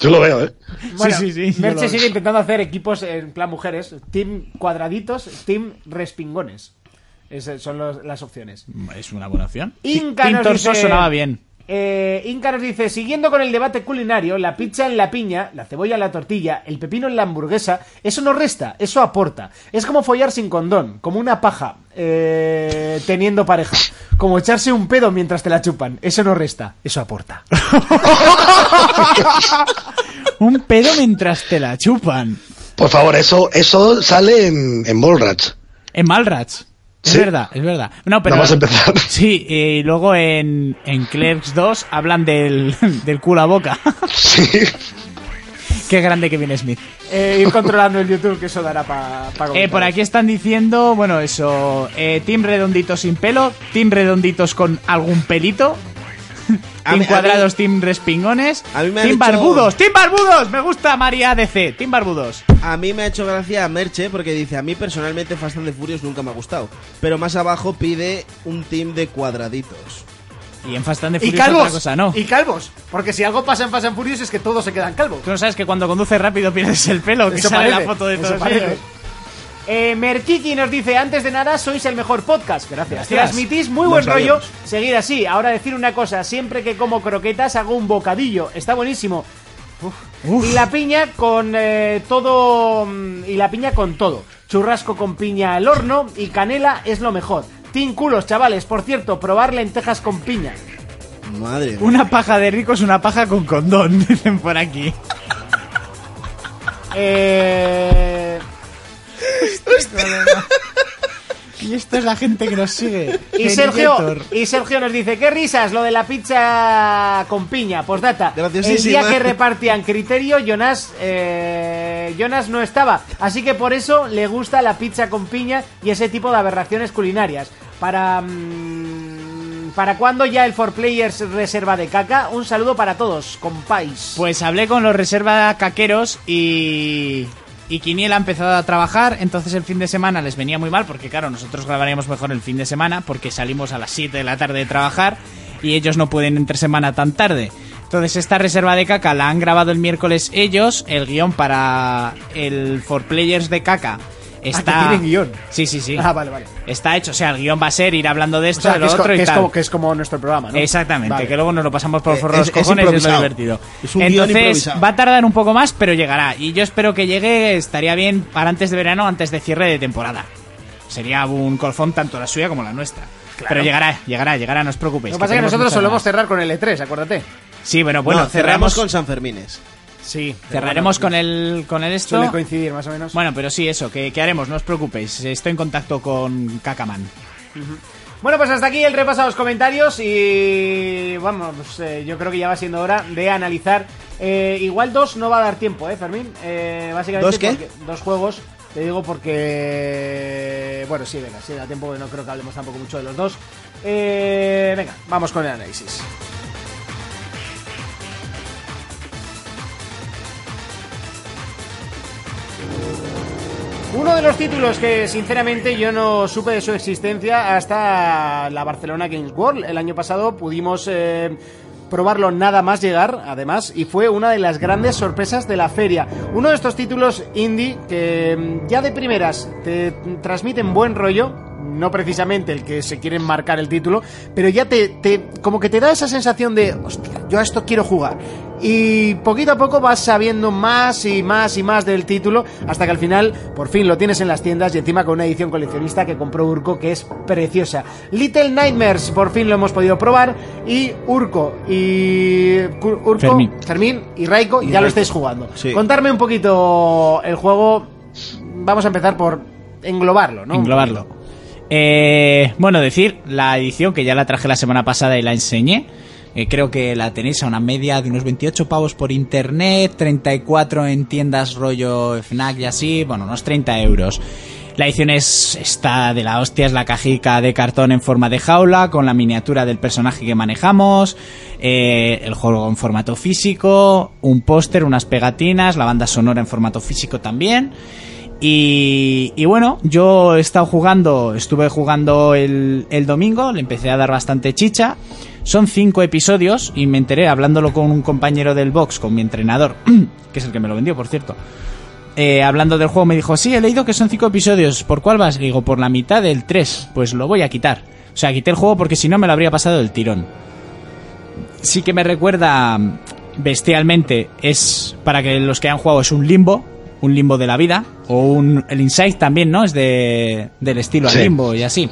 S5: Yo lo veo, ¿eh?
S2: Bueno,
S4: sí, sí, sí.
S2: Merche
S4: yo lo-
S2: sigue intentando hacer equipos en plan mujeres. Team cuadraditos, team respingones. Esas son los- las opciones.
S4: Es una buena opción.
S2: Inca
S4: Tim
S2: nos
S4: Torso
S2: dice-
S4: sonaba bien.
S2: Eh, Inca nos dice, siguiendo con el debate culinario, la pizza en la piña, la cebolla en la tortilla, el pepino en la hamburguesa, eso no resta, eso aporta. Es como follar sin condón, como una paja eh, teniendo pareja, como echarse un pedo mientras te la chupan, eso no resta, eso aporta.
S4: Un pedo mientras te la chupan.
S5: Por favor, eso, eso sale en, en Mallrats.
S4: En Malrats. Es
S5: Sí.
S4: verdad, es verdad. No, pero.
S5: Vamos a empezar.
S4: Sí, eh, y luego en, en Clerks 2 hablan del, del culo a boca.
S5: Sí.
S4: Qué grande que viene Smith.
S2: Eh, ir controlando el YouTube, que eso dará para...
S4: Eh, por aquí están diciendo, bueno, eso. Eh, team redonditos sin pelo, team redonditos con algún pelito.
S3: A mí-
S4: Team
S3: a mí-
S4: cuadrados, team respingones.
S3: A mí me ha
S4: team
S3: dicho-
S4: barbudos, team barbudos. Me gusta María DC, team barbudos.
S3: A mí me ha hecho gracia a Merche porque dice, a mí personalmente Fast and the Furious nunca me ha gustado. Pero más abajo pide un team de cuadraditos.
S4: Y en Fast and the
S2: Y
S4: Furious otra
S2: calvos,
S4: cosa, ¿no?
S2: y calvos, porque si algo pasa en Fast and Furious es que todos se quedan calvos.
S4: Tú no sabes que cuando conduces rápido pierdes el pelo, que
S2: Eso
S4: sale
S2: parece,
S4: la foto de
S2: eso
S4: todos
S2: parece.
S4: ellos.
S2: Eh, Merkiki nos dice, antes de nada, sois el mejor podcast. Gracias.
S4: Gracias.
S2: Transmitís muy
S3: Lo
S2: buen rollo.
S3: sabíamos.
S2: Seguid así. Ahora decir una cosa, siempre que como croquetas hago un bocadillo. Está buenísimo. Y la piña con eh, todo... mm, Y la piña con todo. Churrasco con piña al horno y canela es lo mejor. Tin culos, chavales. Por cierto, probar lentejas con piña.
S3: Madre mía.
S4: Una paja de rico es una paja con condón, dicen por aquí.
S2: Eh...
S4: Y esto es la gente que nos sigue.
S2: Y Sergio, y Sergio nos dice, qué risas, lo de la pizza con piña, postdata. El
S3: Graciosísima.
S2: día que repartían criterio, Jonas, eh, Jonas no estaba. Así que por eso le gusta la pizza con piña y ese tipo de aberraciones culinarias. Para... mm, ¿Para cuándo ya el 4Players reserva de caca? Un saludo para todos, compáis.
S4: Pues hablé con los reserva caqueros y. Y Quiniela ha empezado a trabajar, entonces el fin de semana les venía muy mal, porque claro, nosotros grabaríamos mejor el fin de semana, porque salimos a las 7 de la tarde de trabajar y ellos no pueden entre semana tan tarde. Entonces esta reserva de caca la han grabado el miércoles ellos, el guión para el 4Players de caca. Está...
S2: tienen Ah, guión.
S4: Sí, sí, sí.
S2: Ah, vale, vale.
S4: Está hecho, o sea, el guión va a ser ir hablando de
S2: O
S4: esto,
S2: sea,
S4: de
S2: que
S4: lo
S2: es, co-
S4: otro y
S2: que es
S4: tal.
S2: como, que es como nuestro programa, ¿no?
S4: Exactamente,
S2: Vale.
S4: que luego nos lo pasamos por
S2: Eh,
S4: forros
S2: es- es
S4: cojones y es lo
S2: improvisado.
S4: divertido.
S2: Es un guión
S4: Entonces
S2: improvisado.
S4: va a tardar un poco más, pero llegará. Y yo espero que llegue, estaría bien para antes de verano, antes de cierre de temporada. Sería un colfón tanto la suya como la nuestra.
S2: Claro.
S4: Pero llegará, llegará, llegará, no os preocupéis.
S2: Lo que pasa es que
S4: tenemos
S2: nosotros
S4: muchas
S2: solemos
S4: ganas.
S2: cerrar con el E3, acuérdate.
S4: Sí, bueno, bueno,
S3: No,
S4: cerramos,
S3: cerramos con San Fermines.
S2: Sí,
S4: cerraremos con el, con el esto.
S2: Suele coincidir más o menos.
S4: Bueno, pero sí, eso, que, que haremos, no os preocupéis. Estoy en contacto con Cacaman.
S2: Bueno, pues hasta aquí el repaso a los comentarios y vamos, pues, eh, yo creo que ya va siendo hora de analizar. Eh, igual dos no va a dar tiempo, ¿eh, Fermín? Eh, básicamente
S3: ¿Dos qué?
S2: porque- dos juegos, te digo porque... Bueno, sí, venga, sí da tiempo, porque no creo que hablemos tampoco mucho de los dos. Eh, venga, vamos con el análisis. Uno de los títulos que sinceramente yo no supe de su existencia hasta la Barcelona Games World. El año pasado pudimos eh, probarlo nada más llegar, además, y fue una de las grandes sorpresas de la feria. Uno de estos títulos indie que mm, ya de primeras te transmiten buen rollo, no precisamente el que se quieren marcar el título, pero ya te, te- como que te da esa sensación de, hostia, yo a esto quiero jugar. Y poquito a poco vas sabiendo más y más y más del título hasta que al final por fin lo tienes en las tiendas y encima con una edición coleccionista que compró Urco que es preciosa. Little Nightmares por fin lo hemos podido probar y Urco y Cur- Urco,
S4: Fermín.
S2: Fermín y Raiko ya lo
S3: Raiko.
S2: estáis jugando.
S3: Sí.
S2: Contarme un poquito el juego. Vamos a empezar por englobarlo, ¿no? Un
S4: Englobarlo. Eh, bueno, decir, la edición que ya la traje la semana pasada y la enseñé. eh, creo que la tenéis a una media de unos 28 pavos por internet, 34 en tiendas rollo FNAC y así, bueno, unos 30 euros. La edición es está de la hostia, es la cajica de cartón en forma de jaula, con la miniatura del personaje que manejamos, eh, el juego en formato físico, un póster, unas pegatinas, la banda sonora en formato físico también. Y, y bueno, yo he estado jugando, estuve jugando el, el domingo, le empecé a dar bastante chicha. Son cinco episodios y me enteré hablándolo con un compañero del box, con mi entrenador, que es el que me lo vendió, por cierto. Eh, hablando del juego me dijo, sí, he leído que son cinco episodios, ¿por cuál vas? Le digo, por la mitad del 3, pues lo voy a quitar. O sea, quité el juego porque si no me lo habría pasado el tirón sí que me recuerda mm, bestialmente es para que los que han jugado es un limbo un limbo de la vida o un el insight también no es de del estilo al
S5: Sí.
S4: limbo y así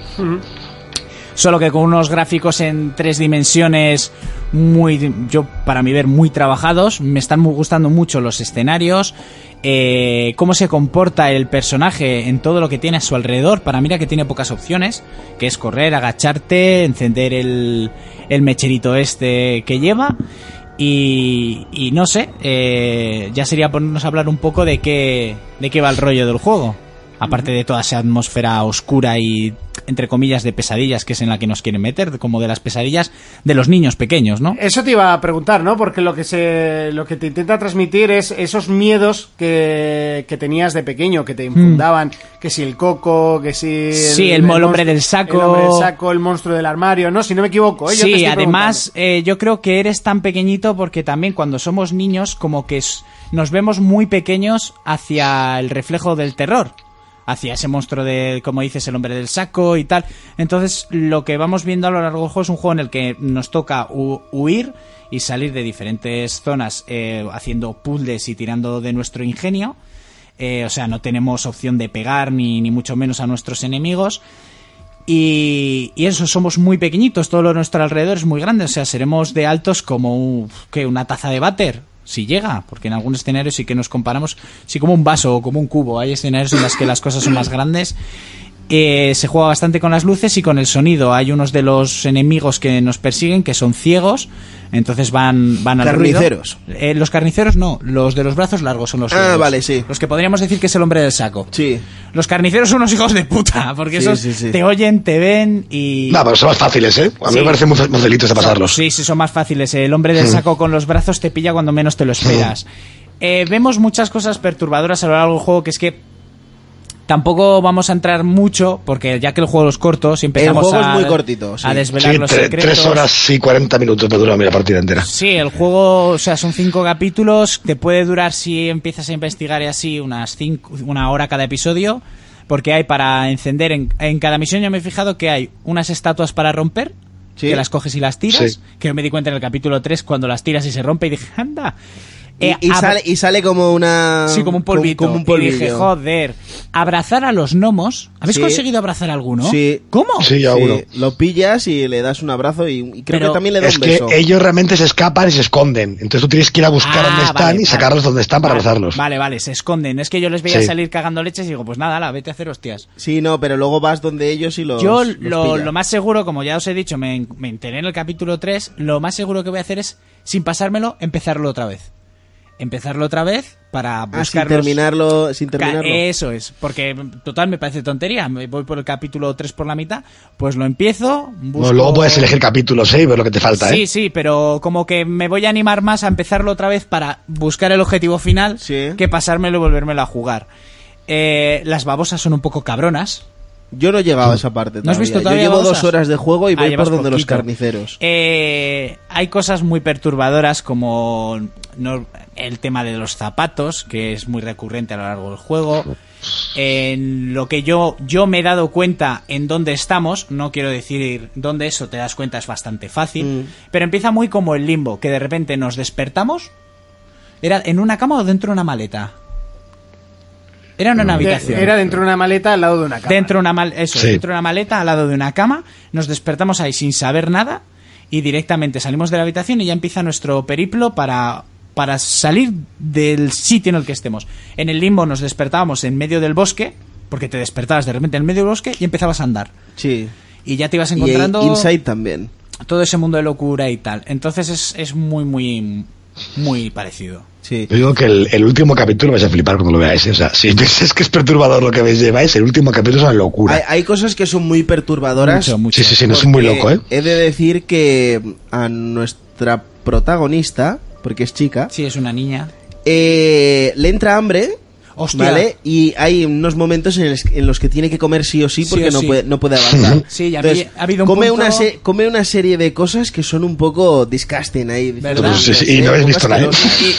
S4: solo que con unos gráficos en tres dimensiones muy yo para mi ver muy trabajados me están muy gustando mucho los escenarios eh, cómo se comporta el personaje en todo lo que tiene a su alrededor para mira que tiene pocas opciones que es correr agacharte encender el el mecherito este que lleva y, y no sé eh, ya sería ponernos a hablar un poco de qué de qué va el rollo del juego aparte de toda esa atmósfera oscura y entre comillas de pesadillas que es en la que nos quieren meter como de las pesadillas de los niños pequeños no
S2: Eso te iba a preguntar, ¿no? Porque lo que se, lo que te intenta transmitir es esos miedos que, que tenías de pequeño, que te infundaban, que si el coco, que si
S4: Mm. Sí, el mo- el hombre
S2: monstru-
S4: del saco.
S2: el hombre del saco, el monstruo del armario, ¿no? Si no me equivoco, ¿eh? Yo te
S4: sí,
S2: estoy
S4: además eh, yo creo que eres tan pequeñito porque también cuando somos niños como que s- nos vemos muy pequeños hacia el reflejo del terror, hacia ese monstruo de, como dices, el hombre del saco y tal. Entonces lo que vamos viendo a lo largo del juego es un juego en el que nos toca hu- huir y salir de diferentes zonas eh, haciendo puzzles y tirando de nuestro ingenio. Eh, o sea, no tenemos opción de pegar ni, ni mucho menos a nuestros enemigos. Y, y eso, somos muy pequeñitos, todo lo nuestro alrededor es muy grande, o sea, seremos de altos como uf, ¿qué? una taza de váter, si llega, porque en algunos escenarios sí que nos comparamos, sí como un vaso o como un cubo, hay escenarios en los que las cosas son más grandes Eh, se juega bastante con las luces y con el sonido. Hay unos de los enemigos que nos persiguen que son ciegos, entonces van, van al ruido.
S3: Carniceros.
S4: Eh, los carniceros no, los de los brazos largos son los
S3: Ah,
S4: ciegos.
S3: vale, sí.
S4: Los que podríamos decir que es el hombre del saco.
S3: Sí.
S4: Los carniceros son unos hijos de puta, porque
S5: Sí,
S4: esos
S5: sí, sí.
S4: te oyen, te ven y...
S5: No, pero son más fáciles, ¿eh? A mí
S4: Sí.
S5: me parecen muy, fa- muy facilitos de pasarlos.
S4: Sí, sí, son más fáciles. El hombre del
S5: Hmm.
S4: saco con los brazos te pilla cuando menos te lo esperas. Eh, vemos muchas cosas perturbadoras a lo largo del juego, que es que tampoco vamos a entrar mucho, porque ya que el juego es corto, si empezamos
S5: juego es
S4: a,
S5: muy
S3: cortito,
S4: a desvelar
S5: Sí,
S4: los
S5: tre-
S4: secretos...
S5: tres horas y 40 minutos me dura la partida entera.
S4: Sí, el juego, o sea, son cinco capítulos, te puede durar si empiezas a investigar y así unas cinco, una hora cada episodio, porque hay para encender en, en cada misión. Yo me he fijado que hay unas estatuas para romper,
S3: Sí.
S4: que las coges y las tiras,
S3: Sí.
S4: que me di cuenta en el capítulo 3 cuando las tiras y se rompe y dije, anda.
S3: Y,
S4: Eh,
S3: y
S4: abra-
S3: sale, y sale como una.
S4: Sí, como un polvito.
S3: Como, un
S4: Y
S3: polvillo.
S4: dije, joder, abrazar a los gnomos. ¿Habéis
S3: Sí.
S4: conseguido abrazar a alguno?
S3: Sí.
S4: ¿Cómo?
S5: Sí, a uno.
S3: Lo pillas y le das un abrazo y, y creo que también le da
S5: es
S3: un
S5: que
S3: beso.
S5: ellos realmente se escapan y se esconden. Entonces tú tienes que ir a buscar
S4: Ah,
S5: dónde están
S4: vale,
S5: y
S4: vale.
S5: sacarlos donde están para
S4: Vale,
S5: abrazarlos.
S4: Vale, vale, se esconden. Es que yo les veía
S5: Sí.
S4: salir cagando leches y digo, pues nada, la vete a hacer hostias.
S3: Sí, no, pero luego vas donde ellos y los.
S4: Yo
S3: los
S4: lo,
S3: pillas.
S4: lo más seguro, como ya os he dicho, me, en- me enteré en el capítulo 3, lo más seguro que voy a hacer es, sin pasármelo, empezarlo otra vez. Empezarlo otra vez para
S3: Ah,
S4: buscar
S3: sin
S4: los-
S3: terminarlo. Sin
S4: Ca-
S3: terminarlo.
S4: Eso es, porque total me parece tontería. Me voy por el capítulo 3 por la mitad, pues lo empiezo.
S5: Bueno,
S4: busco-
S5: luego puedes elegir capítulos ¿eh? y ver lo que te falta.
S4: Sí,
S5: ¿eh?
S4: sí, pero como que me voy a animar más a empezarlo otra vez para buscar el objetivo final que pasármelo y volvérmelo a jugar. Eh, las babosas son un poco cabronas.
S3: Yo no he llegado a esa parte.
S4: ¿No has visto
S3: Yo
S4: todavía
S3: llevo
S4: babosas?
S3: dos horas de juego y
S4: Ah,
S3: voy
S4: llevas
S3: por donde los
S4: poquito.
S3: carniceros.
S4: Eh, hay cosas muy perturbadoras como no- el tema de los zapatos, que es muy recurrente a lo largo del juego. En lo que yo, yo me he dado cuenta en dónde estamos, no quiero decir dónde eso te das cuenta, es bastante fácil.
S3: Mm.
S4: Pero empieza muy como el limbo, que de repente nos despertamos. ¿Era en una cama o dentro de una maleta? Era en una habitación.
S2: Era dentro de una maleta al lado de una cama.
S4: Dentro de una mal- eso,
S2: Sí.
S4: dentro de una maleta, al lado de una cama, nos despertamos ahí sin saber nada y directamente salimos de la habitación y ya empieza nuestro periplo para para salir del sitio en el que estemos. En el limbo nos despertábamos en medio del bosque, porque te despertabas de repente en medio del bosque y empezabas a andar.
S3: Sí.
S4: Y ya te ibas
S3: Y
S4: encontrando
S3: Inside también.
S4: todo ese mundo de locura y tal. Entonces es, es muy, muy, muy parecido.
S3: Sí.
S5: Yo digo que el, el último capítulo vais a flipar cuando lo veáis. ¿eh? O sea, si pensáis que es perturbador lo que veis lleváis, el último capítulo es una locura.
S3: Hay, hay cosas que son muy perturbadoras.
S5: Mucho, mucho. Sí, sí, sí, no es muy
S3: porque
S5: loco, ¿eh?
S3: He de decir que a nuestra protagonista, porque es chica,
S4: Sí, es una niña.
S3: eh, le entra hambre.
S4: Hostia.
S3: ¿Vale? Y hay unos momentos en, los- en los que tiene que comer sí o sí
S4: Sí
S3: porque
S4: o
S3: no,
S4: sí.
S3: Puede, no puede avanzar.
S4: Sí, ya
S3: Entonces,
S4: ha habido un
S3: come,
S4: punto-
S3: una se- come una serie de cosas que son un poco disgusting ahí. pues,
S4: ¿Verdad?
S5: Sí, sí, y no habéis visto nada, ¿eh?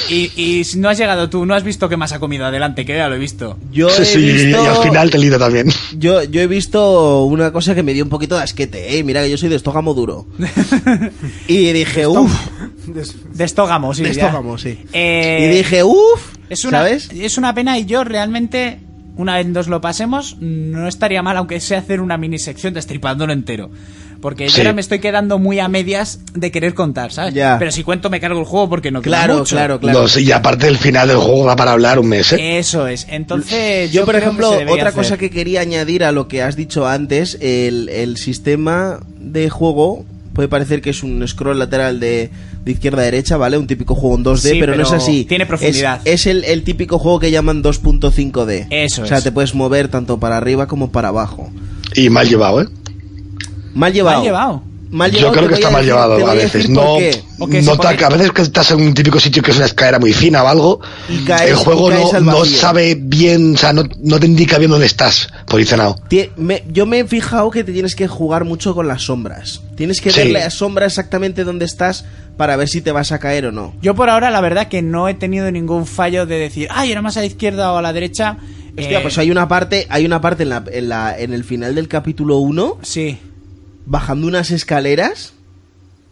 S4: Y, y- y si no has llegado tú, no has visto qué más ha comido. Adelante, que ya lo he visto.
S3: Yo
S5: Sí,
S3: he
S5: sí,
S3: visto-
S5: y al final te lida también.
S3: Yo, yo he visto una cosa que me dio un poquito de asquete, ¿eh? Mira que yo soy de estógamo duro. y dije, uff.
S4: De estógamo, sí.
S3: De
S4: ya.
S3: estógamo, sí.
S4: Eh,
S3: Y dije, uff.
S4: es una,
S3: ¿Sabes?
S4: Es una pena y yo realmente, una vez nos lo pasemos, no estaría mal, aunque sea hacer una mini sección destripándolo entero. Porque
S3: Sí.
S4: yo ahora me estoy quedando muy a medias de querer contar, ¿sabes?
S5: Ya.
S4: Pero si cuento me cargo el juego porque no queda
S3: Claro,
S4: mucho.
S3: claro,
S5: No, sí, y aparte el final del juego da para hablar un mes. ¿eh?
S4: Eso es. Entonces,
S3: Yo, por
S4: creo que
S3: ejemplo,
S4: se debería
S3: otra
S4: hacer.
S3: cosa que quería añadir a lo que has dicho antes, el, el sistema de juego puede parecer que es un scroll lateral de, de izquierda a derecha, ¿vale? Un típico juego en 2D,
S4: Sí,
S3: pero, no es
S4: pero
S3: así.
S4: tiene
S3: Es-
S4: profundidad.
S3: Es, el, el típico juego que llaman 2.5D.
S4: Eso
S3: O sea,
S4: es.
S3: te puedes mover tanto para arriba como para abajo.
S5: Y mal llevado, ¿eh?
S3: Mal llevado.
S4: Mal llevado.
S3: Mal
S5: Yo
S3: llevado,
S5: creo
S3: te
S5: que
S3: voy
S5: está mal
S3: decir- te
S5: llevado
S3: voy
S5: a veces.
S3: decir
S5: No,
S3: por qué.
S5: no tal- a veces que estás en un típico sitio que es una escalera muy fina o algo.
S3: Y caes-
S5: el juego
S3: y caes
S5: no,
S3: al
S5: no
S3: vacío.
S5: sabe bien, o sea, no, no te indica bien dónde estás posicionado.
S3: Tie- me- yo me he fijado que te tienes que jugar mucho con las sombras. Tienes que
S5: Sí.
S3: ver la sombra exactamente dónde estás para ver si te vas a caer o no.
S4: Yo por ahora la verdad que no he tenido ningún fallo de decir, ay, era más a la izquierda o a la derecha.
S3: Hostia,
S4: Eh,
S3: pues hay una parte, hay una parte en, la, en, la- en el final del capítulo 1.
S4: Sí.
S3: Bajando unas escaleras.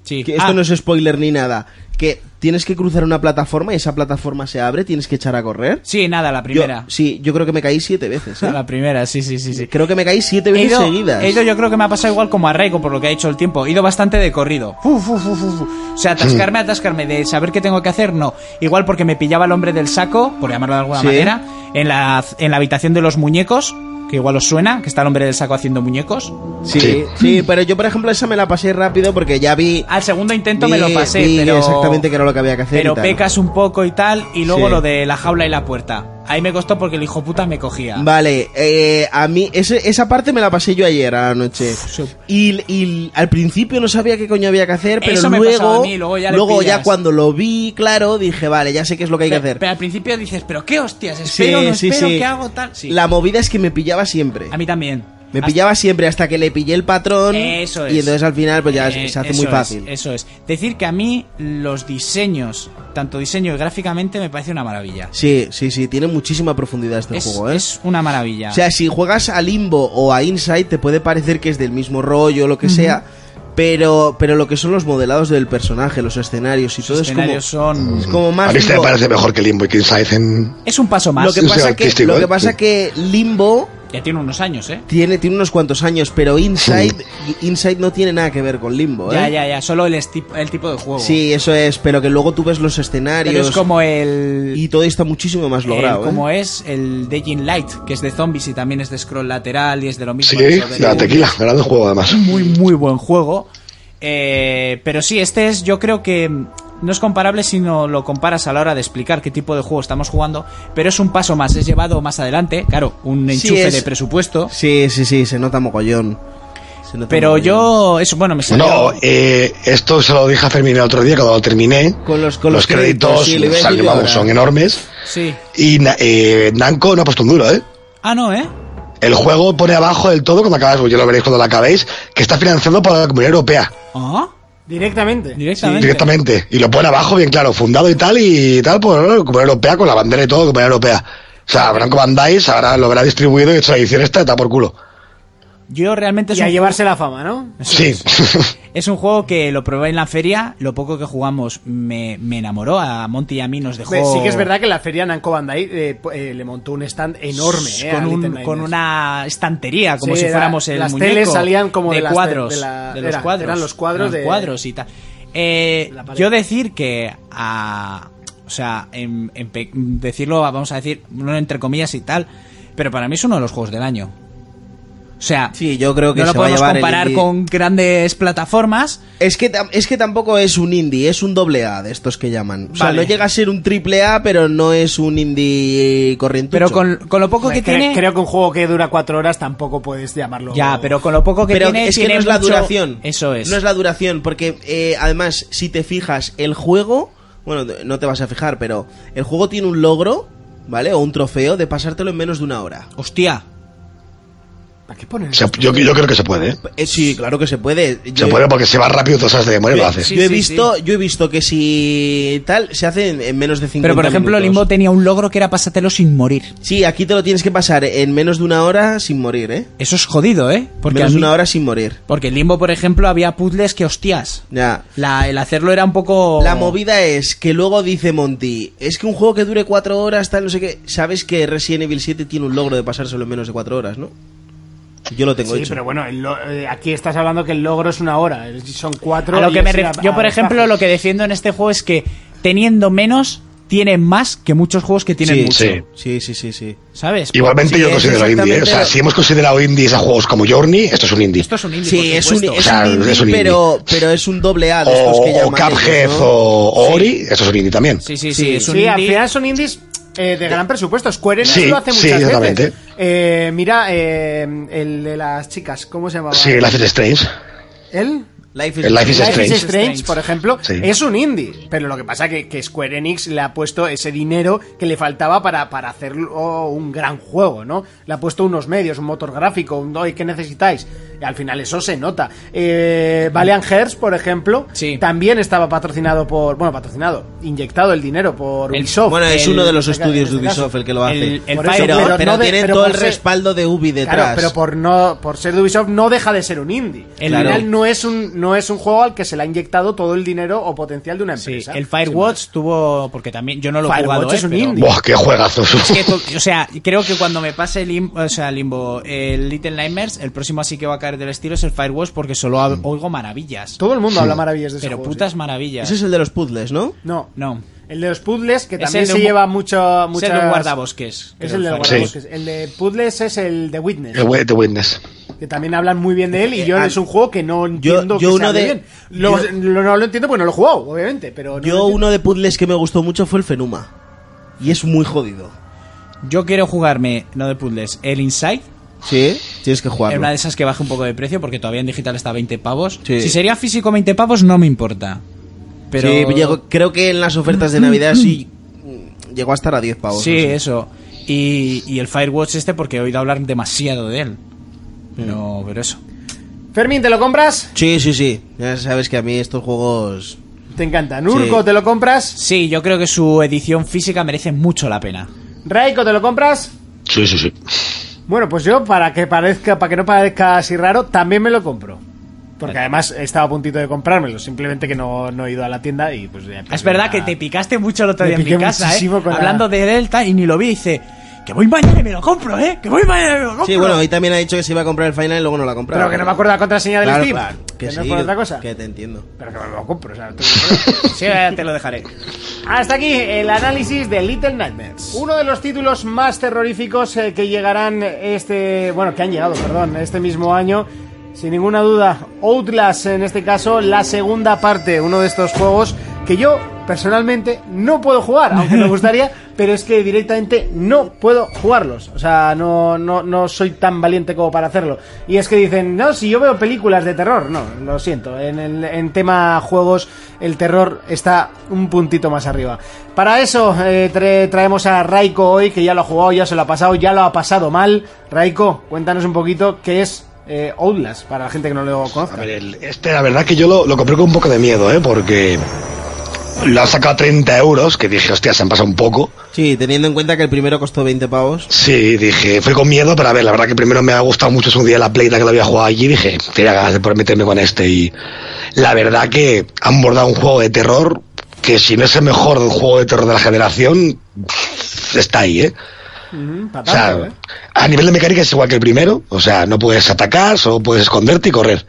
S4: Sí.
S3: Que esto
S4: Ah.
S3: no es spoiler ni nada. Que tienes que cruzar una plataforma y esa plataforma se abre, tienes que echar a correr.
S4: Sí, nada, la primera.
S3: Yo- sí, yo creo que me caí siete veces. ¿eh?
S4: La primera, sí, sí, sí, sí.
S3: Creo que me caí siete
S4: He
S3: veces
S4: ido,
S3: seguidas.
S4: he ido, yo creo que me ha pasado igual como a Raico por lo que ha dicho el tiempo. He ido bastante de corrido. Fu, fu, fu, fu, fu. O sea, atascarme, atascarme, de saber qué tengo que hacer, no. Igual porque me pillaba el hombre del saco, por llamarlo de alguna
S3: Sí.
S4: manera, en la, en la habitación de los muñecos. que igual os suena, que está el hombre del saco haciendo muñecos.
S3: Sí, sí, pero yo, por ejemplo, esa me la pasé rápido porque ya vi.
S4: Al segundo intento me lo pasé,
S3: vi
S4: pero-
S3: Exactamente que era lo que había que hacer. y
S4: Pero
S3: tal.
S4: pecas un poco y tal, y luego
S3: Sí.
S4: lo de la jaula y la puerta. Ahí me costó porque el hijo puta me cogía.
S3: Vale, eh, a mí ese- esa parte me la pasé yo ayer a la noche. Y, y al principio no sabía qué coño había que hacer, pero
S4: Eso me pasaba
S3: luego,
S4: a mí, luego ya le pillas.
S3: cuando lo vi claro, dije, vale, ya sé qué es lo que hay que
S4: Pero,
S3: hacer.
S4: pero al principio dices, pero qué hostias, espero, no
S3: sí,
S4: espero,
S3: sí.
S4: ¿qué hago tal? Sí.
S3: La movida es que me pillaba siempre.
S4: A mí también.
S3: Me
S4: Hasta-
S3: pillaba siempre hasta que le pillé el patrón.
S4: Eso es.
S3: Y entonces al final, pues ya
S4: Eh,
S3: se hace
S4: eso
S3: muy
S4: es,
S3: fácil.
S4: eso es. Decir que a mí los diseños, tanto diseño y gráficamente, me parece una maravilla.
S3: Sí, sí, sí, tiene muchísima profundidad este
S4: Es,
S3: juego, ¿eh?
S4: es una maravilla.
S3: O sea, si juegas a Limbo o a Inside, te puede parecer que es del mismo rollo, lo que
S4: Ujú.
S3: sea. Pero, pero lo que son los modelados del personaje, los escenarios y todo
S4: escenarios
S3: es como. Es como
S5: A
S3: más.
S5: mí este me
S3: Limbo.
S5: parece mejor que Limbo y que Inside en...
S4: Es un paso
S3: Lo que
S5: Sí,
S3: pasa,
S5: sí,
S3: que,
S5: artístico,
S3: lo
S5: ¿eh?
S3: que, pasa
S5: Sí.
S3: que Limbo
S4: Ya tiene unos años, ¿eh?
S3: tiene, tiene unos cuantos años, pero Inside, Inside no tiene nada que ver con Limbo, ¿eh?
S4: Ya, ya, ya. Solo el, esti- el tipo de juego.
S3: Sí, eso es, pero que luego tú ves los escenarios.
S4: Pero es como el.
S3: Y todo está muchísimo más logrado.
S4: el-
S3: ¿eh?
S4: como es el Dying Light, que es de zombies y también es de scroll lateral y es de lo mismo.
S5: Sí,
S4: eso de-
S5: la tequila, grande juego además.
S4: Muy, muy buen juego. Eh, pero sí, este es, yo creo que mm, no es comparable si no lo comparas a la hora de explicar qué tipo de juego estamos jugando, pero es un paso más, es llevado más adelante, claro, un
S3: Sí,
S4: enchufe
S3: es-
S4: de presupuesto.
S3: Sí, sí, sí, se nota mogollón. Se nota
S4: Pero
S3: mogollón.
S4: yo, eso, bueno, me salió.
S5: No, eh, esto se lo dije a Fermín el otro día cuando lo terminé.
S3: Con los, con
S5: los, créditos,
S3: sí, le iba a
S5: salen,
S3: decir yo
S5: vamos,
S3: ahora.
S5: son enormes.
S4: Sí.
S5: Y na- eh, Namco no ha puesto un duro, ¿eh?
S4: Ah, no, ¿eh?
S5: El juego pone abajo del todo, cuando acabas, ya lo veréis cuando lo acabéis, que está financiado por la Comunidad Europea
S4: Ah,
S2: Directamente.
S4: directamente.
S5: directamente. Y lo pone abajo, bien claro, fundado y tal, y tal, por la Comunidad Europea, con la bandera y todo, Comunidad Europea. O sea, Branco Bandáis ahora lo habrá distribuido y hecho la edición esta, está por culo.
S4: Yo realmente es
S2: Y a
S4: un-
S2: llevarse la fama, ¿no?
S5: Sí.
S4: Es un juego que lo probé en la feria, lo poco que jugamos me, me enamoró, a Monty y a mí nos dejó...
S2: Hombre, Sí que es verdad que la feria Namco Bandai eh, po- eh, le montó un stand enorme eh,
S4: con,
S2: a
S4: un-
S2: Little Nightmares.
S4: con una estantería, como
S2: Sí,
S4: si
S2: era-
S4: fuéramos el
S2: las
S4: muñeco.
S2: teles salían como
S4: de,
S2: de las te-
S4: cuadros,
S2: de la-
S4: los
S2: era-
S4: cuadros.
S2: eran los cuadros
S4: eran
S2: de-
S4: cuadros y tal. Eh,
S2: La pared.
S4: yo decir que a... O sea, en- en pe- decirlo, vamos a decir, no entre comillas y tal, pero para mí es uno de los juegos del año. O sea,
S3: Sí, yo creo que
S4: no lo
S3: se va a
S4: podemos
S3: llevar el
S4: comparar
S3: indie.
S4: con grandes plataformas,
S3: Es que, tam- es que tampoco es un indie, es un doble A de estos que llaman. O sea,
S4: Vale.
S3: no llega a ser un triple A, pero no es un indie corriente.
S4: pero con, con lo poco
S2: Hombre,
S4: que
S2: cre-
S4: tiene...
S2: Creo que un juego que dura cuatro horas tampoco puedes llamarlo.
S4: Ya, pero con lo poco que
S3: Pero
S4: tiene,
S3: es que
S4: tiene
S3: no es la
S4: mucho-
S3: duración.
S4: Eso es.
S3: No es la duración, porque eh, además, si te fijas, el juego. Bueno, te- no te vas a fijar, pero el juego tiene un logro, ¿vale? O un trofeo de pasártelo en menos de una hora.
S4: Hostia.
S2: ¿Para qué pones?
S5: Se- yo, yo creo que se puede, ¿eh?
S3: Eh, sí, claro que se puede. Yo-
S5: Se puede porque se va rápido, tú sabes de memoria y lo haces.
S3: yo he visto, yo he visto que si tal se hace en, en menos de 50
S4: Pero por ejemplo,
S3: minutos.
S4: Limbo tenía un logro que era pásatelo sin morir.
S3: Sí, aquí te lo tienes que pasar en menos de una hora sin morir, ¿eh?
S4: Eso es jodido, ¿eh? Porque
S3: menos
S4: a
S3: de
S4: mí-
S3: una hora sin morir.
S4: Porque en Limbo, por ejemplo, había puzzles que hostias.
S3: Ya.
S4: La, el hacerlo era un
S2: Oh.
S4: poco.
S3: La movida es que luego dice Monty, es que un juego que dure cuatro horas, tal, no sé qué. Sabes que Resident Evil 7 tiene un logro de pasárselo en menos de cuatro horas, ¿no? Yo lo tengo
S2: Sí,
S3: hecho.
S2: pero bueno, el lo- eh, aquí estás hablando que el logro es una hora, es- son cuatro.
S4: A lo
S2: y
S4: que me
S2: es
S4: ref-
S2: ir a-
S4: Yo,
S2: a
S4: por ejemplo,
S2: ventajas.
S4: lo que defiendo en este juego es que teniendo menos, tiene más que muchos juegos que tienen
S3: sí,
S4: mucho.
S5: sí.
S3: sí, sí, sí, sí.
S4: ¿Sabes?
S5: Igualmente
S3: Sí,
S5: yo
S3: es
S5: considero indie, ¿eh? O sea,
S3: exactamente
S5: si hemos considerado indies a juegos como Journey, esto es un indie.
S4: Esto es un indie.
S3: Sí, es un, es
S5: O sea,
S3: un indie,
S5: es un indie.
S3: Pero, pero es un doble A de estos que
S5: O, o
S3: llaman.
S5: Cuphead
S3: ellos, ¿no?
S5: o o Ori, esto es un indie también.
S4: Sí, sí, sí.
S3: Sí.
S4: es un
S2: Sí, al
S4: indie.
S2: final son indies eh, de gran presupuesto. Square Enix
S5: Sí,
S2: lo hace
S5: sí,
S2: muchas
S5: exactamente.
S2: veces. Eh, mira, eh, el de las chicas, ¿cómo se llamaba?
S5: Sí, Life is Strange.
S2: ¿Él?
S3: Life is
S5: El Life is
S2: Life
S5: Strange.
S2: is Strange, por ejemplo,
S5: Sí.
S2: es un indie. Pero lo que pasa que, que Square Enix le ha puesto ese dinero que le faltaba para, para hacerlo un gran juego, ¿no? Le ha puesto unos medios, un motor gráfico, un doy, ¿qué necesitáis? Y al final eso se nota. Eh, Valiant Hearts, por ejemplo,
S4: Sí.
S2: también estaba patrocinado por. Bueno, patrocinado, inyectado el dinero por
S4: El-
S2: Ubisoft.
S3: Bueno, es
S4: El-
S3: uno de los
S2: en este
S3: estudios
S2: caso-
S3: de
S2: en este
S3: Ubisoft el que lo hace.
S4: el- el
S3: pero,
S4: Fire-
S3: pero,
S2: pero no de-
S3: tiene
S2: pero
S3: todo
S2: por
S3: el
S2: ser-
S3: respaldo de Ubi detrás.
S2: Claro, pero por no por ser de Ubisoft no deja de ser un indie.
S4: El-
S2: Al
S4: Claro.
S2: final no es un no es un juego al que se le ha inyectado todo el dinero o potencial de una
S4: Sí,
S2: empresa.
S4: el Firewatch tuvo. Porque también. Yo no lo he
S2: Firewatch
S4: jugado.
S2: es
S4: eh,
S2: un
S4: pero-
S2: indie.
S5: Buah, qué juegazo.
S4: Es que to- o sea, creo que cuando me pase el Lim- o sea, Limbo, el Little Nightmares, el próximo así que va a caer del estilo es el Firewatch porque solo hab- oigo maravillas.
S2: Todo el mundo habla maravillas de Mm. ese
S4: Pero
S2: juego,
S4: putas
S2: sí.
S4: maravillas.
S3: Ese es el de los puzzles, ¿no?
S2: No,
S4: No.
S2: El de los puzzles, que
S4: Es
S2: también
S4: el de
S2: se
S4: un-
S2: lleva mucho.
S4: es
S2: muchas-
S4: el de un guardabosques,
S2: Es
S4: creo
S2: el de
S4: que fue.
S2: guardabosques. El de puzzles es el de Witness.
S5: The Wit- The Witness.
S2: Que también hablan muy bien de él. Y yo
S3: Eh,
S2: es un juego que no entiendo
S3: yo
S2: que se
S3: uno
S2: hable
S3: de-
S2: bien. Lo-
S3: yo-
S2: lo- no lo entiendo porque no lo he jugado, obviamente. Pero no lo
S3: Yo
S2: entiendo.
S3: uno de puzzles que me gustó mucho fue el Fenuma. Y es muy jodido.
S4: Yo quiero jugarme, no de puzzles, el Inside.
S3: Sí, tienes que
S4: Es
S3: jugarlo.
S4: una de esas que baja un poco de precio porque todavía en digital está a 20 pavos.
S3: Sí.
S4: Si sería físico 20 pavos no me importa. Pero
S3: Sí, llegó- creo que en las ofertas de Navidad sí mm, llegó a estar a 10 pavos.
S4: Sí,
S3: no sé.
S4: eso. Y, y el Firewatch este porque he oído hablar demasiado de él. Pero, pero eso.
S2: Fermín, ¿te lo compras?
S3: Sí, sí, sí. Ya sabes que a mí estos juegos...
S2: Te encantan. Urco, ¿te lo compras?
S4: Sí, yo creo que su edición física merece mucho la pena.
S2: Raiko, ¿te lo compras?
S5: Sí, sí, sí.
S2: Bueno, pues yo, para que parezca, para que no parezca así raro, también me lo compro. Porque además he estado a puntito de comprármelo, simplemente que no, no he ido a la tienda y pues ya he perdido
S4: Es verdad
S2: la-
S4: que te picaste mucho el otro
S2: Me
S4: día en mi
S2: piqué
S4: casa, ¿eh?
S2: muchísimo con la-
S4: Hablando de Delta y ni lo vi, dice... Que voy mañana y me lo compro, ¿eh? Que voy mañana y me lo compro.
S3: Sí, bueno, ahí también ha dicho que se iba a comprar el Final y luego no la ha comprado.
S2: Pero que no me acuerdo la contraseña del
S3: Claro,
S2: Steam.
S3: claro,
S2: que
S3: que
S2: no es
S3: sí,
S2: por otra cosa.
S3: Que te entiendo.
S2: Pero que me lo compro, o sea, no tengo
S4: Sí, eh, te lo dejaré.
S2: Hasta aquí el análisis de Little Nightmares. Uno de los títulos más terroríficos eh, que llegarán este, bueno, que han llegado, perdón, este mismo año. Sin ninguna duda, Outlast en este caso, la segunda parte, uno de estos juegos que yo personalmente no puedo jugar, aunque me gustaría, pero es que directamente no puedo jugarlos. O sea, no, no, no soy tan valiente como para hacerlo. Y es que dicen, no, si yo veo películas de terror, no, lo siento. En, el, en tema juegos, el terror está un puntito más arriba. Para eso eh, tra- traemos a Raiko hoy, que ya lo ha jugado, ya se lo ha pasado, ya lo ha pasado mal. Raiko, cuéntanos un poquito qué es eh, Outlast, para la gente que no lo conozca.
S5: Este, la verdad que yo lo, lo compré con un poco de miedo, ¿eh? Porque lo han sacado a 30 euros, que dije, hostia, se han pasado un poco.
S3: Sí, teniendo en cuenta que el primero costó 20 pavos.
S5: Sí, dije, fui con miedo, pero a ver, la verdad que primero me ha gustado mucho es un día la Playta que la había jugado allí, dije, tenía ganas de poder meterme con este y la verdad que han bordado un juego de terror que si no es el mejor juego de terror de la generación, está ahí, ¿eh?
S2: Mm,
S5: O sea, a nivel de mecánica es igual que el primero, o sea, no puedes atacar, solo puedes esconderte y correr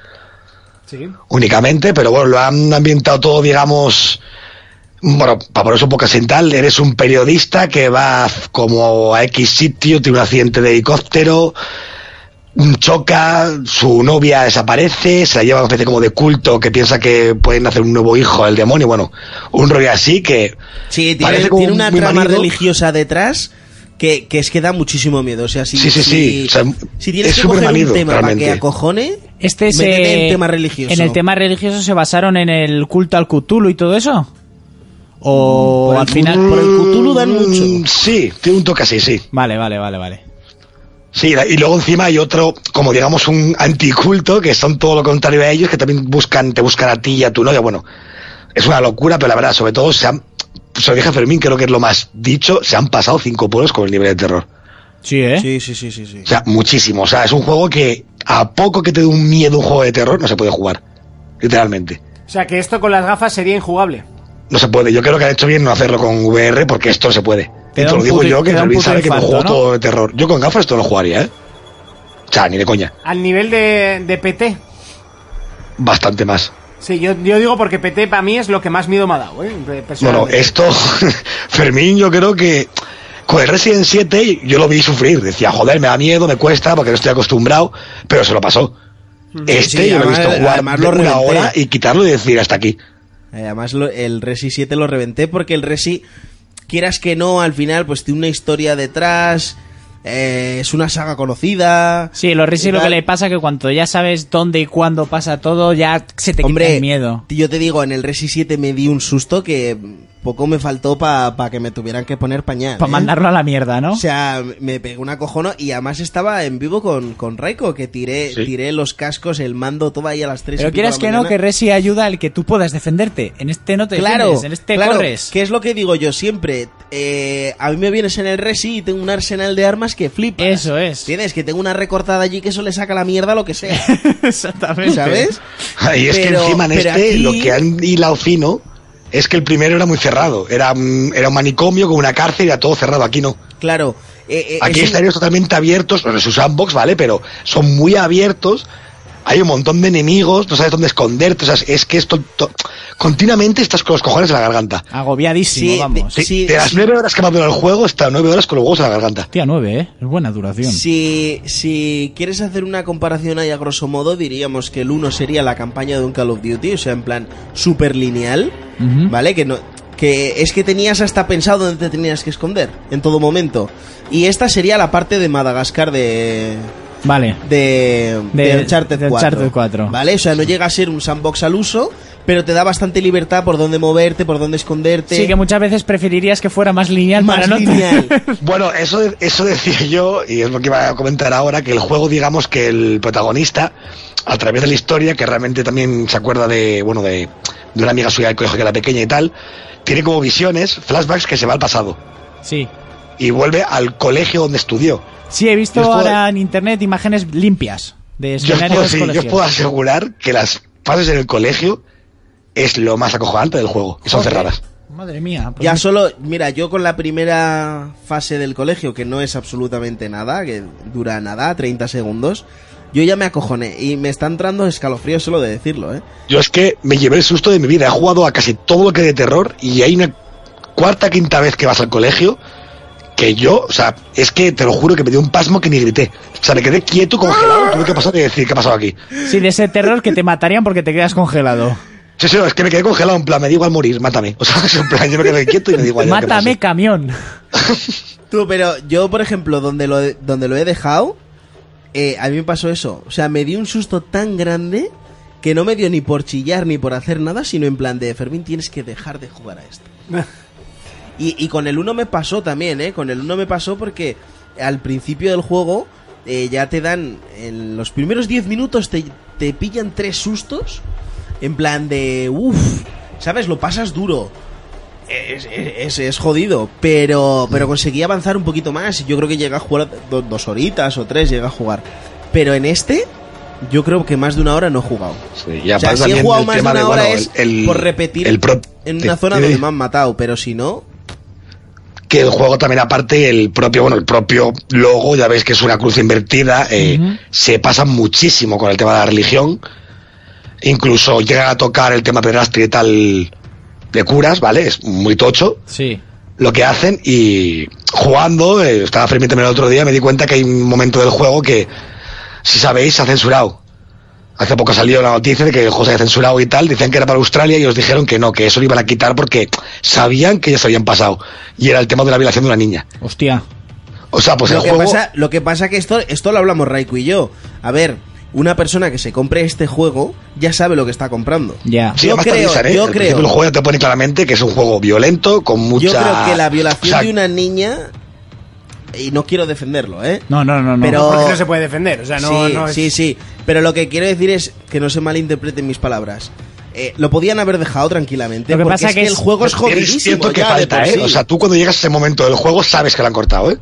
S2: Sí.
S5: únicamente, pero bueno, lo han ambientado todo, digamos, bueno, para ponerse un poco accidental, eres un periodista que va como a X sitio, tiene un accidente de helicóptero, mm, choca, su novia desaparece, se la lleva una especie como de culto que piensa que pueden hacer un nuevo hijo el demonio, bueno, un rollo así que...
S3: Sí, tiene,
S5: parece como
S3: tiene
S5: un-
S3: una
S5: muy
S3: trama
S5: manido.
S3: religiosa detrás que, que es que da muchísimo miedo. O sea, si,
S5: Sí, sí,
S3: si,
S5: sí, o sea,
S3: si tienes
S5: es
S3: que coger
S5: supermanido,
S3: un tema para
S5: realmente.
S3: que acojone,
S4: Este es
S3: métete
S4: eh,
S3: en tema religioso.
S4: En el tema religioso se basaron en el culto al Cthulhu y todo eso. O al final. Mm.
S5: Por el Cthulhu dan mucho. Mm, Sí, tiene un toque así, sí.
S4: Vale, vale, vale, vale.
S5: Sí, la- y luego encima hay otro, como digamos, un anticulto, que son todo lo contrario a ellos, que también buscan, te buscan a ti y a tu novia. Bueno, es una locura, pero la verdad, sobre todo, se han, se lo dije a Fermín, creo que es lo más dicho, se han pasado cinco pueblos con el nivel de terror.
S4: Sí, ¿eh?
S3: Sí, sí, sí, sí. sí.
S5: O sea, muchísimo. O sea, es un juego que a poco que te dé un miedo un juego de terror, no se puede jugar. Literalmente.
S2: O sea, que esto con las gafas sería injugable.
S5: No se puede. Yo creo que han hecho bien no hacerlo con VR porque esto no se puede.
S4: Te
S5: Y
S4: da
S5: te
S4: un
S5: lo digo
S4: puto-
S5: yo, que
S4: te da un
S5: Fermín
S4: puto
S5: sabe que me
S4: infarto,
S5: juego
S4: ¿no?
S5: todo de terror. Yo con gafas esto no lo jugaría, ¿eh? O sea, ni de coña.
S2: Al nivel de, de PT.
S5: Bastante más.
S2: Sí, yo, yo digo porque PT para mí es lo que más miedo me ha dado, ¿eh? Pe-
S5: Bueno,
S2: personalmente.
S5: esto, Fermín, yo creo que con el Resident 7 yo lo vi sufrir. Decía, joder, me da miedo, me cuesta porque no estoy acostumbrado, pero se lo pasó. Este
S3: Sí,
S5: yo lo he
S3: además-
S5: visto jugar
S3: además lo
S5: una
S3: reventé.
S5: hora y quitarlo y decir hasta aquí.
S3: Eh, Además, lo- el Resi 7 lo reventé porque el Resi, quieras que no, al final, pues tiene una historia detrás. eh, es una saga conocida.
S4: Sí, los Resi
S3: y
S4: lo que
S3: tal.
S4: le pasa que cuanto ya sabes dónde y cuándo pasa todo, ya se te quita
S3: Hombre,
S4: el miedo.
S3: yo te digo, en el Resi 7 me di un susto que poco me faltó para que me tuvieran que poner pañal.
S4: Para
S3: ¿eh?
S4: mandarlo a la mierda, ¿no?
S3: O sea, me pegó una cojono y además estaba en vivo con, con Raiko, que tiré, tiré los cascos, el mando, todo ahí a las 3
S4: Pero quieras que no, que Resi ayuda al que tú puedas defenderte. En este no te
S3: Claro,
S4: defiendes, en este
S3: claro,
S4: corres.
S3: que es lo que digo yo siempre. eh, a mí me vienes en el resi y tengo un arsenal de armas que flipa.
S4: Eso es.
S3: Tienes que tengo una recortada allí que eso le saca la mierda a lo que sea.
S4: Exactamente.
S3: ¿Sabes?
S5: Y es
S3: Pero-
S5: que encima en
S3: pero
S5: este
S3: aquí-
S5: lo que han hilado fino es que el primero era muy cerrado. Era, mm, era un manicomio con una cárcel y era todo cerrado. Aquí no.
S3: Claro. eh, eh,
S5: Aquí
S3: es un-
S5: escenarios totalmente abiertos, bueno, en su sandbox, ¿vale? Pero son muy abiertos hay un montón de enemigos, no sabes dónde esconderte, o sea, es que esto to- continuamente estás con los cojones en la garganta.
S4: Agobiadísimo,
S5: Sí,
S4: vamos.
S5: de, de las nueve horas que me ha durado el juego, está nueve horas con los huevos en la garganta.
S4: Tía, nueve, ¿eh? Es buena duración.
S3: Si, si quieres hacer una comparación ahí a grosso modo, diríamos que el 1 sería la campaña de un Call of Duty, o sea, en plan super lineal,
S4: Ujú.
S3: ¿vale? Que no que es que tenías hasta pensado dónde te tenías que esconder en todo momento. Y esta sería la parte de Madagascar de
S4: Vale.
S3: de,
S4: De-
S3: de Uncharted
S4: de
S3: 4.
S4: Uncharted 4.
S3: ¿Vale? O sea, no llega a ser un sandbox al uso, pero te da bastante libertad por dónde moverte, por dónde esconderte.
S4: Sí, que muchas veces preferirías que fuera más lineal para no
S5: Bueno, eso, eso decía yo, y es lo que iba a comentar ahora, que el juego, digamos que el protagonista, a través de la historia, que realmente también se acuerda de, bueno, de, de una amiga suya del colegio que era pequeña y tal, tiene como visiones, flashbacks que se va al pasado.
S4: Sí.
S5: Y vuelve al colegio donde estudió.
S4: Sí, he visto
S5: Yo os puedo-
S4: ahora en internet imágenes limpias de
S5: Yo os, puedo,
S4: escenarios
S5: sí, yo os
S4: colegiales.
S5: puedo asegurar que las fases en el colegio es lo más acojonante del juego, y son cerradas.
S4: Madre mía. pues
S3: Ya
S4: me-
S3: solo, mira, yo con la primera fase del colegio, que no es absolutamente nada, que dura nada, 30 segundos, yo ya me acojoné y me está entrando escalofrío solo de decirlo, ¿eh?
S5: Yo es que me llevé el susto de mi vida. He jugado a casi todo lo que de terror y hay una cuarta, quinta vez que vas al colegio que yo, o sea, es que te lo juro que me dio un pasmo que ni grité. O sea, me quedé quieto, congelado, tuve que pasar y decir, ¿qué ha pasado aquí?
S4: Sí, de ese terror que te matarían porque te quedas congelado.
S5: Sí, sí, no, es que me quedé congelado, en plan, me digo al morir, mátame. O sea, es en plan, yo me quedé quieto y me digo,
S4: Mátame, camión.
S3: Tú, pero yo, por ejemplo, donde lo, he- donde lo he dejado, eh, a mí me pasó eso. O sea, me dio un susto tan grande que no me dio ni por chillar ni por hacer nada, sino en plan de, Fermín, tienes que dejar de jugar a esto. Y, y con el 1 me pasó también, ¿eh? Con el 1 me pasó porque al principio del juego eh, ya te dan, en los primeros 10 minutos te, te pillan tres sustos, en plan de, uff, ¿sabes? Lo pasas duro. Es, es- es jodido, pero, pero conseguí avanzar un poquito más. Yo creo que llegué a jugar do- dos horitas o tres, llegué a jugar. Pero en este, yo creo que más de una hora no he jugado.
S5: ya,
S3: o sea,
S5: aparte
S3: si he
S5: también
S3: jugado
S5: el
S3: más de
S5: tema
S3: una
S5: de,
S3: hora
S5: bueno,
S3: es
S5: el- el-
S3: por repetir
S5: el pro-
S3: en
S5: sí,
S3: una zona
S5: sí,
S3: donde
S5: sí.
S3: me han matado, pero si no,
S5: que el juego también aparte el propio bueno el propio logo ya veis que es una cruz invertida eh, se pasa muchísimo con el tema de la religión incluso llega a tocar el tema pedastre y tal de curas vale es muy tocho
S4: Sí.
S5: lo que hacen y jugando eh, estaba Fermín también el otro día me di cuenta que hay un momento del juego que si sabéis se ha censurado hace poco salió la noticia de que el juego se había censurado y tal decían que era para Australia y os dijeron que no que eso lo iban a quitar porque sabían que ya se habían pasado y era el tema de la violación de una niña
S4: Hostia.
S5: o sea pues
S3: lo,
S5: el
S3: que
S5: juego
S3: pasa, lo que pasa que esto, esto lo hablamos Raiku y yo. A ver, una persona que se compre este juego ya sabe lo que está comprando.
S4: Ya.
S5: Sí,
S3: Yo
S5: además te
S3: creo,
S5: avisan, ¿eh?
S3: yo
S5: Al principio
S3: creo.
S5: el juego ya te pone claramente que es un juego violento con mucha
S3: Yo creo que la violación
S5: o sea,
S3: de una niña. Y no quiero defenderlo, ¿eh?
S4: No, no, no, no.
S3: Pero-
S2: Porque no se puede defender. O sea, no,
S3: sí,
S2: no es-
S3: sí, sí. Pero lo que quiero decir es que no se malinterpreten mis palabras. Eh, lo podían haber dejado tranquilamente.
S5: Lo que
S3: porque
S5: pasa
S3: es
S5: que
S3: que,
S5: es-
S3: el juego es
S5: pero es
S3: jodidísimo.
S5: cierto que
S3: ya, de
S5: falta,
S3: por
S5: ¿eh?
S3: sí.
S5: O sea, tú cuando llegas a ese momento del juego sabes que lo han cortado, ¿eh?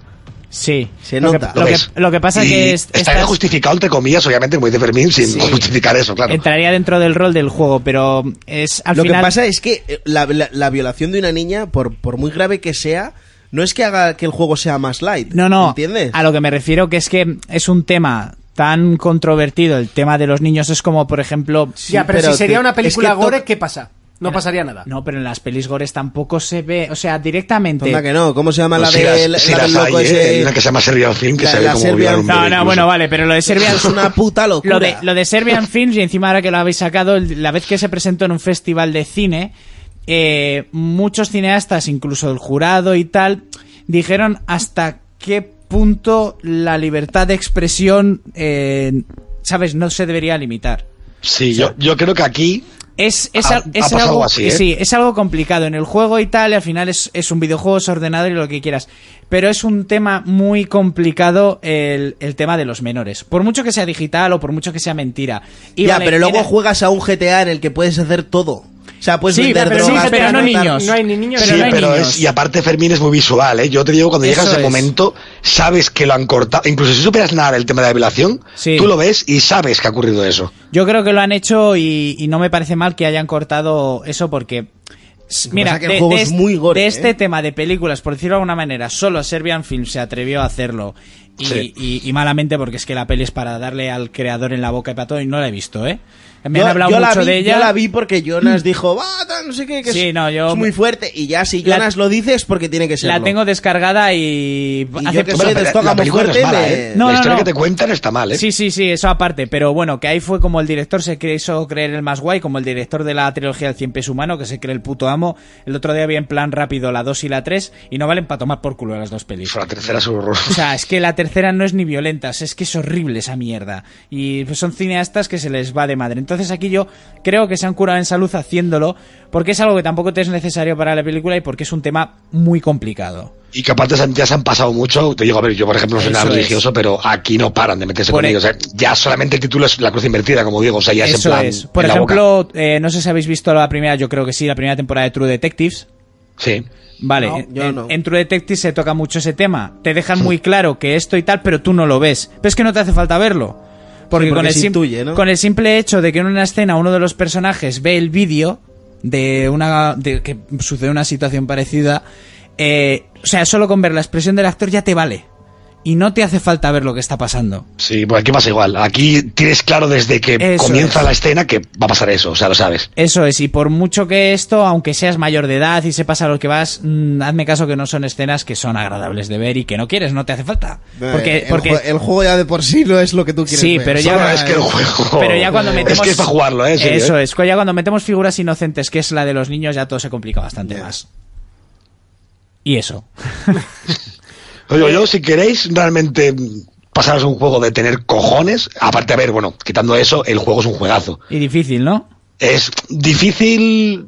S4: Sí.
S3: Se
S4: Lo que-
S3: nota.
S4: Lo que, lo que pasa
S5: Y
S4: es que es-
S5: está
S4: estás-
S5: justificado, entre comillas, obviamente, muy de Fermín, sin justificar eso, claro.
S4: entraría dentro del rol del juego, pero es al
S3: lo
S4: final...
S3: que pasa es que eh, la, la- la violación de una niña, por, por muy grave que sea, no es que haga que el juego sea más light.
S4: No, no.
S3: ¿Entiendes?
S4: A lo que me refiero que es que es un tema tan controvertido el tema de los niños es como por ejemplo
S2: Ya, pero, si sería una película
S4: gore
S2: gore, ¿qué pasa? No pasaría nada.
S4: No, pero en las pelis gores tampoco se ve, o sea, directamente.
S3: Tonda que no. ¿Cómo se llama
S5: Pues
S3: la
S5: si
S3: de
S5: las-
S3: la,
S5: si
S3: la
S5: las
S3: del loco
S5: hay, ¿eh?
S3: ese?
S5: Hay una que se llama Serbian Film, que
S3: La-
S5: se ve
S3: la
S5: como
S3: Serbian
S5: violan un
S3: Film.
S4: No,
S5: bebé
S4: no,
S5: incluso.
S4: bueno, vale, pero lo de Serbian
S3: Es una puta locura.
S4: Lo de, lo de Serbian Films, y encima ahora que lo habéis sacado, el- la vez que se presentó en un festival de cine, eh, muchos cineastas, incluso el jurado y tal, dijeron hasta qué punto la libertad de expresión, eh, ¿sabes?, no se debería limitar.
S5: Sí, yo, yo creo que aquí
S4: Es, es,
S5: Ha-
S4: al- es
S5: ha pasado
S4: algo,
S5: así, ¿eh?
S4: sí, es algo complicado en el juego y tal, y al final es, es un videojuego, es ordenado y lo que quieras. Pero es un tema muy complicado el, el tema de los menores. Por mucho que sea digital o por mucho que sea mentira. Y
S3: ya,
S4: vale,
S3: pero luego
S4: era-
S3: juegas a un GTA en el que puedes hacer todo. O sea, puedes
S4: Sí,
S3: vender
S4: pero sí,
S3: drogas,
S4: pero
S3: puedes
S4: no
S3: matar-
S4: niños. No hay ni niños,
S5: sí, pero es, y aparte Fermín es muy visual, ¿eh? Yo te digo, cuando llegas
S4: Eso
S5: a ese
S4: es.
S5: momento, sabes que lo han cortado. Incluso si superas nada del tema de la violación, tú lo ves y sabes que ha ocurrido eso.
S4: Yo creo que lo han hecho y, y no me parece mal que hayan cortado eso porque... s-
S3: Lo que
S4: Mira,
S3: pasa es que el juego es
S4: est-
S3: muy gore,
S4: de
S3: ¿eh?
S4: este tema de películas, por decirlo de alguna manera, solo Serbian Film se atrevió a hacerlo Y, y- y malamente, porque es que la peli es para darle al creador en la boca y para todo, y no la he visto, ¿eh? Me
S3: Yo-
S4: han hablado
S3: yo la
S4: mucho
S3: vi-
S4: de ella. Mm.
S3: Yo la vi porque Jonas dijo, "Va, tal, no sé qué, que
S4: Sí,
S3: es,
S4: no, yo-
S3: es muy fuerte. Y ya si
S4: La-
S3: Jonas lo dice es porque tiene que ser.
S4: La tengo descargada y.
S3: yo que soy de Stock and Fuerte, me-
S5: ¿eh? La historia que te cuentan está mal, ¿eh?
S4: Sí, sí, sí, eso aparte. Pero bueno, que ahí fue como el director se quiso creer el más guay, como el director de la trilogía del Cien Pies Humano, que se cree el puto amo. El otro día había en plan rápido la 2 y la 3, y no valen para tomar por culo las dos pelis.
S5: La tercera es un horror.
S4: O sea, es que la tercera no es ni violenta, o sea, es que es horrible esa mierda. Y pues, son cineastas que se les va de madre. Entonces aquí yo creo que se han curado en salud haciéndolo, porque es algo que tampoco te es necesario para la película y porque es un tema muy complicado.
S5: Y que aparte se han- ya se han pasado mucho. Te digo, a ver, yo por ejemplo no soy nada
S4: Eso es.
S5: religioso, pero aquí no paran de meterse
S4: Por
S5: con
S4: e-
S5: ellos. O sea, ya solamente el título es la cruz invertida, como digo. O sea, ya es en
S4: Eso
S5: plan.
S4: es. Por
S5: en la boca.
S4: ejemplo, eh, no sé si habéis visto la primera, yo creo que sí, la primera temporada de True Detectives.
S5: Sí.
S4: Vale,
S5: No,
S4: en-
S5: yo
S4: en,
S5: no.
S4: en True Detectives se toca mucho ese tema. Te dejan muy claro que esto y tal, pero tú no lo ves. Pero es que no te hace falta verlo. Porque,
S3: Sí, porque
S4: con, el
S3: se
S4: sim-
S3: intuye, ¿no?
S4: con el simple hecho de que en una escena uno de los personajes ve el vídeo de una de que sucede una situación parecida, eh, o sea, solo con ver la expresión del actor ya te vale. Y no te hace falta ver lo que está pasando.
S5: Sí, pues aquí pasa igual. Aquí tienes claro desde que
S4: Eso
S5: comienza
S4: es.
S5: la escena que va a pasar eso. O sea, lo sabes.
S4: Eso es, y por mucho que esto, aunque seas mayor de edad y sepas a lo que vas, mm, hazme caso que no son escenas que son agradables de ver y que no quieres, no te hace falta. Porque,
S3: Eh, el,
S4: porque
S3: jue- el juego ya de por sí no es lo que tú quieres
S4: sí,
S3: ver.
S4: pero ya,
S5: es que el juego-
S4: pero ya cuando
S5: es
S4: metemos
S5: que es para jugarlo, ¿eh? En serio,
S4: Eso
S5: ¿eh?
S4: es, ya cuando metemos figuras inocentes, que es la de los niños, ya todo se complica bastante más. Y eso.
S5: Oye, yo, si queréis realmente mm, pasaros un juego de tener cojones, aparte, a ver, bueno, quitando eso, el juego es un juegazo.
S4: Y difícil, ¿no?
S5: Es difícil.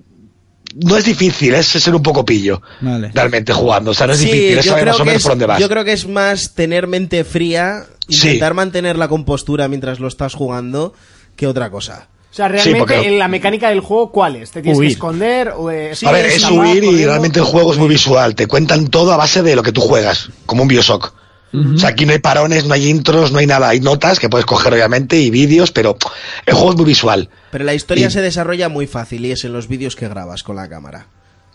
S5: No es difícil, es ser un poco pillo. Realmente jugando. O sea, no es
S3: Sí,
S5: difícil, es
S3: yo
S5: saber
S3: creo
S5: más o
S3: que
S5: menos
S3: es-
S5: por dónde vas.
S3: Yo creo que es más tener mente fría, intentar mantener la compostura mientras lo estás jugando, que otra cosa.
S2: O sea, realmente
S3: Sí, porque-
S2: en la mecánica del juego, ¿cuál es? ¿Te tienes
S3: Huir.
S2: que esconder? O, eh,
S5: a ver,
S2: sigues,
S5: es
S2: escapar,
S5: huir y
S2: corriendo?
S5: realmente el juego es muy visual. Te cuentan todo a base de lo que tú juegas, como un Bioshock. O sea, aquí no hay parones, no hay intros, no hay nada. Hay notas que puedes coger, obviamente, y vídeos, pero el juego es muy visual.
S3: Pero la historia
S5: Y-
S3: se desarrolla muy fácil y es en los vídeos que grabas con la cámara.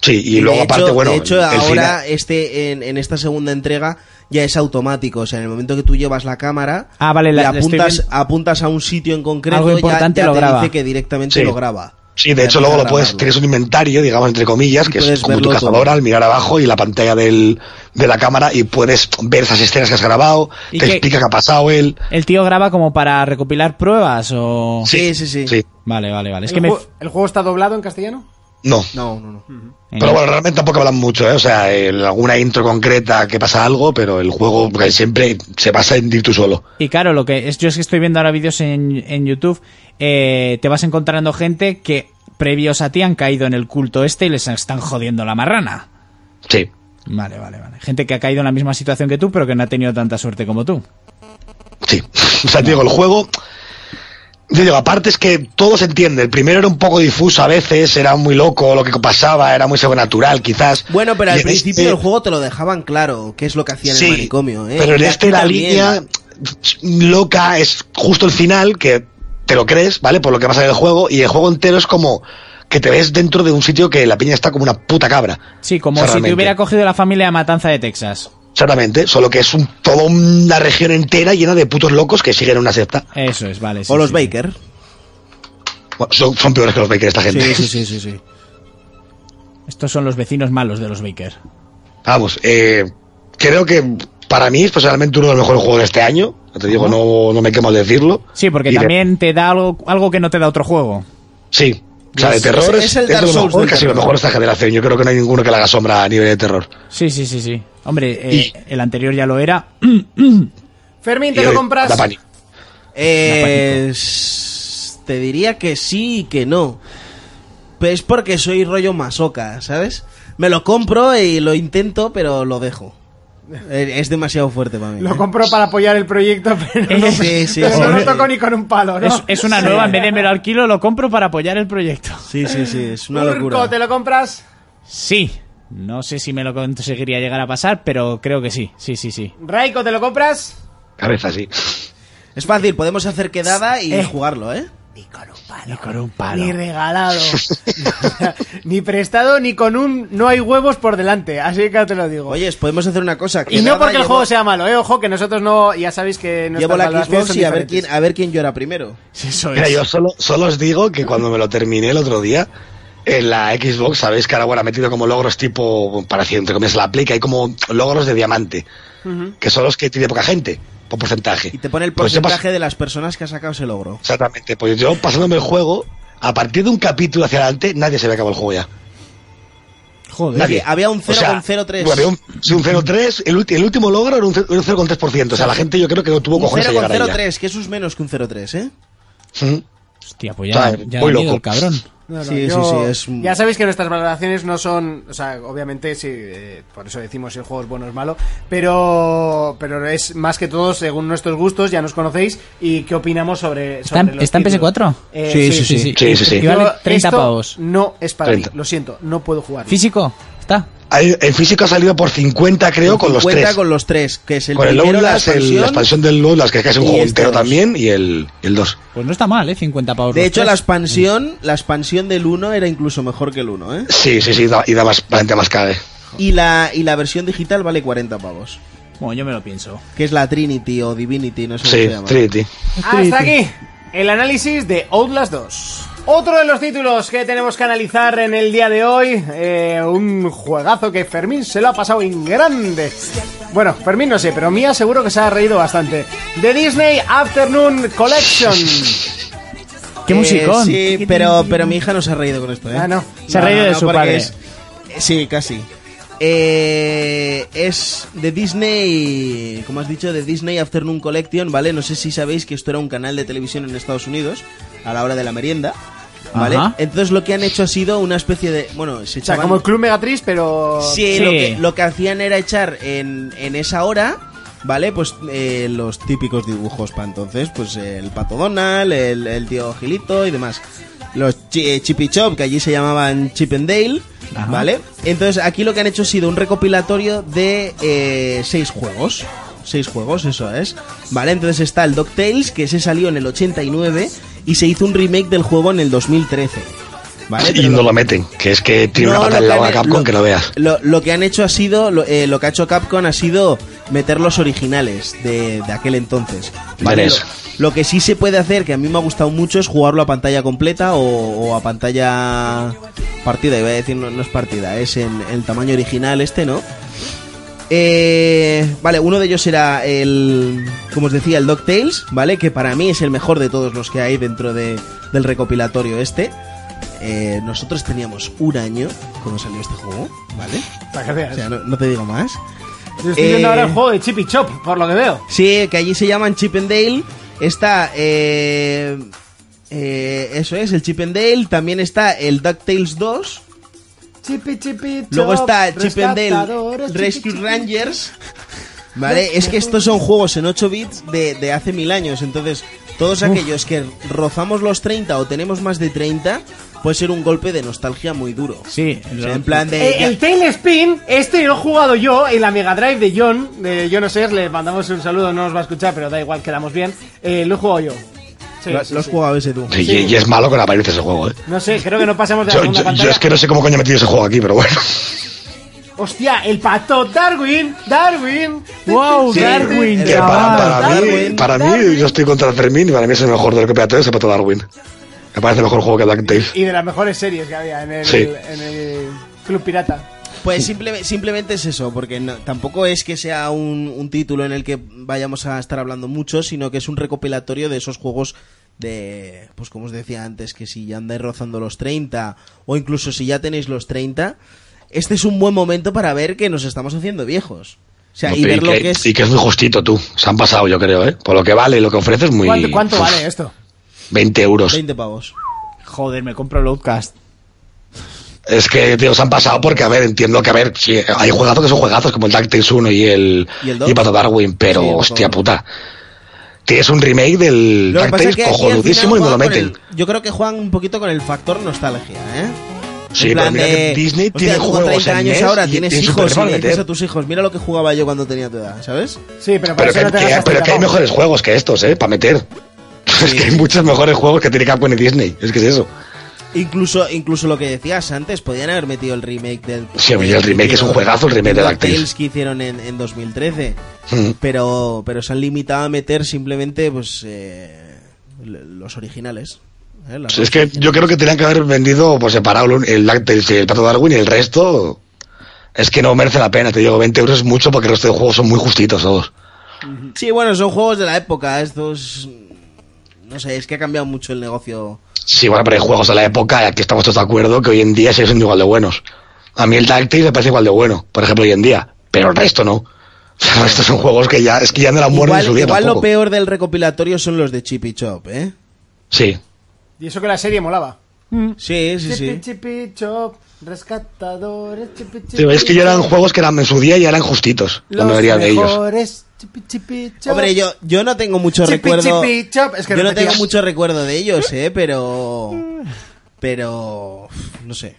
S5: Sí, y luego
S3: de
S5: aparte,
S3: hecho,
S5: bueno,
S3: de hecho,
S5: el
S3: ahora
S5: final-
S3: este en, en esta segunda entrega ya es automático. O sea, en el momento que tú llevas la cámara
S4: Ah, vale,
S3: y
S4: la- la estoy
S3: apuntas,
S4: viendo.
S3: apuntas a un sitio en concreto,
S4: Algo
S3: ya-
S4: importante
S3: ya,
S4: lo
S3: te
S4: graba.
S3: dice que directamente
S5: Sí.
S3: lo graba.
S5: Sí, de
S3: Ya
S5: hecho
S3: empieza
S5: luego
S3: a
S5: lo puedes,
S3: grabarlo.
S5: tienes un inventario, digamos, entre comillas, que
S3: puedes
S5: es como tu
S3: verlo todo.
S5: cazadora al mirar abajo y la pantalla del, de la cámara y puedes ver esas escenas que has grabado,
S4: ¿Y
S5: te
S4: qué-
S5: explica qué ha pasado él.
S4: ¿El tío graba como para recopilar pruebas o...?
S5: Sí,
S3: sí, sí.
S4: Vale, vale, vale. Es
S2: ¿El,
S4: que me...
S2: ju- el juego está doblado en castellano?
S5: No.
S3: No, no, no.
S4: Mm.
S5: Pero bueno, realmente tampoco hablan mucho, ¿eh? O sea, en alguna intro concreta que pasa algo, pero el juego que siempre se basa en ir tú solo.
S4: Y claro, lo que es, yo es que estoy viendo ahora vídeos en, en YouTube, eh, te vas encontrando gente que previos a ti han caído en el culto este y les están jodiendo la marrana.
S5: Sí.
S4: Vale, vale, vale. Gente que ha caído en la misma situación que tú, pero que no ha tenido tanta suerte como tú.
S5: Sí. O sea, te digo, el juego. Yo digo, aparte es que todo se entiende. El primero era un poco difuso a veces, era muy loco lo que pasaba, era muy sobrenatural, quizás.
S3: Bueno, pero
S5: Y
S3: al
S5: en
S3: principio
S5: este-
S3: del juego te lo dejaban claro, qué es lo que hacían en
S5: Sí,
S3: el manicomio. ¿eh?
S5: Pero en
S3: Y
S5: este
S3: aquí
S5: la
S3: también.
S5: línea loca es justo el final, que te lo crees, ¿vale? Por lo que pasa en el juego, y el juego entero es como que te ves dentro de un sitio que la piña está como una puta cabra.
S4: Sí, como
S5: O sea,
S4: si te
S5: realmente.
S4: hubiera cogido la familia de Matanza de Texas.
S5: Exactamente, solo que es un, toda una región entera llena de putos locos que siguen una secta.
S4: Eso es, vale. sí,
S3: O los
S4: sí.
S3: Baker.
S5: Bueno, son, son peores que los Baker esta gente.
S3: Sí, sí, sí, sí, sí.
S4: Estos son los vecinos malos de los Baker.
S5: Vamos, eh, creo que para mí es personalmente uno de los mejores juegos de este año. Ya Te digo, no, no me quemo al decirlo.
S4: Sí, porque
S5: Y de-
S4: también te da algo, algo que no te da otro juego.
S5: Sí. O sea, de
S4: Es-
S5: terror
S4: es
S5: es,
S4: el
S5: es de
S4: Dark
S5: lo
S4: Souls
S5: mejor,
S4: del
S5: casi lo
S4: terror.
S5: mejor de esta generación. Yo creo que no hay ninguno que le haga sombra a nivel de terror.
S4: Sí, sí, sí, sí. Hombre, eh, el anterior ya lo era.
S2: Fermín,
S5: Y
S2: ¿te lo
S5: el-
S2: compras?
S5: da pánico.
S3: Eh, s- te diría que sí y que no. Pero es porque soy rollo masoca, ¿sabes? Me lo compro y lo intento, pero lo dejo. Eh, Es demasiado fuerte para mí. ¿eh?
S2: Lo compro para apoyar el proyecto, pero no,
S3: Sí, sí,
S2: pero
S3: sí.
S2: no lo toco ni con un palo, ¿no?
S4: Eh, Es, es una
S2: Sí.
S4: nueva, en vez de me lo alquilo, lo compro para apoyar el proyecto.
S3: Sí, sí, sí, es una
S2: Urco,
S3: locura.
S2: ¿te lo compras?
S4: Sí. No sé si me lo conseguiría llegar a pasar, pero creo que sí. Sí, sí, sí.
S2: Raiko, ¿te lo compras?
S5: Cabeza, sí.
S3: Es fácil, podemos hacer quedada y
S2: Eh.
S3: jugarlo, ¿eh?
S4: Ni con un palo.
S2: Ni regalado. ni prestado, ni con un no hay huevos por delante. Así que ya te lo digo.
S3: Oye, podemos hacer una cosa. que
S2: y no
S3: nada,
S2: porque el
S3: llevo-
S2: juego sea malo, ¿eh? Ojo, que nosotros no. Ya sabéis que no
S3: Llevo la Xbox y a ver quién, Ah, a ver quién llora primero.
S5: Mira, yo solo, solo os digo que cuando me lo terminé el otro día, en la Xbox, sabéis que ahora bueno, ha metido como logros tipo, parecido entre comillas, a la Play, que hay como logros de diamante, que son los que tiene poca gente, por porcentaje. Y te
S3: pone el porcentaje de las personas que ha sacado ese logro.
S5: Exactamente, pues yo pasándome el juego, a partir de un capítulo hacia adelante, nadie se ve acabado el juego ya.
S2: Joder.
S5: Nadie.
S3: Había un
S5: O sea,
S3: 0,03.
S5: había un, sí, un 0,3, el, ulti- el último logro era un ce- era un 0,3%, o sea, la gente yo creo que no tuvo
S3: Un
S5: cojones a llegar ahí ya.
S3: 0,03, que eso es menos que un 0,3, ¿eh?
S15: Hostia,
S5: pues ya- Está ya muy da miedo loco. el cabrón.
S3: sí, sí, sí, es un-
S2: Ya sabéis que nuestras valoraciones no son. O sea, obviamente, sí, eh, por eso decimos si el juego es bueno o es malo. Pero, pero es más que todo según nuestros gustos, ya nos conocéis y qué opinamos sobre.
S15: ¿Está
S2: sobre
S15: en,
S2: los
S15: está en
S2: títulos.
S15: PS4?
S2: Eh,
S15: Y- Y vale
S2: Yo-
S15: 30
S2: esto
S15: pavos.
S2: No es para mí,
S5: 30.
S2: lo siento, no puedo jugar.
S15: ¿Físico? ¿Está?
S5: Ahí- En físico ha salido por 50, creo, con los
S3: 50
S5: tres.
S3: con los tres, que es el
S5: con el
S3: primero, la
S5: Outlast, el- la
S3: expansión.
S5: expansión del Outlast, que es casi un
S3: y
S5: juego
S3: este
S5: entero
S3: dos.
S5: también, y el 2.
S15: Pues no está mal, ¿eh? 50 pavos.
S3: De
S15: los
S3: hecho,
S5: Mm.
S15: tres.
S3: la expansión, la expansión del 1 era incluso mejor que el 1, ¿eh?
S5: sí, sí, sí, da- y da más, bastante más cabe.
S3: Y la, y la versión digital vale 40 pavos.
S15: Bueno, yo me lo pienso.
S3: Que es la Trinity o Divinity, no sé
S5: Sí,
S3: cómo se llama.
S5: Trinity.
S2: Hasta aquí el análisis de Outlast 2. Otro de los títulos que tenemos que analizar en el día de hoy, eh, un juegazo que Fermín se lo ha pasado en grande. Bueno, Fermín no sé, pero Mía seguro que se ha reído bastante. The Disney Afternoon Collection.
S3: Eh, Sí, pero, pero mi hija no se ha reído con esto, ¿eh?
S2: Ah, no.
S15: Se ha reído de su
S3: porque
S15: padre.
S3: es- Sí, casi. Eh, es de Disney, como has dicho, de Disney Afternoon Collection, ¿vale? No sé si sabéis que esto era un canal de televisión en Estados Unidos a la hora de la merienda, ¿vale?
S15: Ajá.
S3: Entonces lo que han hecho ha sido una especie de... Bueno, se
S2: O sea,
S3: echaban-
S2: como el Club Megatriz, pero...
S3: Sí, Lo, que, lo que hacían era echar en, en esa hora, ¿vale? Pues eh, los típicos dibujos para entonces, pues eh, el Pato Donald, el, el tío Gilito y demás. Los chi- eh, Chip y Chop, que allí se llamaban Chip and Dale,
S15: Ajá.
S3: ¿vale? Entonces aquí lo que han hecho ha sido un recopilatorio de eh, seis juegos. Seis juegos, eso es. Vale, entonces está el DuckTales, que se salió en el 89 y se hizo un remake del juego en el 2013. Vale,
S5: y
S3: pero
S5: no
S3: lo-
S5: lo... meten, que es que tiene
S3: No,
S5: una pata
S3: lo
S5: en la
S3: que
S5: boca
S3: han-
S5: Capcom que no veas.
S3: lo, lo que han hecho ha sido, lo, eh, lo que ha hecho Capcom ha sido meter los originales de, de aquel entonces.
S5: Vale,
S3: Lo,
S5: eso.
S3: lo que sí se puede hacer, que a mí me ha gustado mucho, es jugarlo a pantalla completa o, o a pantalla partida. Iba a decir, no, no es partida, es en el tamaño original este, ¿no? Eh, vale, uno de ellos era el, como os decía, el DuckTales, ¿vale? Que para mí es el mejor de todos los que hay dentro de- del recopilatorio este. Eh, nosotros teníamos un año cuando salió este juego, ¿vale?
S2: Para que veas.
S3: O sea, no, no te digo más.
S2: Yo estoy
S3: Eh,
S2: viendo ahora el juego de Chip y Chop, por lo que veo.
S3: Sí, que allí se llaman Chip and Dale. Está, eh, eh, eso es, el Chip and Dale. También está el DuckTales 2.
S2: Chipi, chipi, chop,
S3: Luego está Chip and Dale
S2: rescatadores,
S3: Rescue
S2: chipi, chipi.
S3: Rangers. Vale, es que estos son juegos en 8 bits de, de hace mil años. Entonces, todos aquellos que rozamos los 30 o tenemos más de 30, puede ser un golpe de nostalgia muy duro.
S15: Sí,
S3: O sea, en plan de.
S2: Eh,
S3: ya-
S2: el Tail Spin, este lo he jugado yo en la Mega Drive de John. De John Osers, le mandamos un saludo, no nos va a escuchar, pero da igual, quedamos bien. Eh, lo he jugado yo. Sí,
S3: lo,
S2: sí,
S3: lo has
S2: sí.
S3: jugado ese tú.
S5: Y, y es malo con la apariencia ese juego, ¿eh?
S2: No sé, creo que no pasamos de la
S5: Yo,
S2: segunda
S5: yo- yo
S2: pantalla.
S5: es que no sé cómo coño he metido ese juego aquí, pero bueno.
S2: Hostia, el pato Darwin, Darwin.
S15: Wow, Darwin,
S5: Que para, para mí, para mí, yo estoy contra Fermín y para mí es el mejor del recopilatorio, ese pato Darwin. Me parece el mejor juego que DuckTales.
S2: Y de las mejores series que había en el,
S5: Sí.
S2: en el Club Pirata.
S3: Pues simple- simplemente es eso, porque no- tampoco es que sea un, un título en el que vayamos a estar hablando mucho, sino que es un recopilatorio de esos juegos de, pues como os decía antes, que si ya andáis rozando los 30 o incluso si ya tenéis los 30, este es un buen momento para ver que nos estamos haciendo viejos. O sea,
S5: No,
S3: y
S5: pero
S3: ver lo
S5: que,
S3: que es...
S5: y que es muy justito, tú. Se han pasado, yo creo, ¿eh? Por lo que vale y lo que ofrece es muy...
S2: ¿Cuánto, cuánto
S5: Uf,
S3: eh?
S2: vale esto?
S5: 20 euros.
S3: 20 pavos.
S15: Joder, me compro el Outcast.
S5: Es que, tío, se han pasado porque, a ver, entiendo que, a ver, sí, hay juegazos que son juegazos, como el DuckTales 1 y el,
S3: Y el
S5: y
S3: dos.
S5: Pato Darwin, pero,
S3: Sí, el
S5: hostia
S3: dos.
S5: puta. Tienes un remake del
S3: Lo que pasa es
S5: DuckTales
S3: que aquí al final
S5: cojonudísimo y no lo
S3: juegan con
S5: meten.
S3: el- yo creo que juegan un poquito con el factor nostalgia, ¿eh?
S5: Sí,
S3: En
S5: pero
S3: plan
S5: mira que Disney
S3: hostia,
S5: tiene
S3: tú con
S5: juegos
S3: 30
S5: en
S3: años
S5: NES
S3: ahora,
S5: y-
S3: tienes
S5: y en
S3: hijos
S5: Super
S3: y
S5: Mario
S3: le dices
S5: meter.
S3: a tus hijos, mira lo que jugaba yo cuando tenía tu edad, ¿sabes?
S2: Sí, pero para
S5: Pero
S2: eso
S5: que,
S2: no te
S5: que-
S2: gastas
S5: pero
S2: 30
S5: que hay
S2: pavos.
S5: mejores juegos que estos, ¿eh? Para meter. Es que hay muchos mejores juegos que tiene Capcom y Disney. Es que es eso.
S3: Incluso, incluso lo que decías antes, podían haber metido el remake del.
S5: Sí, hombre, el remake es un juegazo, el remake de
S3: del
S5: Dark Tales.
S3: Tales que hicieron en, en 2013.
S5: Mm.
S3: Pero, pero se han limitado a meter simplemente pues eh, l- los originales. ¿eh? Las
S5: O sea, es que yo creo que tenían que haber vendido por separado el- el Dark Tales y el Pato Darwin y el resto. Es que no merece la pena, te digo, 20 euros es mucho porque el resto de juegos son muy justitos todos.
S3: Sí, bueno, son juegos de la época. Estos. No sé, es que ha cambiado mucho el negocio.
S5: Sí, bueno, pero hay juegos de la época, aquí estamos todos de acuerdo, que hoy en día sí son igual de buenos. A mí el Dark Tales me parece igual de bueno, por ejemplo, hoy en día, pero el resto no. El resto son juegos que ya, es que ya no eran buenos en
S3: Igual,
S5: su día
S3: igual lo
S5: tampoco.
S3: peor del recopilatorio son los de Chip y Chop, ¿eh?
S5: Sí.
S2: Y eso que la serie molaba.
S3: Sí, sí,
S2: Chipi,
S3: sí.
S2: chipi, chop, rescatadores, chipi,
S5: Sí, es que ya eran
S2: chipi,
S5: juegos que eran en su día y eran justitos, la
S2: los
S5: mayoría de ellos.
S2: mejores, chipi, chipi, chop.
S3: Hombre, yo, yo no tengo mucho
S2: Chipi,
S3: recuerdo.
S2: chipi, chop. Es que
S3: yo no
S2: repetías.
S3: tengo mucho recuerdo de ellos, ¿eh? Pero. Pero. No sé.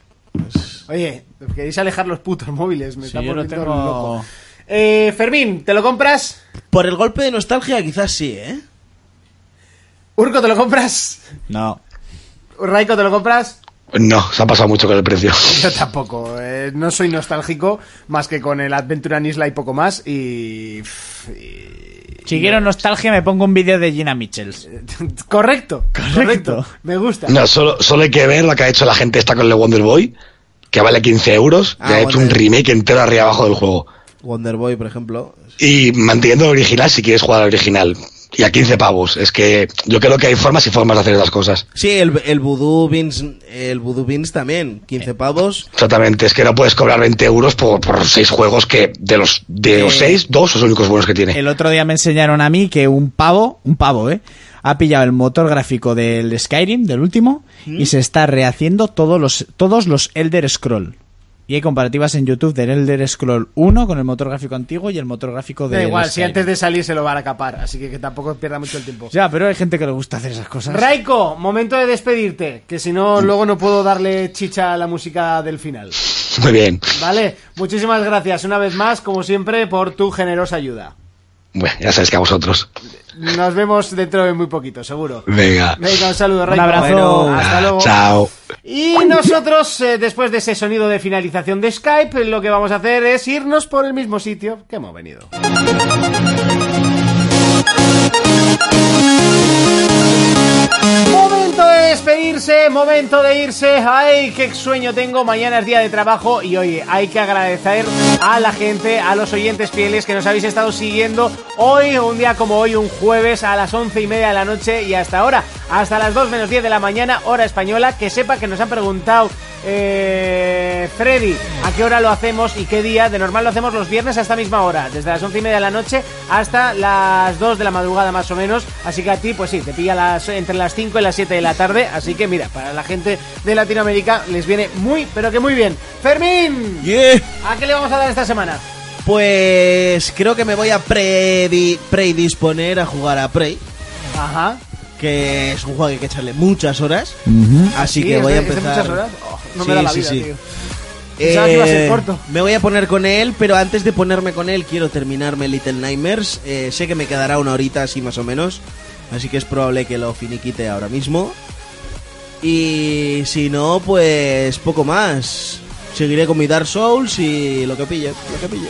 S2: Oye, queréis alejar los putos móviles, me está
S3: yo no
S2: poniendo
S3: tengo-
S2: loco. Eh, Fermín, ¿te lo compras?
S3: Por el golpe de nostalgia, quizás sí, ¿eh?
S2: Urco, ¿te lo compras?
S5: No.
S2: Raico, ¿te lo compras?
S5: No, se ha pasado mucho con el precio.
S2: Yo tampoco, eh, no soy nostálgico más que con el Adventure and Isla y poco más y... pff, y-
S4: Si quiero nostalgia, me pongo un vídeo de Gina Michels.
S2: Correcto, correcto, me gusta.
S5: No, solo, solo hay que ver lo que ha hecho la gente esta con el Wonder Boy, que vale 15 euros, y
S3: Ah,
S5: ha hecho un
S3: Wonder-
S5: remake entero arriba abajo del juego.
S3: Wonder Boy, por ejemplo.
S5: Y manteniendo el original si quieres jugar al original. Y a 15 pavos. Es que yo creo que hay formas y formas de hacer esas cosas.
S3: Sí, el, el Voodoo Beans. El Voodoo Beans también. 15 pavos.
S5: Exactamente, es que no puedes cobrar 20 euros por, por 6 juegos que de los de los
S4: Eh,
S5: 6, 2 son los únicos buenos que tiene.
S4: El otro día me enseñaron a mí que un pavo, un pavo, ¿eh? Ha pillado el motor gráfico del Skyrim, del último, y se está rehaciendo todos los, todos los Elder Scroll. Y hay comparativas en YouTube del Elder Scroll 1 con el motor gráfico antiguo y el motor gráfico de.
S2: Da igual, si antes de salir se lo van a capar, así que, que tampoco pierda mucho el tiempo.
S4: Ya, pero hay gente que le gusta hacer esas cosas.
S2: Raiko, momento de despedirte, que si no luego no puedo darle chicha a la música del final.
S5: Muy bien.
S2: Vale, muchísimas gracias una vez más, como siempre, por tu generosa ayuda.
S5: Bueno, ya sabes que a vosotros.
S2: Nos vemos dentro de muy poquito, seguro.
S5: Venga.
S2: Venga, un saludo, Raiko.
S5: Bueno,
S2: Hasta luego.
S5: Chao.
S2: Y nosotros, eh, después de ese sonido de finalización de Skype, lo que vamos a hacer es irnos por el mismo sitio que hemos venido. Momento de despedirse, momento de irse. Ay, qué sueño tengo. Mañana es día de trabajo y oye, hay que agradecer a la gente, a los oyentes fieles que nos habéis estado siguiendo hoy, un día como hoy, un jueves a las once y media de la noche y hasta ahora, hasta las 2 menos 10 de la mañana, hora española. Que sepa que nos han preguntado, eh, Freddy, a qué hora lo hacemos y qué día. De normal lo hacemos los viernes a esta misma hora, desde las once y media de la noche hasta las 2 de la madrugada más o menos. Así que a ti, pues sí, te pilla las, entre las 5 y las 7 de la tarde. Así que mira, para la gente de Latinoamérica les viene muy, pero que muy bien. Fermín, ¿a qué le vamos a dar esta semana?
S3: Pues creo que me voy a predi- predisponer a jugar a Prey,
S2: Ajá.
S3: que es un juego que hay que echarle muchas horas. Así
S2: Sí,
S3: que
S2: es
S3: voy
S2: de-
S3: a
S2: es de
S3: empezar.
S2: muchas horas. Oh, no me da la vida, tío. Pensaba
S3: Eh,
S2: que iba a ser corto.
S3: Me voy a poner con él, pero antes de ponerme con él quiero terminarme Little Nightmares. Eh, sé que me quedará una horita así más o menos, así que es probable que lo finiquite ahora mismo. Y si no, pues poco más. Seguiré con mi Dark Souls y lo que pille, lo que pille.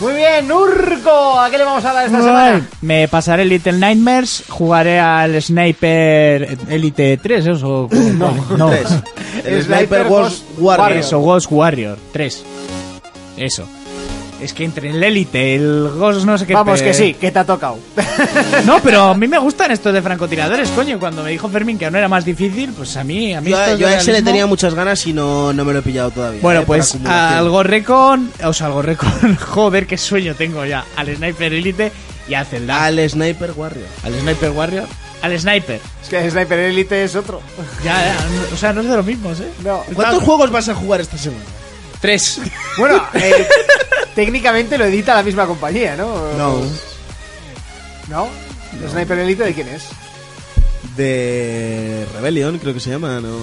S2: Muy bien, Urco, ¿a qué le vamos a dar esta semana?
S4: Me pasaré Little Nightmares, jugaré al Sniper Elite ¿eh? 3, ¿eso? No, no.
S3: Tres. El Sniper Wars Warrior.
S4: Warrior. Eso, Ghost Warrior 3. Eso. Es que entre el Elite, el Ghost no sé qué...
S2: Vamos,
S4: pe-
S2: que sí, que te ha tocado.
S4: No, pero a mí me gustan estos de francotiradores, coño. Cuando me dijo Fermín que aún era más difícil, pues a mí... A mí
S3: Yo, a-
S4: estos
S3: yo
S4: de
S3: a ese le
S4: realismo-
S3: tenía muchas ganas y no, no me lo he pillado todavía.
S4: Bueno,
S3: eh, por
S4: pues
S3: acumulación.
S4: al Gorrecon... O sea, al Gorrecon... Joder, qué sueño tengo ya. Al Sniper Elite y al Zelda.
S3: Al Sniper Warrior.
S4: Al Sniper Warrior. Al Sniper.
S2: Es que Sniper Elite es otro.
S4: Ya, ya, no- o sea, no es de los mismos, ¿eh?
S2: No.
S3: ¿Cuántos juegos vas a jugar esta semana?
S4: Tres.
S2: Bueno, eh, técnicamente lo edita la misma compañía, ¿no?
S3: No,
S2: ¿No? ¿El Sniper Elite de quién es?
S3: de Rebellion creo que se llama, ¿no?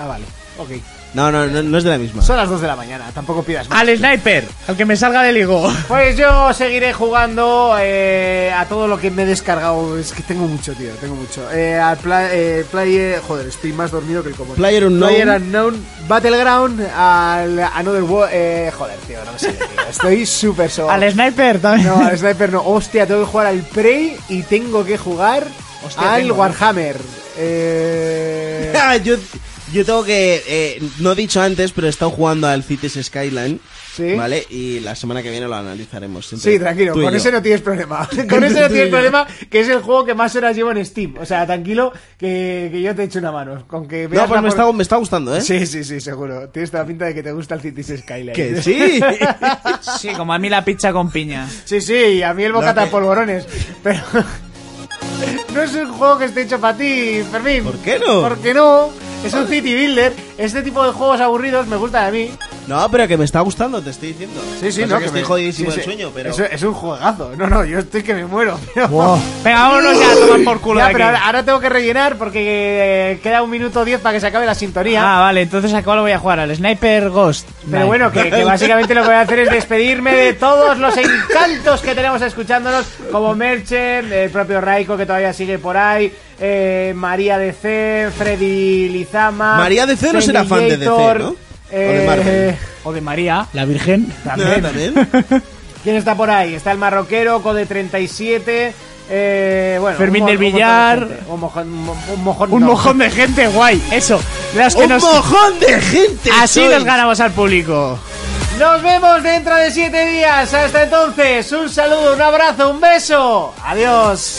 S2: Ah, vale. Ok.
S3: No, no, no, no es de la misma.
S2: Son las 2 de la mañana, tampoco pidas más.
S4: Al sniper, al que me salga del higo.
S2: Pues yo seguiré jugando eh, a todo lo que me he descargado. Es que tengo mucho, tío, tengo mucho. Eh, al pla- eh, player. Joder, estoy más dormido que el común.
S3: PlayerUnknown.
S2: PlayerUnknown Battleground. Al Another World. Eh, joder, tío, no me sé, tío. Estoy súper sobrado.
S4: Al sniper también.
S2: No, al Sniper no. Hostia, tengo que jugar al Prey y tengo que jugar
S4: Hostia,
S2: al
S4: tengo, ¿no?
S2: Warhammer. Eh...
S3: Ah, yo, yo tengo que. eh, no he dicho antes, pero he estado jugando al Cities Skyline.
S2: Sí.
S3: ¿Vale? Y la semana que viene lo analizaremos. entre
S2: Sí, tranquilo,
S3: tú y
S2: con
S3: yo.
S2: ese no tienes problema. Con ese no
S3: Tú y
S2: tienes
S3: yo.
S2: problema, que es el juego que más horas llevo en Steam. O sea, tranquilo, que, que yo te echo una mano. Con que veas
S3: No, pues
S2: la
S3: me
S2: por-
S3: está, me está gustando, ¿eh?
S2: Sí, sí, sí, seguro. Tienes toda la pinta de que te gusta el Cities Skyline.
S3: Que sí.
S4: Sí, como a mí la pizza con piña.
S2: Sí, sí, y a mí el bocata de polvorones. Pero. no es un juego que esté hecho para ti, Fermín. ¿Por
S3: qué no?
S2: Porque no. Es un City Builder. Este tipo de juegos aburridos me gustan a mí.
S3: No, pero que me está gustando, te estoy diciendo.
S2: Sí, sí,
S3: Pasa
S2: no.
S3: que
S2: que
S3: estoy
S2: me-
S3: jodidísimo
S2: sí,
S3: del
S2: sí.
S3: sueño, pero.
S2: Eso- es un juegazo. No, no, yo estoy que me muero. pero-
S4: Venga, vámonos ya a tomar por culo.
S2: Ya,
S4: de
S2: pero
S4: aquí.
S2: ahora, ahora tengo que rellenar porque eh, queda un minuto diez para que se acabe la sintonía.
S4: Ah, vale, entonces a cuál voy a jugar, al Sniper Ghost.
S2: Pero bueno, que, que básicamente lo que voy a hacer es despedirme de todos los encantos que tenemos escuchándonos, como Merchen, el propio Raiko que todavía sigue por ahí, eh, María DC, Freddy Lizama. eh,
S3: María DC no será fan de DC,
S2: Terminator,
S3: ¿no? O de Marvel.
S4: O de María, la Virgen.
S3: No, también.
S2: ¿Quién está por ahí? Está el marroquero, Code 37. Eh, bueno,
S4: Fermín
S2: un mo-
S4: del
S2: un montón de
S4: Villar.
S2: gente. Un mojón, un mo- un mojón.
S4: Un
S2: no.
S4: mojón de gente, guay. Eso. Las que
S3: ¡Un
S4: nos...
S3: mojón de gente!
S4: Así
S3: sois!
S4: nos ganamos al público.
S2: Nos vemos dentro de siete días. Hasta entonces, un saludo, un abrazo, un beso. Adiós.